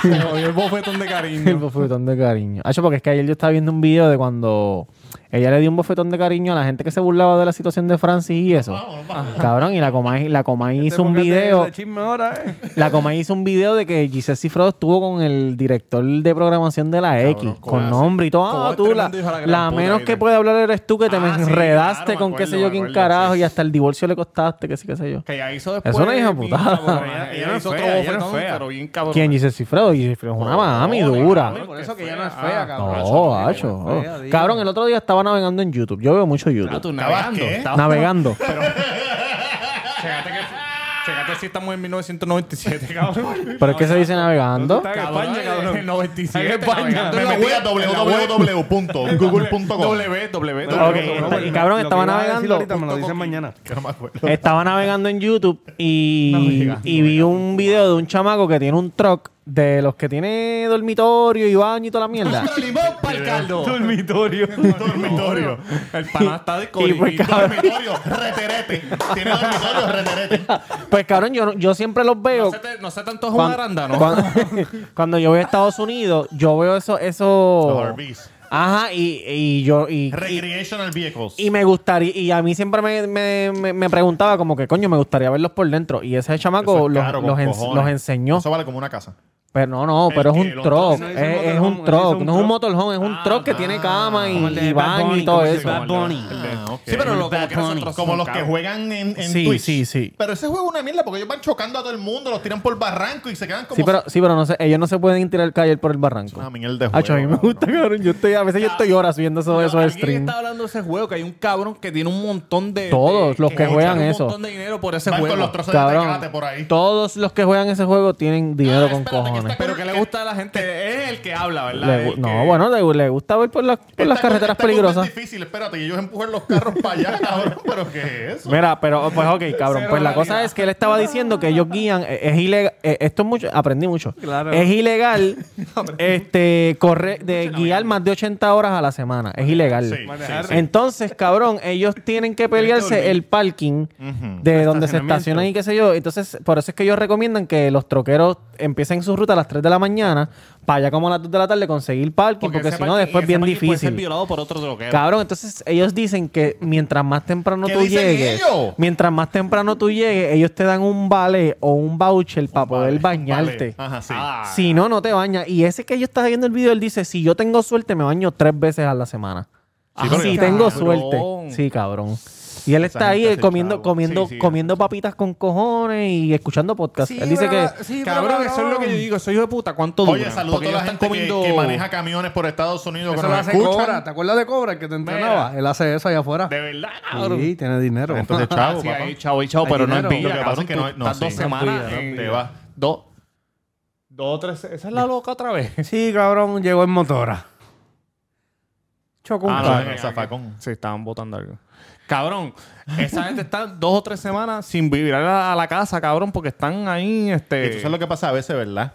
[SPEAKER 10] Se jodió el bofetón de
[SPEAKER 4] El
[SPEAKER 10] cariño.
[SPEAKER 4] bofetón de cariño. Hacho, porque es que ayer yo estaba viendo un video de cuando ella le dio un bofetón de cariño a la gente que se burlaba de la situación de Francis y eso. Ah, Cabrón, y la Comay, la Comay
[SPEAKER 1] Este
[SPEAKER 4] hizo un video.
[SPEAKER 9] chisme ahora, eh.
[SPEAKER 4] La Comay hizo un video de que Giselle Cifrado estuvo con el director de programación de la X,
[SPEAKER 10] Cabrón,
[SPEAKER 4] con
[SPEAKER 10] cobarde.
[SPEAKER 4] nombre y todo. Ah,
[SPEAKER 10] Cobarde
[SPEAKER 1] este
[SPEAKER 4] tú, la,
[SPEAKER 10] tremendo hijo de la gran
[SPEAKER 4] la
[SPEAKER 10] puta,
[SPEAKER 4] menos
[SPEAKER 10] ahí
[SPEAKER 4] que
[SPEAKER 10] de-
[SPEAKER 4] puede hablar eres tú, que te
[SPEAKER 1] Ah,
[SPEAKER 4] me
[SPEAKER 1] sí,
[SPEAKER 4] enredaste
[SPEAKER 1] claro, me
[SPEAKER 4] con qué sé
[SPEAKER 1] acuerdo,
[SPEAKER 4] yo
[SPEAKER 1] me
[SPEAKER 4] quién
[SPEAKER 1] acuerdo,
[SPEAKER 4] carajo
[SPEAKER 1] sí.
[SPEAKER 4] y hasta el divorcio le costaste, que sí, qué sé yo.
[SPEAKER 3] Que ella hizo después.
[SPEAKER 4] Es una hija putada. <laughs>
[SPEAKER 3] Pero Ella, ella
[SPEAKER 9] no
[SPEAKER 3] hizo
[SPEAKER 9] es
[SPEAKER 3] otro
[SPEAKER 9] fea, ella no es
[SPEAKER 3] bofetón,
[SPEAKER 9] fea.
[SPEAKER 3] pero bien cabrón.
[SPEAKER 4] ¿Quién? Giselle Cifrado. Giselle Cifrado es una mami dura.
[SPEAKER 9] Por eso que ella no es fea, cabrón.
[SPEAKER 4] No, hacho.
[SPEAKER 9] buena fea,
[SPEAKER 4] oh.
[SPEAKER 9] digo.
[SPEAKER 4] Cabrón, el otro día estaba navegando en YouTube. Yo veo mucho YouTube.
[SPEAKER 3] Ah, tú
[SPEAKER 1] ¿Estabas
[SPEAKER 3] navegando.
[SPEAKER 1] qué?
[SPEAKER 3] Estabas-
[SPEAKER 4] navegando.
[SPEAKER 3] Chécate que... Chécate si estamos en 1997, cabrón.
[SPEAKER 4] ¿Pero es que se dice navegando?
[SPEAKER 9] Está en España,
[SPEAKER 3] cabrón. En
[SPEAKER 9] cabrón.
[SPEAKER 3] 97.
[SPEAKER 9] Está en España.
[SPEAKER 3] navegando
[SPEAKER 1] Me
[SPEAKER 3] en la
[SPEAKER 1] metí a
[SPEAKER 3] web.
[SPEAKER 1] www.google.com.
[SPEAKER 3] W, W.
[SPEAKER 9] Bueno,
[SPEAKER 4] Ok,
[SPEAKER 9] pero,
[SPEAKER 4] está-
[SPEAKER 9] bueno,
[SPEAKER 4] y cabrón,
[SPEAKER 9] lo que iba a
[SPEAKER 4] estaba
[SPEAKER 9] decir
[SPEAKER 4] navegando.
[SPEAKER 9] ahorita me lo dicen mañana.
[SPEAKER 1] Que no me
[SPEAKER 4] <laughs>
[SPEAKER 1] acuerdo.
[SPEAKER 4] Estaba navegando en YouTube y, y vi un video de un chamaco que tiene un truck de los que tiene dormitorio y baño y toda la mierda.
[SPEAKER 3] <laughs> Limón para el caldo.
[SPEAKER 9] Dormitorio.
[SPEAKER 1] Dormitorio.
[SPEAKER 3] El pana está de
[SPEAKER 4] Y pues,
[SPEAKER 3] coriquito.
[SPEAKER 4] cabrón,
[SPEAKER 1] Dormitorio, reterete. Tiene dormitorio, reterete.
[SPEAKER 4] pues cabrón, yo, no- yo siempre los <laughs> veo.
[SPEAKER 3] No se te- No se tanto es un
[SPEAKER 4] Cuan-
[SPEAKER 3] arándano.
[SPEAKER 4] cuan- <laughs> cuando yo voy a Estados Unidos, yo veo eso,
[SPEAKER 1] Los
[SPEAKER 4] eso.
[SPEAKER 1] RVs.
[SPEAKER 4] Ajá, y, y yo y, y-
[SPEAKER 1] Recreational vehicles.
[SPEAKER 4] Y me gustaría, y a mí siempre me, me- me- me preguntaba como que coño, me gustaría verlos por dentro. Y ese
[SPEAKER 1] Eso
[SPEAKER 4] chamaco
[SPEAKER 1] es
[SPEAKER 4] los,
[SPEAKER 1] caro, con
[SPEAKER 4] los en-
[SPEAKER 1] cojones.
[SPEAKER 4] los enseñó.
[SPEAKER 1] Eso vale como una casa.
[SPEAKER 4] Pero no, no,
[SPEAKER 1] Es
[SPEAKER 4] pero es
[SPEAKER 1] que
[SPEAKER 4] un
[SPEAKER 1] los
[SPEAKER 4] truck.
[SPEAKER 9] trucks- No,
[SPEAKER 4] Es,
[SPEAKER 9] hizo
[SPEAKER 4] es
[SPEAKER 9] un motorhome,
[SPEAKER 4] un
[SPEAKER 9] hizo
[SPEAKER 4] truck.
[SPEAKER 9] un
[SPEAKER 4] No es un
[SPEAKER 9] truck.
[SPEAKER 4] motorhome, es un truck que tiene cama
[SPEAKER 9] como el
[SPEAKER 4] y,
[SPEAKER 9] de
[SPEAKER 4] y
[SPEAKER 9] Bad
[SPEAKER 4] baño
[SPEAKER 9] Bunny,
[SPEAKER 4] y todo
[SPEAKER 9] como el de
[SPEAKER 4] eso.
[SPEAKER 9] Bad Bunny.
[SPEAKER 3] Sí, pero lo como
[SPEAKER 9] Bad
[SPEAKER 3] que nosotros
[SPEAKER 9] Bunny.
[SPEAKER 3] son
[SPEAKER 1] Como los que
[SPEAKER 3] cabros.
[SPEAKER 1] juegan en, en
[SPEAKER 4] Sí,
[SPEAKER 1] Twitch.
[SPEAKER 4] sí, sí.
[SPEAKER 1] Pero ese juego es una mierda porque ellos van chocando a todo el mundo, los tiran por barranco y se quedan como.
[SPEAKER 4] Sí, pero, sí, pero no sé, ellos no se pueden tirar caer por el barranco.
[SPEAKER 1] Una mierda de
[SPEAKER 4] Ah, a mí me
[SPEAKER 1] juego,
[SPEAKER 4] gusta, cabrón. Yo estoy, a veces yo estoy horas viendo eso,
[SPEAKER 3] Pero
[SPEAKER 4] eso de
[SPEAKER 3] alguien
[SPEAKER 4] stream.
[SPEAKER 3] está hablando de ese juego que hay un cabrón que tiene un montón de.
[SPEAKER 4] Todos
[SPEAKER 3] de-
[SPEAKER 4] los que
[SPEAKER 3] le
[SPEAKER 4] juegan
[SPEAKER 3] echaron
[SPEAKER 4] eso.
[SPEAKER 3] Un montón de dinero por ese
[SPEAKER 1] Van
[SPEAKER 3] juego.
[SPEAKER 1] con los trozos de
[SPEAKER 4] Cabrón.
[SPEAKER 1] tecate por ahí.
[SPEAKER 4] Todos los que juegan ese juego tienen dinero
[SPEAKER 1] Ah,
[SPEAKER 4] con
[SPEAKER 1] espérate, que
[SPEAKER 4] cojones.
[SPEAKER 1] está-
[SPEAKER 3] Pero que le gusta a la gente es el que habla, ¿verdad?
[SPEAKER 4] Le gu-
[SPEAKER 3] El
[SPEAKER 4] no,
[SPEAKER 3] que-
[SPEAKER 4] bueno, le, le gusta ver por, las- por las
[SPEAKER 1] Esta-
[SPEAKER 4] carreteras
[SPEAKER 1] esta cosa
[SPEAKER 4] peligrosas.
[SPEAKER 1] este Es difícil, espérate, y ellos empujan los carros para
[SPEAKER 4] <laughs>
[SPEAKER 1] allá, cabrón. Pero ¿qué es eso?
[SPEAKER 4] Mira, pero pues ok, cabrón. Pues la cosa es que él estaba diciendo que ellos guían, eh, es ilegal, eh, esto es mucho, aprendí mucho.
[SPEAKER 9] Claro.
[SPEAKER 4] Es ilegal este correr de guiar más de 80 horas a la semana, es ilegal.
[SPEAKER 1] Sí, sí, sí.
[SPEAKER 4] Entonces, cabrón, ellos tienen que pelearse el parking de donde se estacionan y qué sé yo. Entonces, por eso es que ellos recomiendan que los troqueros empiecen su ruta a las 3 de la mañana para allá como a las 2 de la tarde conseguir parking, porque,
[SPEAKER 3] ese
[SPEAKER 4] si
[SPEAKER 3] parking-
[SPEAKER 4] no después es
[SPEAKER 3] ese
[SPEAKER 4] bien
[SPEAKER 3] parking Puede ser
[SPEAKER 4] difícil.
[SPEAKER 3] violado por otro droguero.
[SPEAKER 4] Cabrón, entonces ellos dicen que mientras más temprano
[SPEAKER 1] ¿Qué
[SPEAKER 4] tú
[SPEAKER 1] dicen
[SPEAKER 4] llegues,
[SPEAKER 1] ellos?
[SPEAKER 4] mientras más temprano tú llegues, ellos te dan un vale o un voucher para poder bañarte.
[SPEAKER 1] Vale. Ajá, sí.
[SPEAKER 3] Ah,
[SPEAKER 4] Si no, no te bañas. Y ese que yo estaba viendo el video, él dice, si yo tengo suerte, me baño tres veces a la semana.
[SPEAKER 1] Sí,
[SPEAKER 4] Ah,
[SPEAKER 1] pero
[SPEAKER 4] si
[SPEAKER 1] ya-
[SPEAKER 4] tengo
[SPEAKER 3] cabrón.
[SPEAKER 4] suerte. Sí, cabrón. Y él
[SPEAKER 1] Esa
[SPEAKER 4] está ahí
[SPEAKER 1] gente
[SPEAKER 4] eh,
[SPEAKER 1] hace
[SPEAKER 4] comiendo,
[SPEAKER 1] chavo.
[SPEAKER 4] comiendo,
[SPEAKER 1] Sí, sí,
[SPEAKER 4] comiendo papitas con cojones y escuchando podcast. él dice que
[SPEAKER 3] Cabrón, eso es lo que yo digo. Soy hijo de puta. ¿Cuánto dura?
[SPEAKER 1] Oye, saludos a toda la gente que- que, maneja camiones por Estados Unidos.
[SPEAKER 9] Eso
[SPEAKER 1] que
[SPEAKER 9] lo
[SPEAKER 1] nos
[SPEAKER 9] hace
[SPEAKER 1] escuchan.
[SPEAKER 9] Cobra. ¿Te acuerdas de Cobra el que te entrenaba? Él hace eso allá afuera.
[SPEAKER 3] De verdad, cabrón.
[SPEAKER 9] Sí, tiene dinero.
[SPEAKER 1] Entonces, chavo,
[SPEAKER 3] Sí,
[SPEAKER 1] papá.
[SPEAKER 3] ahí, chao, ahí, chao,
[SPEAKER 9] Hay
[SPEAKER 3] pero no es
[SPEAKER 9] dinero.
[SPEAKER 1] Lo
[SPEAKER 3] villa,
[SPEAKER 1] que pasa
[SPEAKER 3] cabrón.
[SPEAKER 1] es que no-
[SPEAKER 3] tú
[SPEAKER 1] no,
[SPEAKER 3] estás
[SPEAKER 1] sí.
[SPEAKER 3] dos
[SPEAKER 1] No
[SPEAKER 3] semanas.
[SPEAKER 1] pilla, no
[SPEAKER 3] en-
[SPEAKER 1] pilla. Te vas.
[SPEAKER 3] Dos,
[SPEAKER 1] Ah,
[SPEAKER 3] dos, tres. Esa es la loca otra vez.
[SPEAKER 9] <laughs> Sí, cabrón, llegó en motora. Chocó un
[SPEAKER 3] Ah, no,
[SPEAKER 9] carro.
[SPEAKER 1] en el zafacón.
[SPEAKER 3] Sí, estaban votando algo. Cabrón, esa gente está dos o tres semanas sin vivir a la, a la casa, cabrón, porque están ahí,
[SPEAKER 1] Y tú
[SPEAKER 3] este...
[SPEAKER 1] sabes lo que pasa a veces, ¿verdad?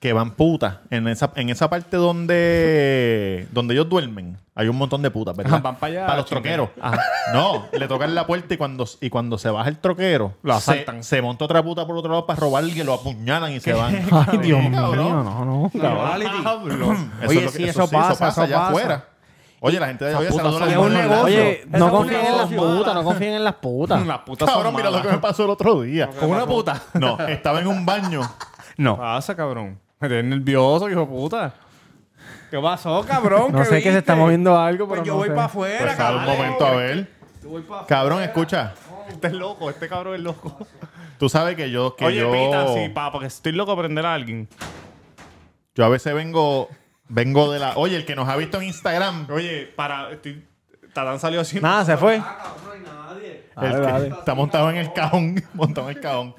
[SPEAKER 1] Que van putas. En esa, en esa parte donde, donde ellos duermen, hay un montón de putas, ¿verdad?
[SPEAKER 3] Ajá, <laughs> van pa' allá,
[SPEAKER 1] Para los
[SPEAKER 3] chingar.
[SPEAKER 1] troqueros. No, le tocan la puerta y cuando, y cuando se baja el troquero,
[SPEAKER 3] Lo
[SPEAKER 1] se-
[SPEAKER 3] asaltan.
[SPEAKER 1] Se, monta otra puta por otro lado para robar y lo apuñalan y se
[SPEAKER 3] <laughs>
[SPEAKER 1] van.
[SPEAKER 4] Ay, Dios
[SPEAKER 1] Sí,
[SPEAKER 4] mío,
[SPEAKER 1] cabrón.
[SPEAKER 4] no, no.
[SPEAKER 1] Eso
[SPEAKER 9] Oye,
[SPEAKER 1] es lo que-
[SPEAKER 9] sí, eso pasa, eso
[SPEAKER 1] allá
[SPEAKER 9] pasa.
[SPEAKER 1] afuera. Oye, la gente de allá
[SPEAKER 3] Esas
[SPEAKER 1] se
[SPEAKER 3] putas
[SPEAKER 1] las
[SPEAKER 3] son
[SPEAKER 1] manos
[SPEAKER 3] un
[SPEAKER 1] en la
[SPEAKER 9] negocio.
[SPEAKER 4] Oye,
[SPEAKER 9] Eso
[SPEAKER 4] no
[SPEAKER 9] es un
[SPEAKER 4] confíen en las
[SPEAKER 9] negocio.
[SPEAKER 4] putas, no confíen en las
[SPEAKER 1] <laughs>
[SPEAKER 4] putas.
[SPEAKER 3] Las putas
[SPEAKER 1] Cabrón,
[SPEAKER 3] son
[SPEAKER 1] mira lo
[SPEAKER 3] malas.
[SPEAKER 1] que me pasó el otro día.
[SPEAKER 3] Con una puta.
[SPEAKER 1] No,
[SPEAKER 9] <laughs>
[SPEAKER 1] estaba en un baño.
[SPEAKER 3] No. pasa, cabrón? Me tienes nervioso, hijo de puta.
[SPEAKER 9] ¿Qué pasó, cabrón?
[SPEAKER 4] No sé que se está moviendo algo, pero
[SPEAKER 9] Pues yo
[SPEAKER 4] no
[SPEAKER 9] voy
[SPEAKER 4] sé.
[SPEAKER 9] para afuera,
[SPEAKER 1] Pues, a un
[SPEAKER 9] cabrón.
[SPEAKER 1] momento a ver.
[SPEAKER 9] Yo voy pa'
[SPEAKER 1] Cabrón,
[SPEAKER 9] afuera.
[SPEAKER 1] escucha.
[SPEAKER 3] <laughs> Este es loco, este cabrón es loco.
[SPEAKER 1] Tú sabes que yo. Que
[SPEAKER 3] Oye,
[SPEAKER 1] yo...
[SPEAKER 3] pita, sí, pa, porque estoy loco a prender a alguien.
[SPEAKER 1] Yo a veces vengo, vengo de la. Oye, el que nos ha visto en Instagram.
[SPEAKER 3] Oye, para... Ah, Estoy... Tatán salió así.
[SPEAKER 4] Nada, se fue.
[SPEAKER 1] el
[SPEAKER 4] Dale,
[SPEAKER 1] que
[SPEAKER 4] dale.
[SPEAKER 1] está montado en el cajón. <laughs> Montado en el cajón.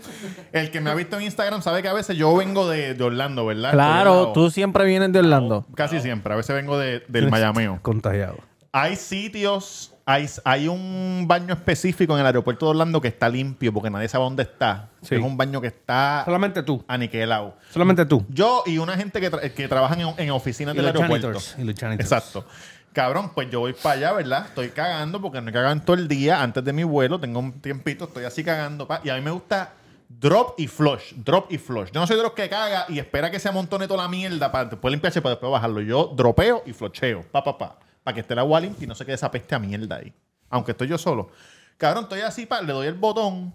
[SPEAKER 1] El que me ha visto en Instagram sabe que a veces yo vengo de, de Orlando, ¿verdad? Estoy
[SPEAKER 4] Claro,
[SPEAKER 1] al
[SPEAKER 4] tú
[SPEAKER 1] lado.
[SPEAKER 4] siempre vienes de Orlando.
[SPEAKER 1] Casi siempre. A veces vengo de- del Mayameo.
[SPEAKER 9] Pues, Contagiado.
[SPEAKER 1] Hay sitios. Hay, hay un baño específico en el aeropuerto de Orlando que está limpio porque nadie sabe dónde está.
[SPEAKER 9] Sí.
[SPEAKER 1] Es un baño que está
[SPEAKER 9] Solamente tú.
[SPEAKER 1] aniquilado.
[SPEAKER 9] Solamente tú.
[SPEAKER 1] Yo y una gente que, tra- que trabajan en, en oficinas
[SPEAKER 9] Y
[SPEAKER 1] del
[SPEAKER 9] los
[SPEAKER 1] aeropuerto.
[SPEAKER 9] janitors, y los janitors.
[SPEAKER 1] Exacto. Cabrón, pues yo voy para allá, ¿verdad? Estoy cagando porque no he cagado en todo el día. Antes de mi vuelo, tengo un tiempito, estoy así cagando. pa, y a mí me gusta Drop y flush, drop y flush. Yo no soy de los que caga y espera que se amontone toda la mierda para después limpiarse para después bajarlo. Yo dropeo y flocheo, pa, pa, pa, para que esté el agua limpia y no se quede esa peste a mierda ahí. Aunque estoy yo solo. Cabrón, estoy así, pa, le doy el botón.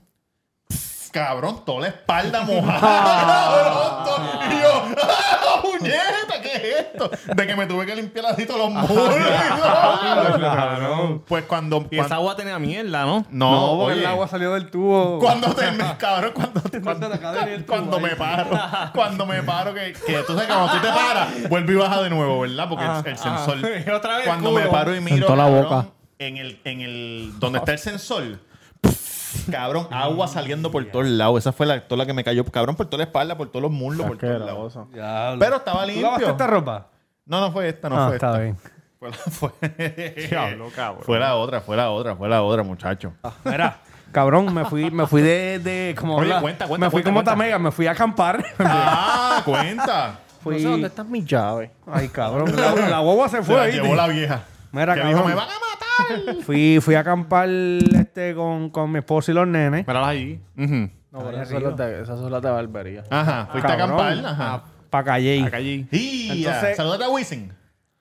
[SPEAKER 1] Pff, Cabrón, toda la espalda mojada. cabrón, todo- y yo, ¡ah, puñeta! ¿Qué es esto? De que me tuve que limpiar así todos los muros.
[SPEAKER 2] <laughs>
[SPEAKER 3] Claro.
[SPEAKER 1] pues cuando.
[SPEAKER 3] Y esa agua tenía mierda, ¿no?
[SPEAKER 1] No,
[SPEAKER 2] No, porque
[SPEAKER 1] oye.
[SPEAKER 2] el agua salió del tubo.
[SPEAKER 1] Cuando te me, cabrón, cuando te-
[SPEAKER 2] Cuando te acaba de venir el tubo
[SPEAKER 1] cuando
[SPEAKER 2] ahí.
[SPEAKER 1] me paro,
[SPEAKER 2] <laughs>
[SPEAKER 1] cuando me paro, que, que tú sabes que cuando tú te paras, vuelve y baja de nuevo, ¿verdad? Porque el- el, sensor.
[SPEAKER 3] Y otra vez,
[SPEAKER 1] cuando
[SPEAKER 3] culo.
[SPEAKER 1] me paro y miro.
[SPEAKER 4] En toda la
[SPEAKER 1] cabrón,
[SPEAKER 4] boca.
[SPEAKER 1] En el, en el. Donde está el
[SPEAKER 2] <laughs>
[SPEAKER 1] sensor. Cabrón, agua saliendo por todos lados. Esa fue la, toda la que me cayó. Cabrón, por toda la espalda, por todos los muslos, por todos lados.
[SPEAKER 2] Diablo.
[SPEAKER 1] Pero estaba
[SPEAKER 2] ¿Tú lavaste
[SPEAKER 1] limpio.
[SPEAKER 2] esta ropa?
[SPEAKER 1] No, no fue esta, no
[SPEAKER 2] ah,
[SPEAKER 1] fue
[SPEAKER 2] está
[SPEAKER 1] esta.
[SPEAKER 2] bien.
[SPEAKER 1] Fue la,
[SPEAKER 2] <laughs>
[SPEAKER 1] fue,
[SPEAKER 3] Diablo, cabrón.
[SPEAKER 1] fue la otra, fue la otra, fue la otra, muchacho.
[SPEAKER 2] Mira, cabrón, me fui, me fui de, de como
[SPEAKER 1] Oye,
[SPEAKER 2] la-
[SPEAKER 1] cuenta, cuenta,
[SPEAKER 2] me fui
[SPEAKER 1] cuenta,
[SPEAKER 2] como
[SPEAKER 1] cuenta.
[SPEAKER 2] Tamega, me fui a
[SPEAKER 4] <laughs>
[SPEAKER 2] acampar.
[SPEAKER 1] Ah, cuenta.
[SPEAKER 4] No sé dónde están mis llaves.
[SPEAKER 2] Ay, cabrón, la, la guagua se
[SPEAKER 1] Se
[SPEAKER 2] fue
[SPEAKER 1] la
[SPEAKER 2] ahí.
[SPEAKER 1] llevó la vieja.
[SPEAKER 2] Mira,
[SPEAKER 1] que
[SPEAKER 2] cabrón.
[SPEAKER 1] dijo, me van a
[SPEAKER 2] <laughs>
[SPEAKER 1] matar.
[SPEAKER 2] Fui, fui a acampar este con, con mi esposo y los nenes.
[SPEAKER 3] Míralas allí.
[SPEAKER 4] No, pero esas son, las de, esas son las de barbería.
[SPEAKER 1] Ajá, fuiste a acampar. Ajá.
[SPEAKER 2] Para Calley.
[SPEAKER 3] Acá allí.
[SPEAKER 1] Y
[SPEAKER 2] Entonces-
[SPEAKER 1] saludate a Wisin.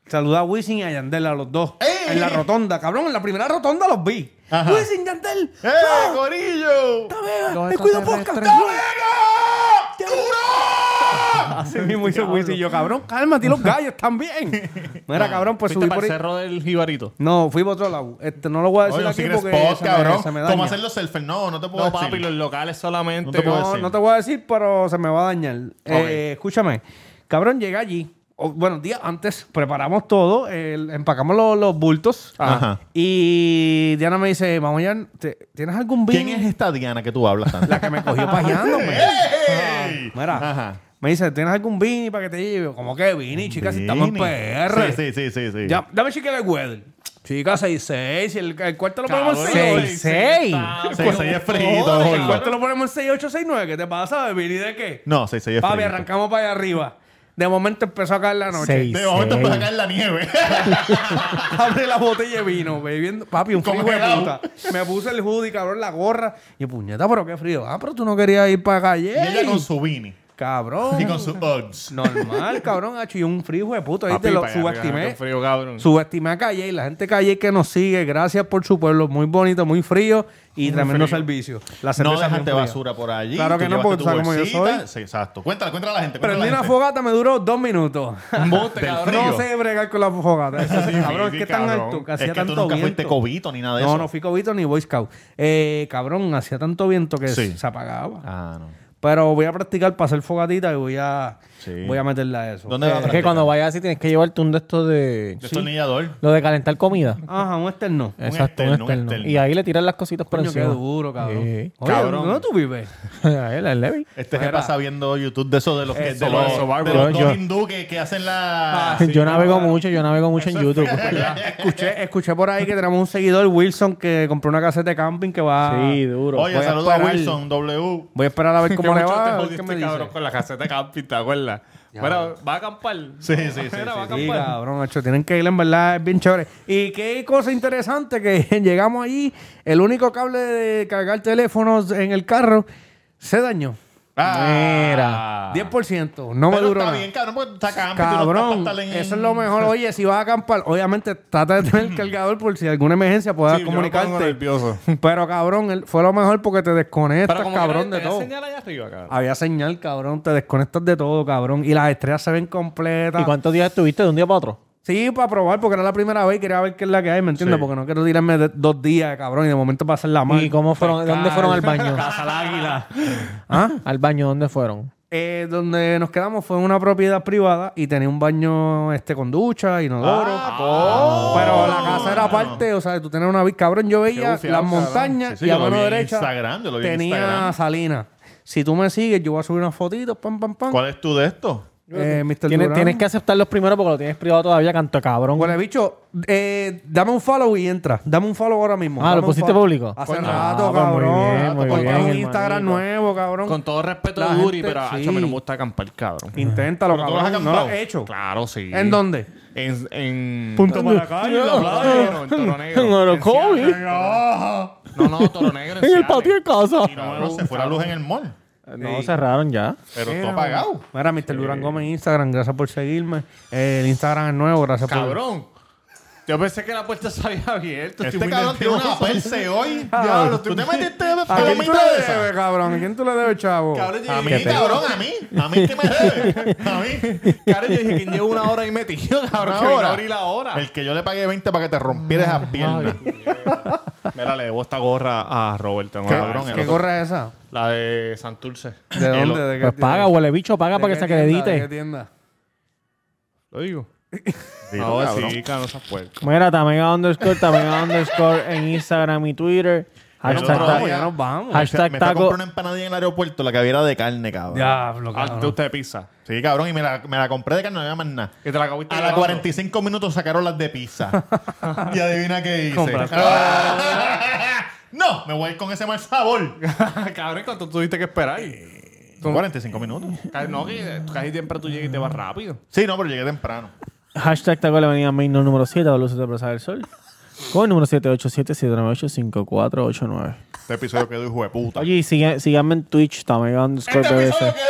[SPEAKER 2] Saluda a Wisin y a Yandel, a los dos.
[SPEAKER 1] ¡Ey!
[SPEAKER 2] En la rotonda, cabrón, en la primera rotonda los vi.
[SPEAKER 1] ¡Eh! Ajá.
[SPEAKER 2] Wisin, Yandel.
[SPEAKER 1] ¡Eh,
[SPEAKER 2] ¡Ah!
[SPEAKER 1] Corillo!
[SPEAKER 2] Tamega, ¡El cuido podcast! ¡Tamega! Así mismo hizo Wisin y yo, cabrón, cálmate, y los gallos
[SPEAKER 1] <laughs>
[SPEAKER 2] también. Mira, cabrón, pues
[SPEAKER 3] Fuiste
[SPEAKER 2] subí
[SPEAKER 3] para
[SPEAKER 2] por
[SPEAKER 3] el
[SPEAKER 2] ahí.
[SPEAKER 3] cerro del jibarito.
[SPEAKER 2] No, fui para otro lado. Este, no lo voy a decir
[SPEAKER 1] Oye, no
[SPEAKER 2] aquí
[SPEAKER 1] sigues
[SPEAKER 2] porque
[SPEAKER 1] spot,
[SPEAKER 2] se me-
[SPEAKER 1] cabrón.
[SPEAKER 2] se me
[SPEAKER 1] ¿Cómo
[SPEAKER 2] daña.
[SPEAKER 1] hacer los selfies? No, no te puedo
[SPEAKER 3] No,
[SPEAKER 1] decir.
[SPEAKER 3] papi, los locales solamente.
[SPEAKER 1] No te puedo
[SPEAKER 2] No,
[SPEAKER 1] decir.
[SPEAKER 2] no te voy a decir, pero se me va a dañar. Eh, escúchame, cabrón, llegué allí. O, bueno, días antes preparamos todo, eh, empacamos los, los bultos. ah,
[SPEAKER 1] Ajá.
[SPEAKER 2] Y Diana me dice, vamos ya, ¿tienes algún vino?
[SPEAKER 1] ¿Quién es esta Diana que tú hablas tanto?
[SPEAKER 2] La que me
[SPEAKER 1] <laughs>
[SPEAKER 2] cogió pajeándome. Ah,
[SPEAKER 1] ¡Ey!
[SPEAKER 2] Mira,
[SPEAKER 1] Ajá.
[SPEAKER 2] me dice, ¿tienes algún vini para que te lleve? Como que vini, chicas, si estamos en
[SPEAKER 1] Vini.
[SPEAKER 2] PR.
[SPEAKER 1] Sí, sí, sí, sí. sí.
[SPEAKER 2] Ya, dame chica el weather. Chica, 6-6. Si el, el cuarto lo
[SPEAKER 3] Cabrón,
[SPEAKER 2] ponemos en 6
[SPEAKER 3] seis,
[SPEAKER 2] 6
[SPEAKER 1] Sí, sí, es frío,
[SPEAKER 2] El
[SPEAKER 1] gordo.
[SPEAKER 2] cuarto lo ponemos en 6-8-6-9. ¿Qué te pasa, Vini? ¿De qué?
[SPEAKER 1] No, sí, sí, es
[SPEAKER 2] Papi,
[SPEAKER 1] frío.
[SPEAKER 2] arrancamos para allá arriba. De momento empezó a caer la noche.
[SPEAKER 11] Seis.
[SPEAKER 1] De momento empezó a caer la nieve.
[SPEAKER 2] <laughs>
[SPEAKER 1] <laughs>
[SPEAKER 2] Abre la botella de vino, bebiendo. Papi, un frío de
[SPEAKER 1] Congelado.
[SPEAKER 2] puta. Me puse el hoodie, cabrón, la gorra. Y puñeta, pero qué frío. Ah, pero tú no querías ir para calle.
[SPEAKER 1] y ella con su Vini.
[SPEAKER 2] Cabrón.
[SPEAKER 1] Y con su Uggs.
[SPEAKER 2] Normal, cabrón, hacho. Y un frío de puta. Ahí
[SPEAKER 3] Papi,
[SPEAKER 2] te lo
[SPEAKER 3] para allá arriba,
[SPEAKER 2] subestimé.
[SPEAKER 3] qué frío, cabrón.
[SPEAKER 2] Subestimé a Calle y la gente de Calle que nos sigue. Gracias por su pueblo. Muy bonito, muy frío y tremendo servicio. La cerveza
[SPEAKER 1] No
[SPEAKER 2] bien
[SPEAKER 1] dejaste
[SPEAKER 2] fría.
[SPEAKER 1] basura por allí.
[SPEAKER 2] Claro que no,
[SPEAKER 1] llevaste
[SPEAKER 2] porque
[SPEAKER 1] tu
[SPEAKER 2] tú sabes cómo yo
[SPEAKER 1] bolsita.
[SPEAKER 2] soy.
[SPEAKER 1] Sí, exacto. Cuéntale, cuéntale a la gente.
[SPEAKER 2] Prendí
[SPEAKER 1] cuéntale a
[SPEAKER 2] una
[SPEAKER 1] la
[SPEAKER 2] fogata, me duró dos
[SPEAKER 1] <laughs>
[SPEAKER 2] minutos.
[SPEAKER 1] gente. Del frío.
[SPEAKER 2] No sé bregar con la fogata. Eso sí,
[SPEAKER 1] Sí,
[SPEAKER 2] cabrón,
[SPEAKER 1] sí,
[SPEAKER 2] es que tan
[SPEAKER 1] cabrón.
[SPEAKER 2] alto que
[SPEAKER 1] Es que
[SPEAKER 2] hacía tanto
[SPEAKER 1] tú nunca fuiste
[SPEAKER 2] viento.
[SPEAKER 1] cobito ni nada de
[SPEAKER 2] no,
[SPEAKER 1] eso.
[SPEAKER 2] no fui cobito ni boy scout. Eh, cabrón, hacía tanto viento que
[SPEAKER 1] Sí.
[SPEAKER 2] se apagaba.
[SPEAKER 1] Ah, no.
[SPEAKER 2] Pero voy a practicar para hacer fogatita y voy a,
[SPEAKER 1] Sí.
[SPEAKER 2] voy a meterla a eso. Eh,
[SPEAKER 1] ¿Dónde va a
[SPEAKER 4] Es que
[SPEAKER 1] practicar?
[SPEAKER 4] cuando vayas así tienes que llevarte un de estos de...
[SPEAKER 1] Destornillador.
[SPEAKER 4] Lo de calentar comida.
[SPEAKER 2] Ajá, un externo.
[SPEAKER 4] Exacto, un
[SPEAKER 1] externo, un
[SPEAKER 4] externo.
[SPEAKER 1] externo.
[SPEAKER 4] Y ahí le tiran las cositas por
[SPEAKER 2] Coño, qué
[SPEAKER 4] encima.
[SPEAKER 2] duro, cabrón.
[SPEAKER 4] Sí.
[SPEAKER 2] Oye,
[SPEAKER 3] Cabrón.
[SPEAKER 2] ¿Dónde tú vives?
[SPEAKER 4] <laughs> Ahí, el Levi.
[SPEAKER 1] Este que pasa viendo YouTube de esos de los, que, de
[SPEAKER 3] Eso,
[SPEAKER 1] los,
[SPEAKER 3] eso,
[SPEAKER 1] de
[SPEAKER 3] bárbaro.
[SPEAKER 1] los
[SPEAKER 4] Yo-
[SPEAKER 1] dos
[SPEAKER 4] yo-
[SPEAKER 1] hindú que, que hacen la.
[SPEAKER 4] yo navego mucho, yo navego mucho en YouTube.
[SPEAKER 2] escuché, escuché por ahí que tenemos un seguidor, Wilson, que compró una caseta de camping que va...
[SPEAKER 4] sí, duro.
[SPEAKER 1] Oye,
[SPEAKER 2] Voy a
[SPEAKER 1] saludos a
[SPEAKER 2] esperar.
[SPEAKER 1] Wilson W.
[SPEAKER 2] Voy a esperar a ver cómo
[SPEAKER 3] Como
[SPEAKER 2] le
[SPEAKER 3] mucho
[SPEAKER 2] va. a
[SPEAKER 3] te
[SPEAKER 2] ver qué me
[SPEAKER 3] jodiste,
[SPEAKER 2] dice.
[SPEAKER 3] cabrón, con la caseta de camping, ¿te acuerdas? Bueno, va a acampar.
[SPEAKER 1] Sí, sí, sí,
[SPEAKER 3] Mira,
[SPEAKER 1] sí,
[SPEAKER 3] va a
[SPEAKER 2] Sí,
[SPEAKER 3] acampar.
[SPEAKER 2] cabrón, macho, tienen que ir, en verdad, es bien chévere. Y qué cosa interesante que <laughs> llegamos allí, el único cable de cargar teléfonos en el carro se dañó.
[SPEAKER 1] Ah.
[SPEAKER 2] 10%, no me
[SPEAKER 1] Pero
[SPEAKER 2] duró
[SPEAKER 1] está
[SPEAKER 2] nada.
[SPEAKER 1] bien, cabrón, porque está camping, tú no estás
[SPEAKER 2] Cabrón,
[SPEAKER 1] para estar en-
[SPEAKER 2] eso es lo mejor. Oye, si vas a acampar, obviamente trata de tener el cargador por si alguna emergencia puedas
[SPEAKER 3] Sí, yo me pongo
[SPEAKER 2] comunicarte.
[SPEAKER 3] nervioso.
[SPEAKER 2] <laughs> Pero cabrón, él- fue lo mejor porque te desconectas,
[SPEAKER 3] como
[SPEAKER 2] cabrón,
[SPEAKER 3] que
[SPEAKER 2] de
[SPEAKER 3] te
[SPEAKER 2] todo.
[SPEAKER 3] señal allá arriba, cabrón.
[SPEAKER 2] Había señal, cabrón, te desconectas de todo, cabrón. Y las estrellas se ven completas.
[SPEAKER 4] ¿Y cuántos días estuviste de un día para otro?
[SPEAKER 2] Sí, para probar, porque era la primera vez y quería ver qué es la que hay, ¿me entiendes?
[SPEAKER 1] Sí.
[SPEAKER 2] Porque no quiero tirarme de- dos días, cabrón, y de momento pasarla mal.
[SPEAKER 4] ¿Y cómo fueron?
[SPEAKER 2] Pescar.
[SPEAKER 4] ¿Dónde fueron al baño?
[SPEAKER 2] Casa del Águila. <laughs> ¿Ah?
[SPEAKER 4] Al baño, ¿dónde fueron?
[SPEAKER 2] Eh, donde nos quedamos fue en una propiedad privada y tenía un baño este con ducha, inodoro.
[SPEAKER 1] Ah,
[SPEAKER 2] Pero la casa era aparte, o sea, tú tenías una... vi- Cabrón, yo veía
[SPEAKER 1] bufiado,
[SPEAKER 2] las
[SPEAKER 1] cabrón.
[SPEAKER 2] montañas
[SPEAKER 1] Sí, sí,
[SPEAKER 2] y
[SPEAKER 1] yo
[SPEAKER 2] a
[SPEAKER 1] lo
[SPEAKER 2] mano
[SPEAKER 1] vi en
[SPEAKER 2] derecha
[SPEAKER 1] Instagram, yo lo vi en Instagram.
[SPEAKER 2] tenía salina. Si tú me sigues, yo voy a subir unas fotitos, pam, pam, pam.
[SPEAKER 1] ¿Cuál es tu de esto?
[SPEAKER 2] Eh, Mr.
[SPEAKER 4] Tienes,
[SPEAKER 2] Durán.
[SPEAKER 4] tienes que aceptarlos primero porque lo tienes privado todavía, canto de cabrón.
[SPEAKER 2] Huele bicho, eh, dame un follow y entra. Dame un follow ahora mismo.
[SPEAKER 4] Ah,
[SPEAKER 2] Dame
[SPEAKER 4] ¿lo
[SPEAKER 2] un
[SPEAKER 4] pusiste
[SPEAKER 2] follow.
[SPEAKER 4] público?
[SPEAKER 2] Hace
[SPEAKER 4] Coño.
[SPEAKER 2] rato,
[SPEAKER 4] Ah, muy
[SPEAKER 2] cabrón.
[SPEAKER 4] bien, muy
[SPEAKER 2] Porque
[SPEAKER 4] bien,
[SPEAKER 2] es un
[SPEAKER 4] hermanito.
[SPEAKER 2] Instagram nuevo, cabrón.
[SPEAKER 3] Con todo respeto
[SPEAKER 2] La
[SPEAKER 3] de Duri,
[SPEAKER 2] gente,
[SPEAKER 3] pero
[SPEAKER 2] sí.
[SPEAKER 3] acho, a mí no me gusta acampar, cabrón.
[SPEAKER 2] Inténtalo,
[SPEAKER 1] Pero tú lo has
[SPEAKER 2] cabrón. No lo
[SPEAKER 1] acampado.
[SPEAKER 2] he hecho.
[SPEAKER 3] Claro, sí.
[SPEAKER 2] ¿En dónde?
[SPEAKER 3] En... en...
[SPEAKER 4] Punto
[SPEAKER 3] en
[SPEAKER 4] en-
[SPEAKER 3] Guadalajara, en la playa, no, en Toro Negro.
[SPEAKER 4] En Orocovi.
[SPEAKER 3] Sierra Nevada. No, no, Toro Negro.
[SPEAKER 4] <laughs> En el
[SPEAKER 3] Seattle.
[SPEAKER 4] patio de casa.
[SPEAKER 1] Cabrón, se fue la luz en el mall.
[SPEAKER 4] No, cerraron ya.
[SPEAKER 1] Pero
[SPEAKER 9] Mira,
[SPEAKER 1] todo pagado.
[SPEAKER 9] mano. Mira, Mr. Durán Gómez en Instagram, gracias por seguirme. Eh, el Instagram es nuevo, gracias por.
[SPEAKER 3] Cabrón. Yo pensé que la puerta se había abierto.
[SPEAKER 1] Este cabrón tiene una perse hoy.
[SPEAKER 3] Ah.
[SPEAKER 9] Cabrón.
[SPEAKER 1] Diablo, tú te metiste de
[SPEAKER 9] ¿A quién tú
[SPEAKER 1] palomita
[SPEAKER 9] le
[SPEAKER 1] de esa.
[SPEAKER 9] debes, cabrón? ¿A quién tú le debes, chavo? Ah,
[SPEAKER 1] A mí, cabrón, a mí. A mí que me debe. A mí.
[SPEAKER 3] Cabrón, yo dije que llevo una hora y metido, cabrón.
[SPEAKER 1] Una
[SPEAKER 3] que vino
[SPEAKER 1] hora.
[SPEAKER 3] a abrir la hora.
[SPEAKER 1] El que yo le pagué 20 para que te rompieras las piernas.
[SPEAKER 3] Mira, le debo esta gorra a Roberto.
[SPEAKER 1] Cabrón, el
[SPEAKER 9] ¿Qué
[SPEAKER 1] otro-
[SPEAKER 9] gorra es esa?
[SPEAKER 3] La de Santurce.
[SPEAKER 9] ¿De dónde? ¿De qué
[SPEAKER 4] Pues paga,
[SPEAKER 9] tienda?
[SPEAKER 4] huele bicho, paga
[SPEAKER 9] ¿De
[SPEAKER 4] para
[SPEAKER 9] qué
[SPEAKER 4] que se
[SPEAKER 9] tienda? ¿De qué
[SPEAKER 4] acredite.
[SPEAKER 9] tienda?
[SPEAKER 3] Lo digo.
[SPEAKER 1] Dilo,
[SPEAKER 3] No,
[SPEAKER 1] cabrón.
[SPEAKER 3] sí, cabrón, esa puerta.
[SPEAKER 4] Mira, Tamega underscore, Tamega underscore en Instagram y Twitter.
[SPEAKER 1] Pero
[SPEAKER 4] Hashtag,
[SPEAKER 1] no,
[SPEAKER 4] ta-
[SPEAKER 1] no, ya no.
[SPEAKER 9] vamos.
[SPEAKER 1] O sea,
[SPEAKER 4] hashtag
[SPEAKER 1] me fui a comprar
[SPEAKER 4] taco.
[SPEAKER 1] una empanadilla en el aeropuerto, la que había era de carne, cabrón.
[SPEAKER 9] Diablo,
[SPEAKER 3] Ah, de
[SPEAKER 9] cabrón.
[SPEAKER 3] usted pizza.
[SPEAKER 1] Sí, cabrón, y me la, me la compré de carne, no había más nada.
[SPEAKER 3] Que te la acabaste
[SPEAKER 1] A las
[SPEAKER 3] llevando.
[SPEAKER 1] <laughs> 45 minutos sacaron las de pizza. y adivina qué <laughs> hice.
[SPEAKER 9] Compraste.
[SPEAKER 1] Ah. no, me voy a ir con ese mal sabor.
[SPEAKER 3] <laughs> cabrón, ¿cuánto tuviste que esperar?
[SPEAKER 1] Son 45 minutos.
[SPEAKER 3] Ca- No, que casi siempre tú llegas y te vas rápido.
[SPEAKER 1] Sí, no, pero llegué temprano.
[SPEAKER 4] Hashtag taco de la avenida Main, no número 7, Luces de Plaza del Sol. Con el número 787-798-5489.
[SPEAKER 1] Este episodio quedó hijo de puta.
[SPEAKER 4] Oye, y sigue- síganme en Twitch, Tamega underscore
[SPEAKER 1] este episodio
[SPEAKER 4] TVC.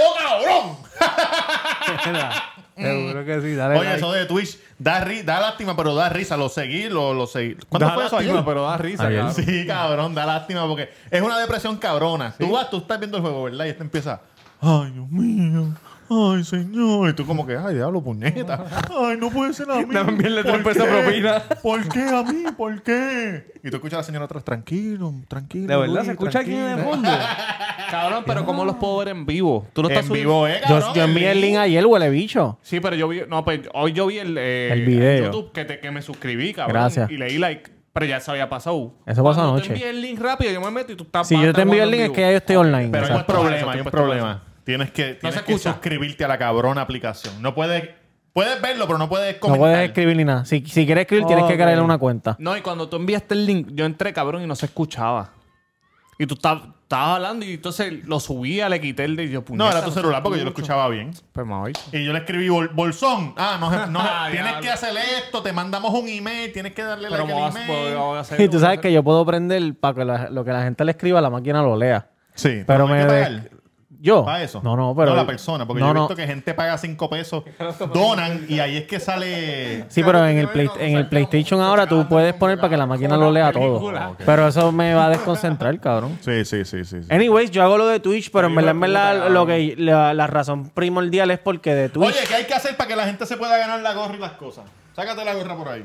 [SPEAKER 1] quedó cabrón.
[SPEAKER 9] Seguro que sí, dale.
[SPEAKER 1] Oye,
[SPEAKER 9] like.
[SPEAKER 1] eso de Twitch da, ri- da lástima, pero da risa. Lo seguí, lo, lo seguí. ¿Cuándo
[SPEAKER 3] Da
[SPEAKER 1] fue eso
[SPEAKER 3] lástima,
[SPEAKER 1] ayer?
[SPEAKER 3] pero da risa,
[SPEAKER 1] Ayer.
[SPEAKER 3] cabrón.
[SPEAKER 1] Sí, cabrón, da lástima porque es una depresión cabrona. Tú vas, tú estás viendo el juego, ¿verdad? Y este empieza. Ay, Dios mío. Ay, señor. Y tú como que, ay, diablo, puñeta. Ay, no puede ser a mí.
[SPEAKER 3] También le
[SPEAKER 1] ¿Por
[SPEAKER 3] tres pesos
[SPEAKER 1] qué?
[SPEAKER 3] propina.
[SPEAKER 1] ¿Por qué a mí? ¿Por qué? Y tú escuchas a la señora atrás, tranquilo, tranquilo.
[SPEAKER 9] De verdad,
[SPEAKER 1] Luis,
[SPEAKER 9] se escucha aquí de
[SPEAKER 1] tranquilo".
[SPEAKER 9] fondo.
[SPEAKER 3] Cabrón, pero ¿cómo los puedo ver en vivo? Tú lo estás
[SPEAKER 1] En
[SPEAKER 3] subiendo-
[SPEAKER 1] vivo, eh,
[SPEAKER 4] Yo,
[SPEAKER 1] cabrón.
[SPEAKER 4] yo envié el link ayer, huele bicho.
[SPEAKER 3] Sí, pero yo vi. No, pues hoy yo vi el. eh,
[SPEAKER 4] El video.
[SPEAKER 3] YouTube que, te- que me suscribí, cabrón.
[SPEAKER 4] Gracias.
[SPEAKER 3] Y leí like. Pero ya se había pasado.
[SPEAKER 4] Eso pasó
[SPEAKER 3] Cuando te
[SPEAKER 4] anoche.
[SPEAKER 3] envié el link rápido, yo me meto y tú estás.
[SPEAKER 4] Si yo te envío el link es que ya yo estoy online.
[SPEAKER 1] Pero hay un
[SPEAKER 4] exacto.
[SPEAKER 1] problema,
[SPEAKER 3] Exacto,
[SPEAKER 1] hay un
[SPEAKER 3] pues, todo
[SPEAKER 1] problema. Tienes que, tienes
[SPEAKER 3] se
[SPEAKER 1] que
[SPEAKER 3] escucha.
[SPEAKER 1] suscribirte a la cabrona aplicación. No puedes, puedes verlo, pero no puedes
[SPEAKER 4] no
[SPEAKER 1] comentar.
[SPEAKER 4] puedes escribir ni nada. Si, si quieres escribir, tienes que
[SPEAKER 9] Ok.
[SPEAKER 4] crearle una cuenta.
[SPEAKER 3] No, y cuando tú enviaste el link, yo entré, cabrón, y no se escuchaba. Y tú estabas, estabas hablando y entonces lo subía, le quité el de yo
[SPEAKER 1] No,
[SPEAKER 3] puñeta,
[SPEAKER 1] era tu
[SPEAKER 3] se
[SPEAKER 1] celular porque yo lo
[SPEAKER 3] escucha.
[SPEAKER 1] escuchaba bien.
[SPEAKER 3] Pues me voy.
[SPEAKER 1] Y yo le escribí bol- bolsón. Ah, no, se-
[SPEAKER 3] <laughs>
[SPEAKER 1] no, se-
[SPEAKER 3] Ah,
[SPEAKER 1] tienes
[SPEAKER 3] diablo.
[SPEAKER 1] que hacer esto, te mandamos un email, tienes que darle
[SPEAKER 3] Pero
[SPEAKER 1] like
[SPEAKER 3] me
[SPEAKER 1] al
[SPEAKER 3] vas- voy-
[SPEAKER 1] email.
[SPEAKER 3] voy a hacer-
[SPEAKER 4] <laughs> Y tú sabes que yo puedo prender para que la- lo que la gente le escriba, la máquina lo lea.
[SPEAKER 1] Sí,
[SPEAKER 4] Pero
[SPEAKER 1] no hay
[SPEAKER 4] me.
[SPEAKER 1] que
[SPEAKER 4] de-
[SPEAKER 1] pagar.
[SPEAKER 4] ¿Yo?
[SPEAKER 1] ¿Para eso?
[SPEAKER 4] No, no, pero.
[SPEAKER 1] No, la persona, porque
[SPEAKER 4] No,
[SPEAKER 1] yo he
[SPEAKER 4] no.
[SPEAKER 1] visto que gente paga 5 pesos, donan, y ahí es que sale...
[SPEAKER 4] Sí, pero en el, Play- en el PlayStation ahora tú puedes poner para que la máquina lo lea todo. Pero eso me va a desconcentrar, cabrón.
[SPEAKER 1] Sí, sí, sí, sí. sí.
[SPEAKER 4] Anyways, yo hago lo de Twitch, pero en verdad, en verdad, lo que, la, la razón primordial es porque de Twitch.
[SPEAKER 1] Oye, ¿qué hay que hacer para que la gente se pueda ganar la gorra y las cosas? Sácate la gorra por ahí.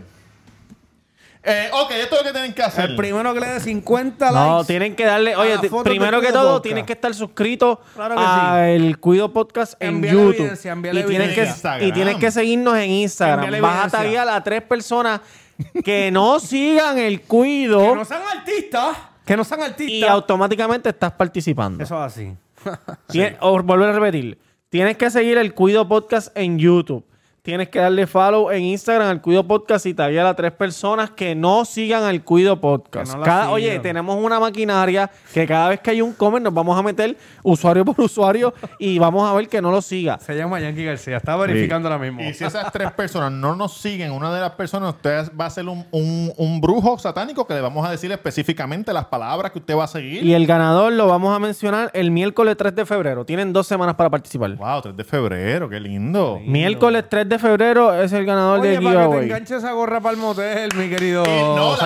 [SPEAKER 1] Eh, ok, esto es lo que tienen que
[SPEAKER 9] <laughs>
[SPEAKER 1] hacer.
[SPEAKER 9] El primero que le dé 50
[SPEAKER 4] no,
[SPEAKER 9] likes.
[SPEAKER 4] tienen que darle. Oye,
[SPEAKER 9] la
[SPEAKER 4] te-
[SPEAKER 9] foto del
[SPEAKER 4] primero que
[SPEAKER 9] Cuido
[SPEAKER 4] todo,
[SPEAKER 9] Podcast.
[SPEAKER 4] tienes que estar suscrito
[SPEAKER 9] Claro que
[SPEAKER 4] a el Cuido Podcast en
[SPEAKER 9] Envíale
[SPEAKER 4] YouTube.
[SPEAKER 9] evidencia, envíale
[SPEAKER 4] y, tienes
[SPEAKER 1] evidencia.
[SPEAKER 4] que,
[SPEAKER 1] Instagram.
[SPEAKER 4] y tienes que seguirnos en Instagram.
[SPEAKER 9] Envíale
[SPEAKER 4] Vas a
[SPEAKER 9] evidencia.
[SPEAKER 4] taggear a tres personas que
[SPEAKER 9] <laughs>
[SPEAKER 4] no sigan el Cuido.
[SPEAKER 9] Que no sean artistas. Que no sean artistas.
[SPEAKER 4] y automáticamente estás participando.
[SPEAKER 9] Eso es así.
[SPEAKER 4] Tien- O volver a repetir. Tienes que seguir el Cuido Podcast en YouTube. Tienes que darle follow en Instagram al Cuido Podcast y taggear a tres personas que no sigan al Cuido Podcast.
[SPEAKER 9] Que no la
[SPEAKER 4] Cada-
[SPEAKER 9] sigan.
[SPEAKER 4] oye, tenemos una maquinaria que cada vez que hay un comment nos vamos a meter usuario por usuario y vamos a ver que no lo siga.
[SPEAKER 9] Se llama Yankee García. Está verificando ahora mismo.
[SPEAKER 1] Y si esas tres personas no nos siguen, una de las personas, usted va a ser un, un- un brujo satánico que le vamos a decir específicamente las palabras que usted va a seguir.
[SPEAKER 4] Y el ganador lo vamos a mencionar el miércoles 3 de febrero. Tienen dos semanas para participar.
[SPEAKER 1] Wow, 3 de febrero, qué lindo.
[SPEAKER 4] Miércoles 3 de febrero es el ganador
[SPEAKER 9] Oye,
[SPEAKER 4] del
[SPEAKER 9] para que te
[SPEAKER 4] giveaway.
[SPEAKER 9] enganche esa gorra para el motel, mi querido.
[SPEAKER 1] Y no, la gorra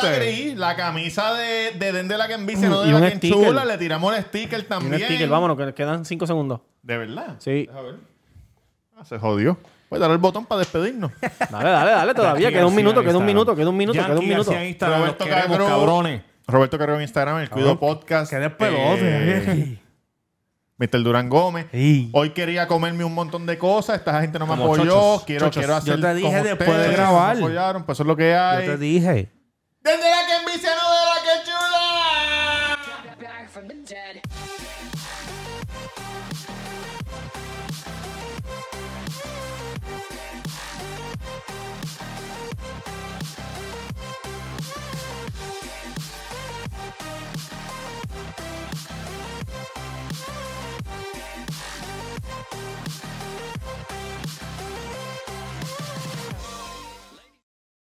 [SPEAKER 9] Saltamonte.
[SPEAKER 1] gris, la camisa de, de Den de la que envicia, no de
[SPEAKER 4] Mm, Y un
[SPEAKER 1] la que
[SPEAKER 4] sticker.
[SPEAKER 1] chula, le tiramos el sticker
[SPEAKER 4] Y
[SPEAKER 1] también.
[SPEAKER 4] un sticker, vámonos, que quedan 5 segundos.
[SPEAKER 1] ¿De verdad?
[SPEAKER 4] Sí.
[SPEAKER 1] Deja ver. Ah, se jodió. Voy a dar el botón para despedirnos.
[SPEAKER 4] <laughs> Dale, dale, dale, todavía. Queda un minuto, queda un minuto, queda un minuto, queda un
[SPEAKER 3] Yankee
[SPEAKER 4] minuto.
[SPEAKER 3] García en Instagram, los
[SPEAKER 1] Roberto
[SPEAKER 3] queremos,
[SPEAKER 1] Cagro.
[SPEAKER 3] cabrones.
[SPEAKER 1] Roberto Carrero en Instagram, el Cuido Podcast.
[SPEAKER 9] Qué despelote.
[SPEAKER 1] eh, Mr. Durán Gómez.
[SPEAKER 9] Sí.
[SPEAKER 1] Hoy quería comerme un montón de cosas. Esta gente no me
[SPEAKER 3] Como
[SPEAKER 1] apoyó.
[SPEAKER 3] chochos,
[SPEAKER 1] quiero,
[SPEAKER 3] chochos.
[SPEAKER 1] quiero hacer
[SPEAKER 9] Yo te dije
[SPEAKER 1] con
[SPEAKER 9] después
[SPEAKER 1] ustedes,
[SPEAKER 9] de
[SPEAKER 1] me
[SPEAKER 9] grabar.
[SPEAKER 1] apoyaron, pues eso es lo que hay.
[SPEAKER 9] Yo te dije.
[SPEAKER 1] Desde la que envicia, no de la que chula.
[SPEAKER 5] Back from the dead.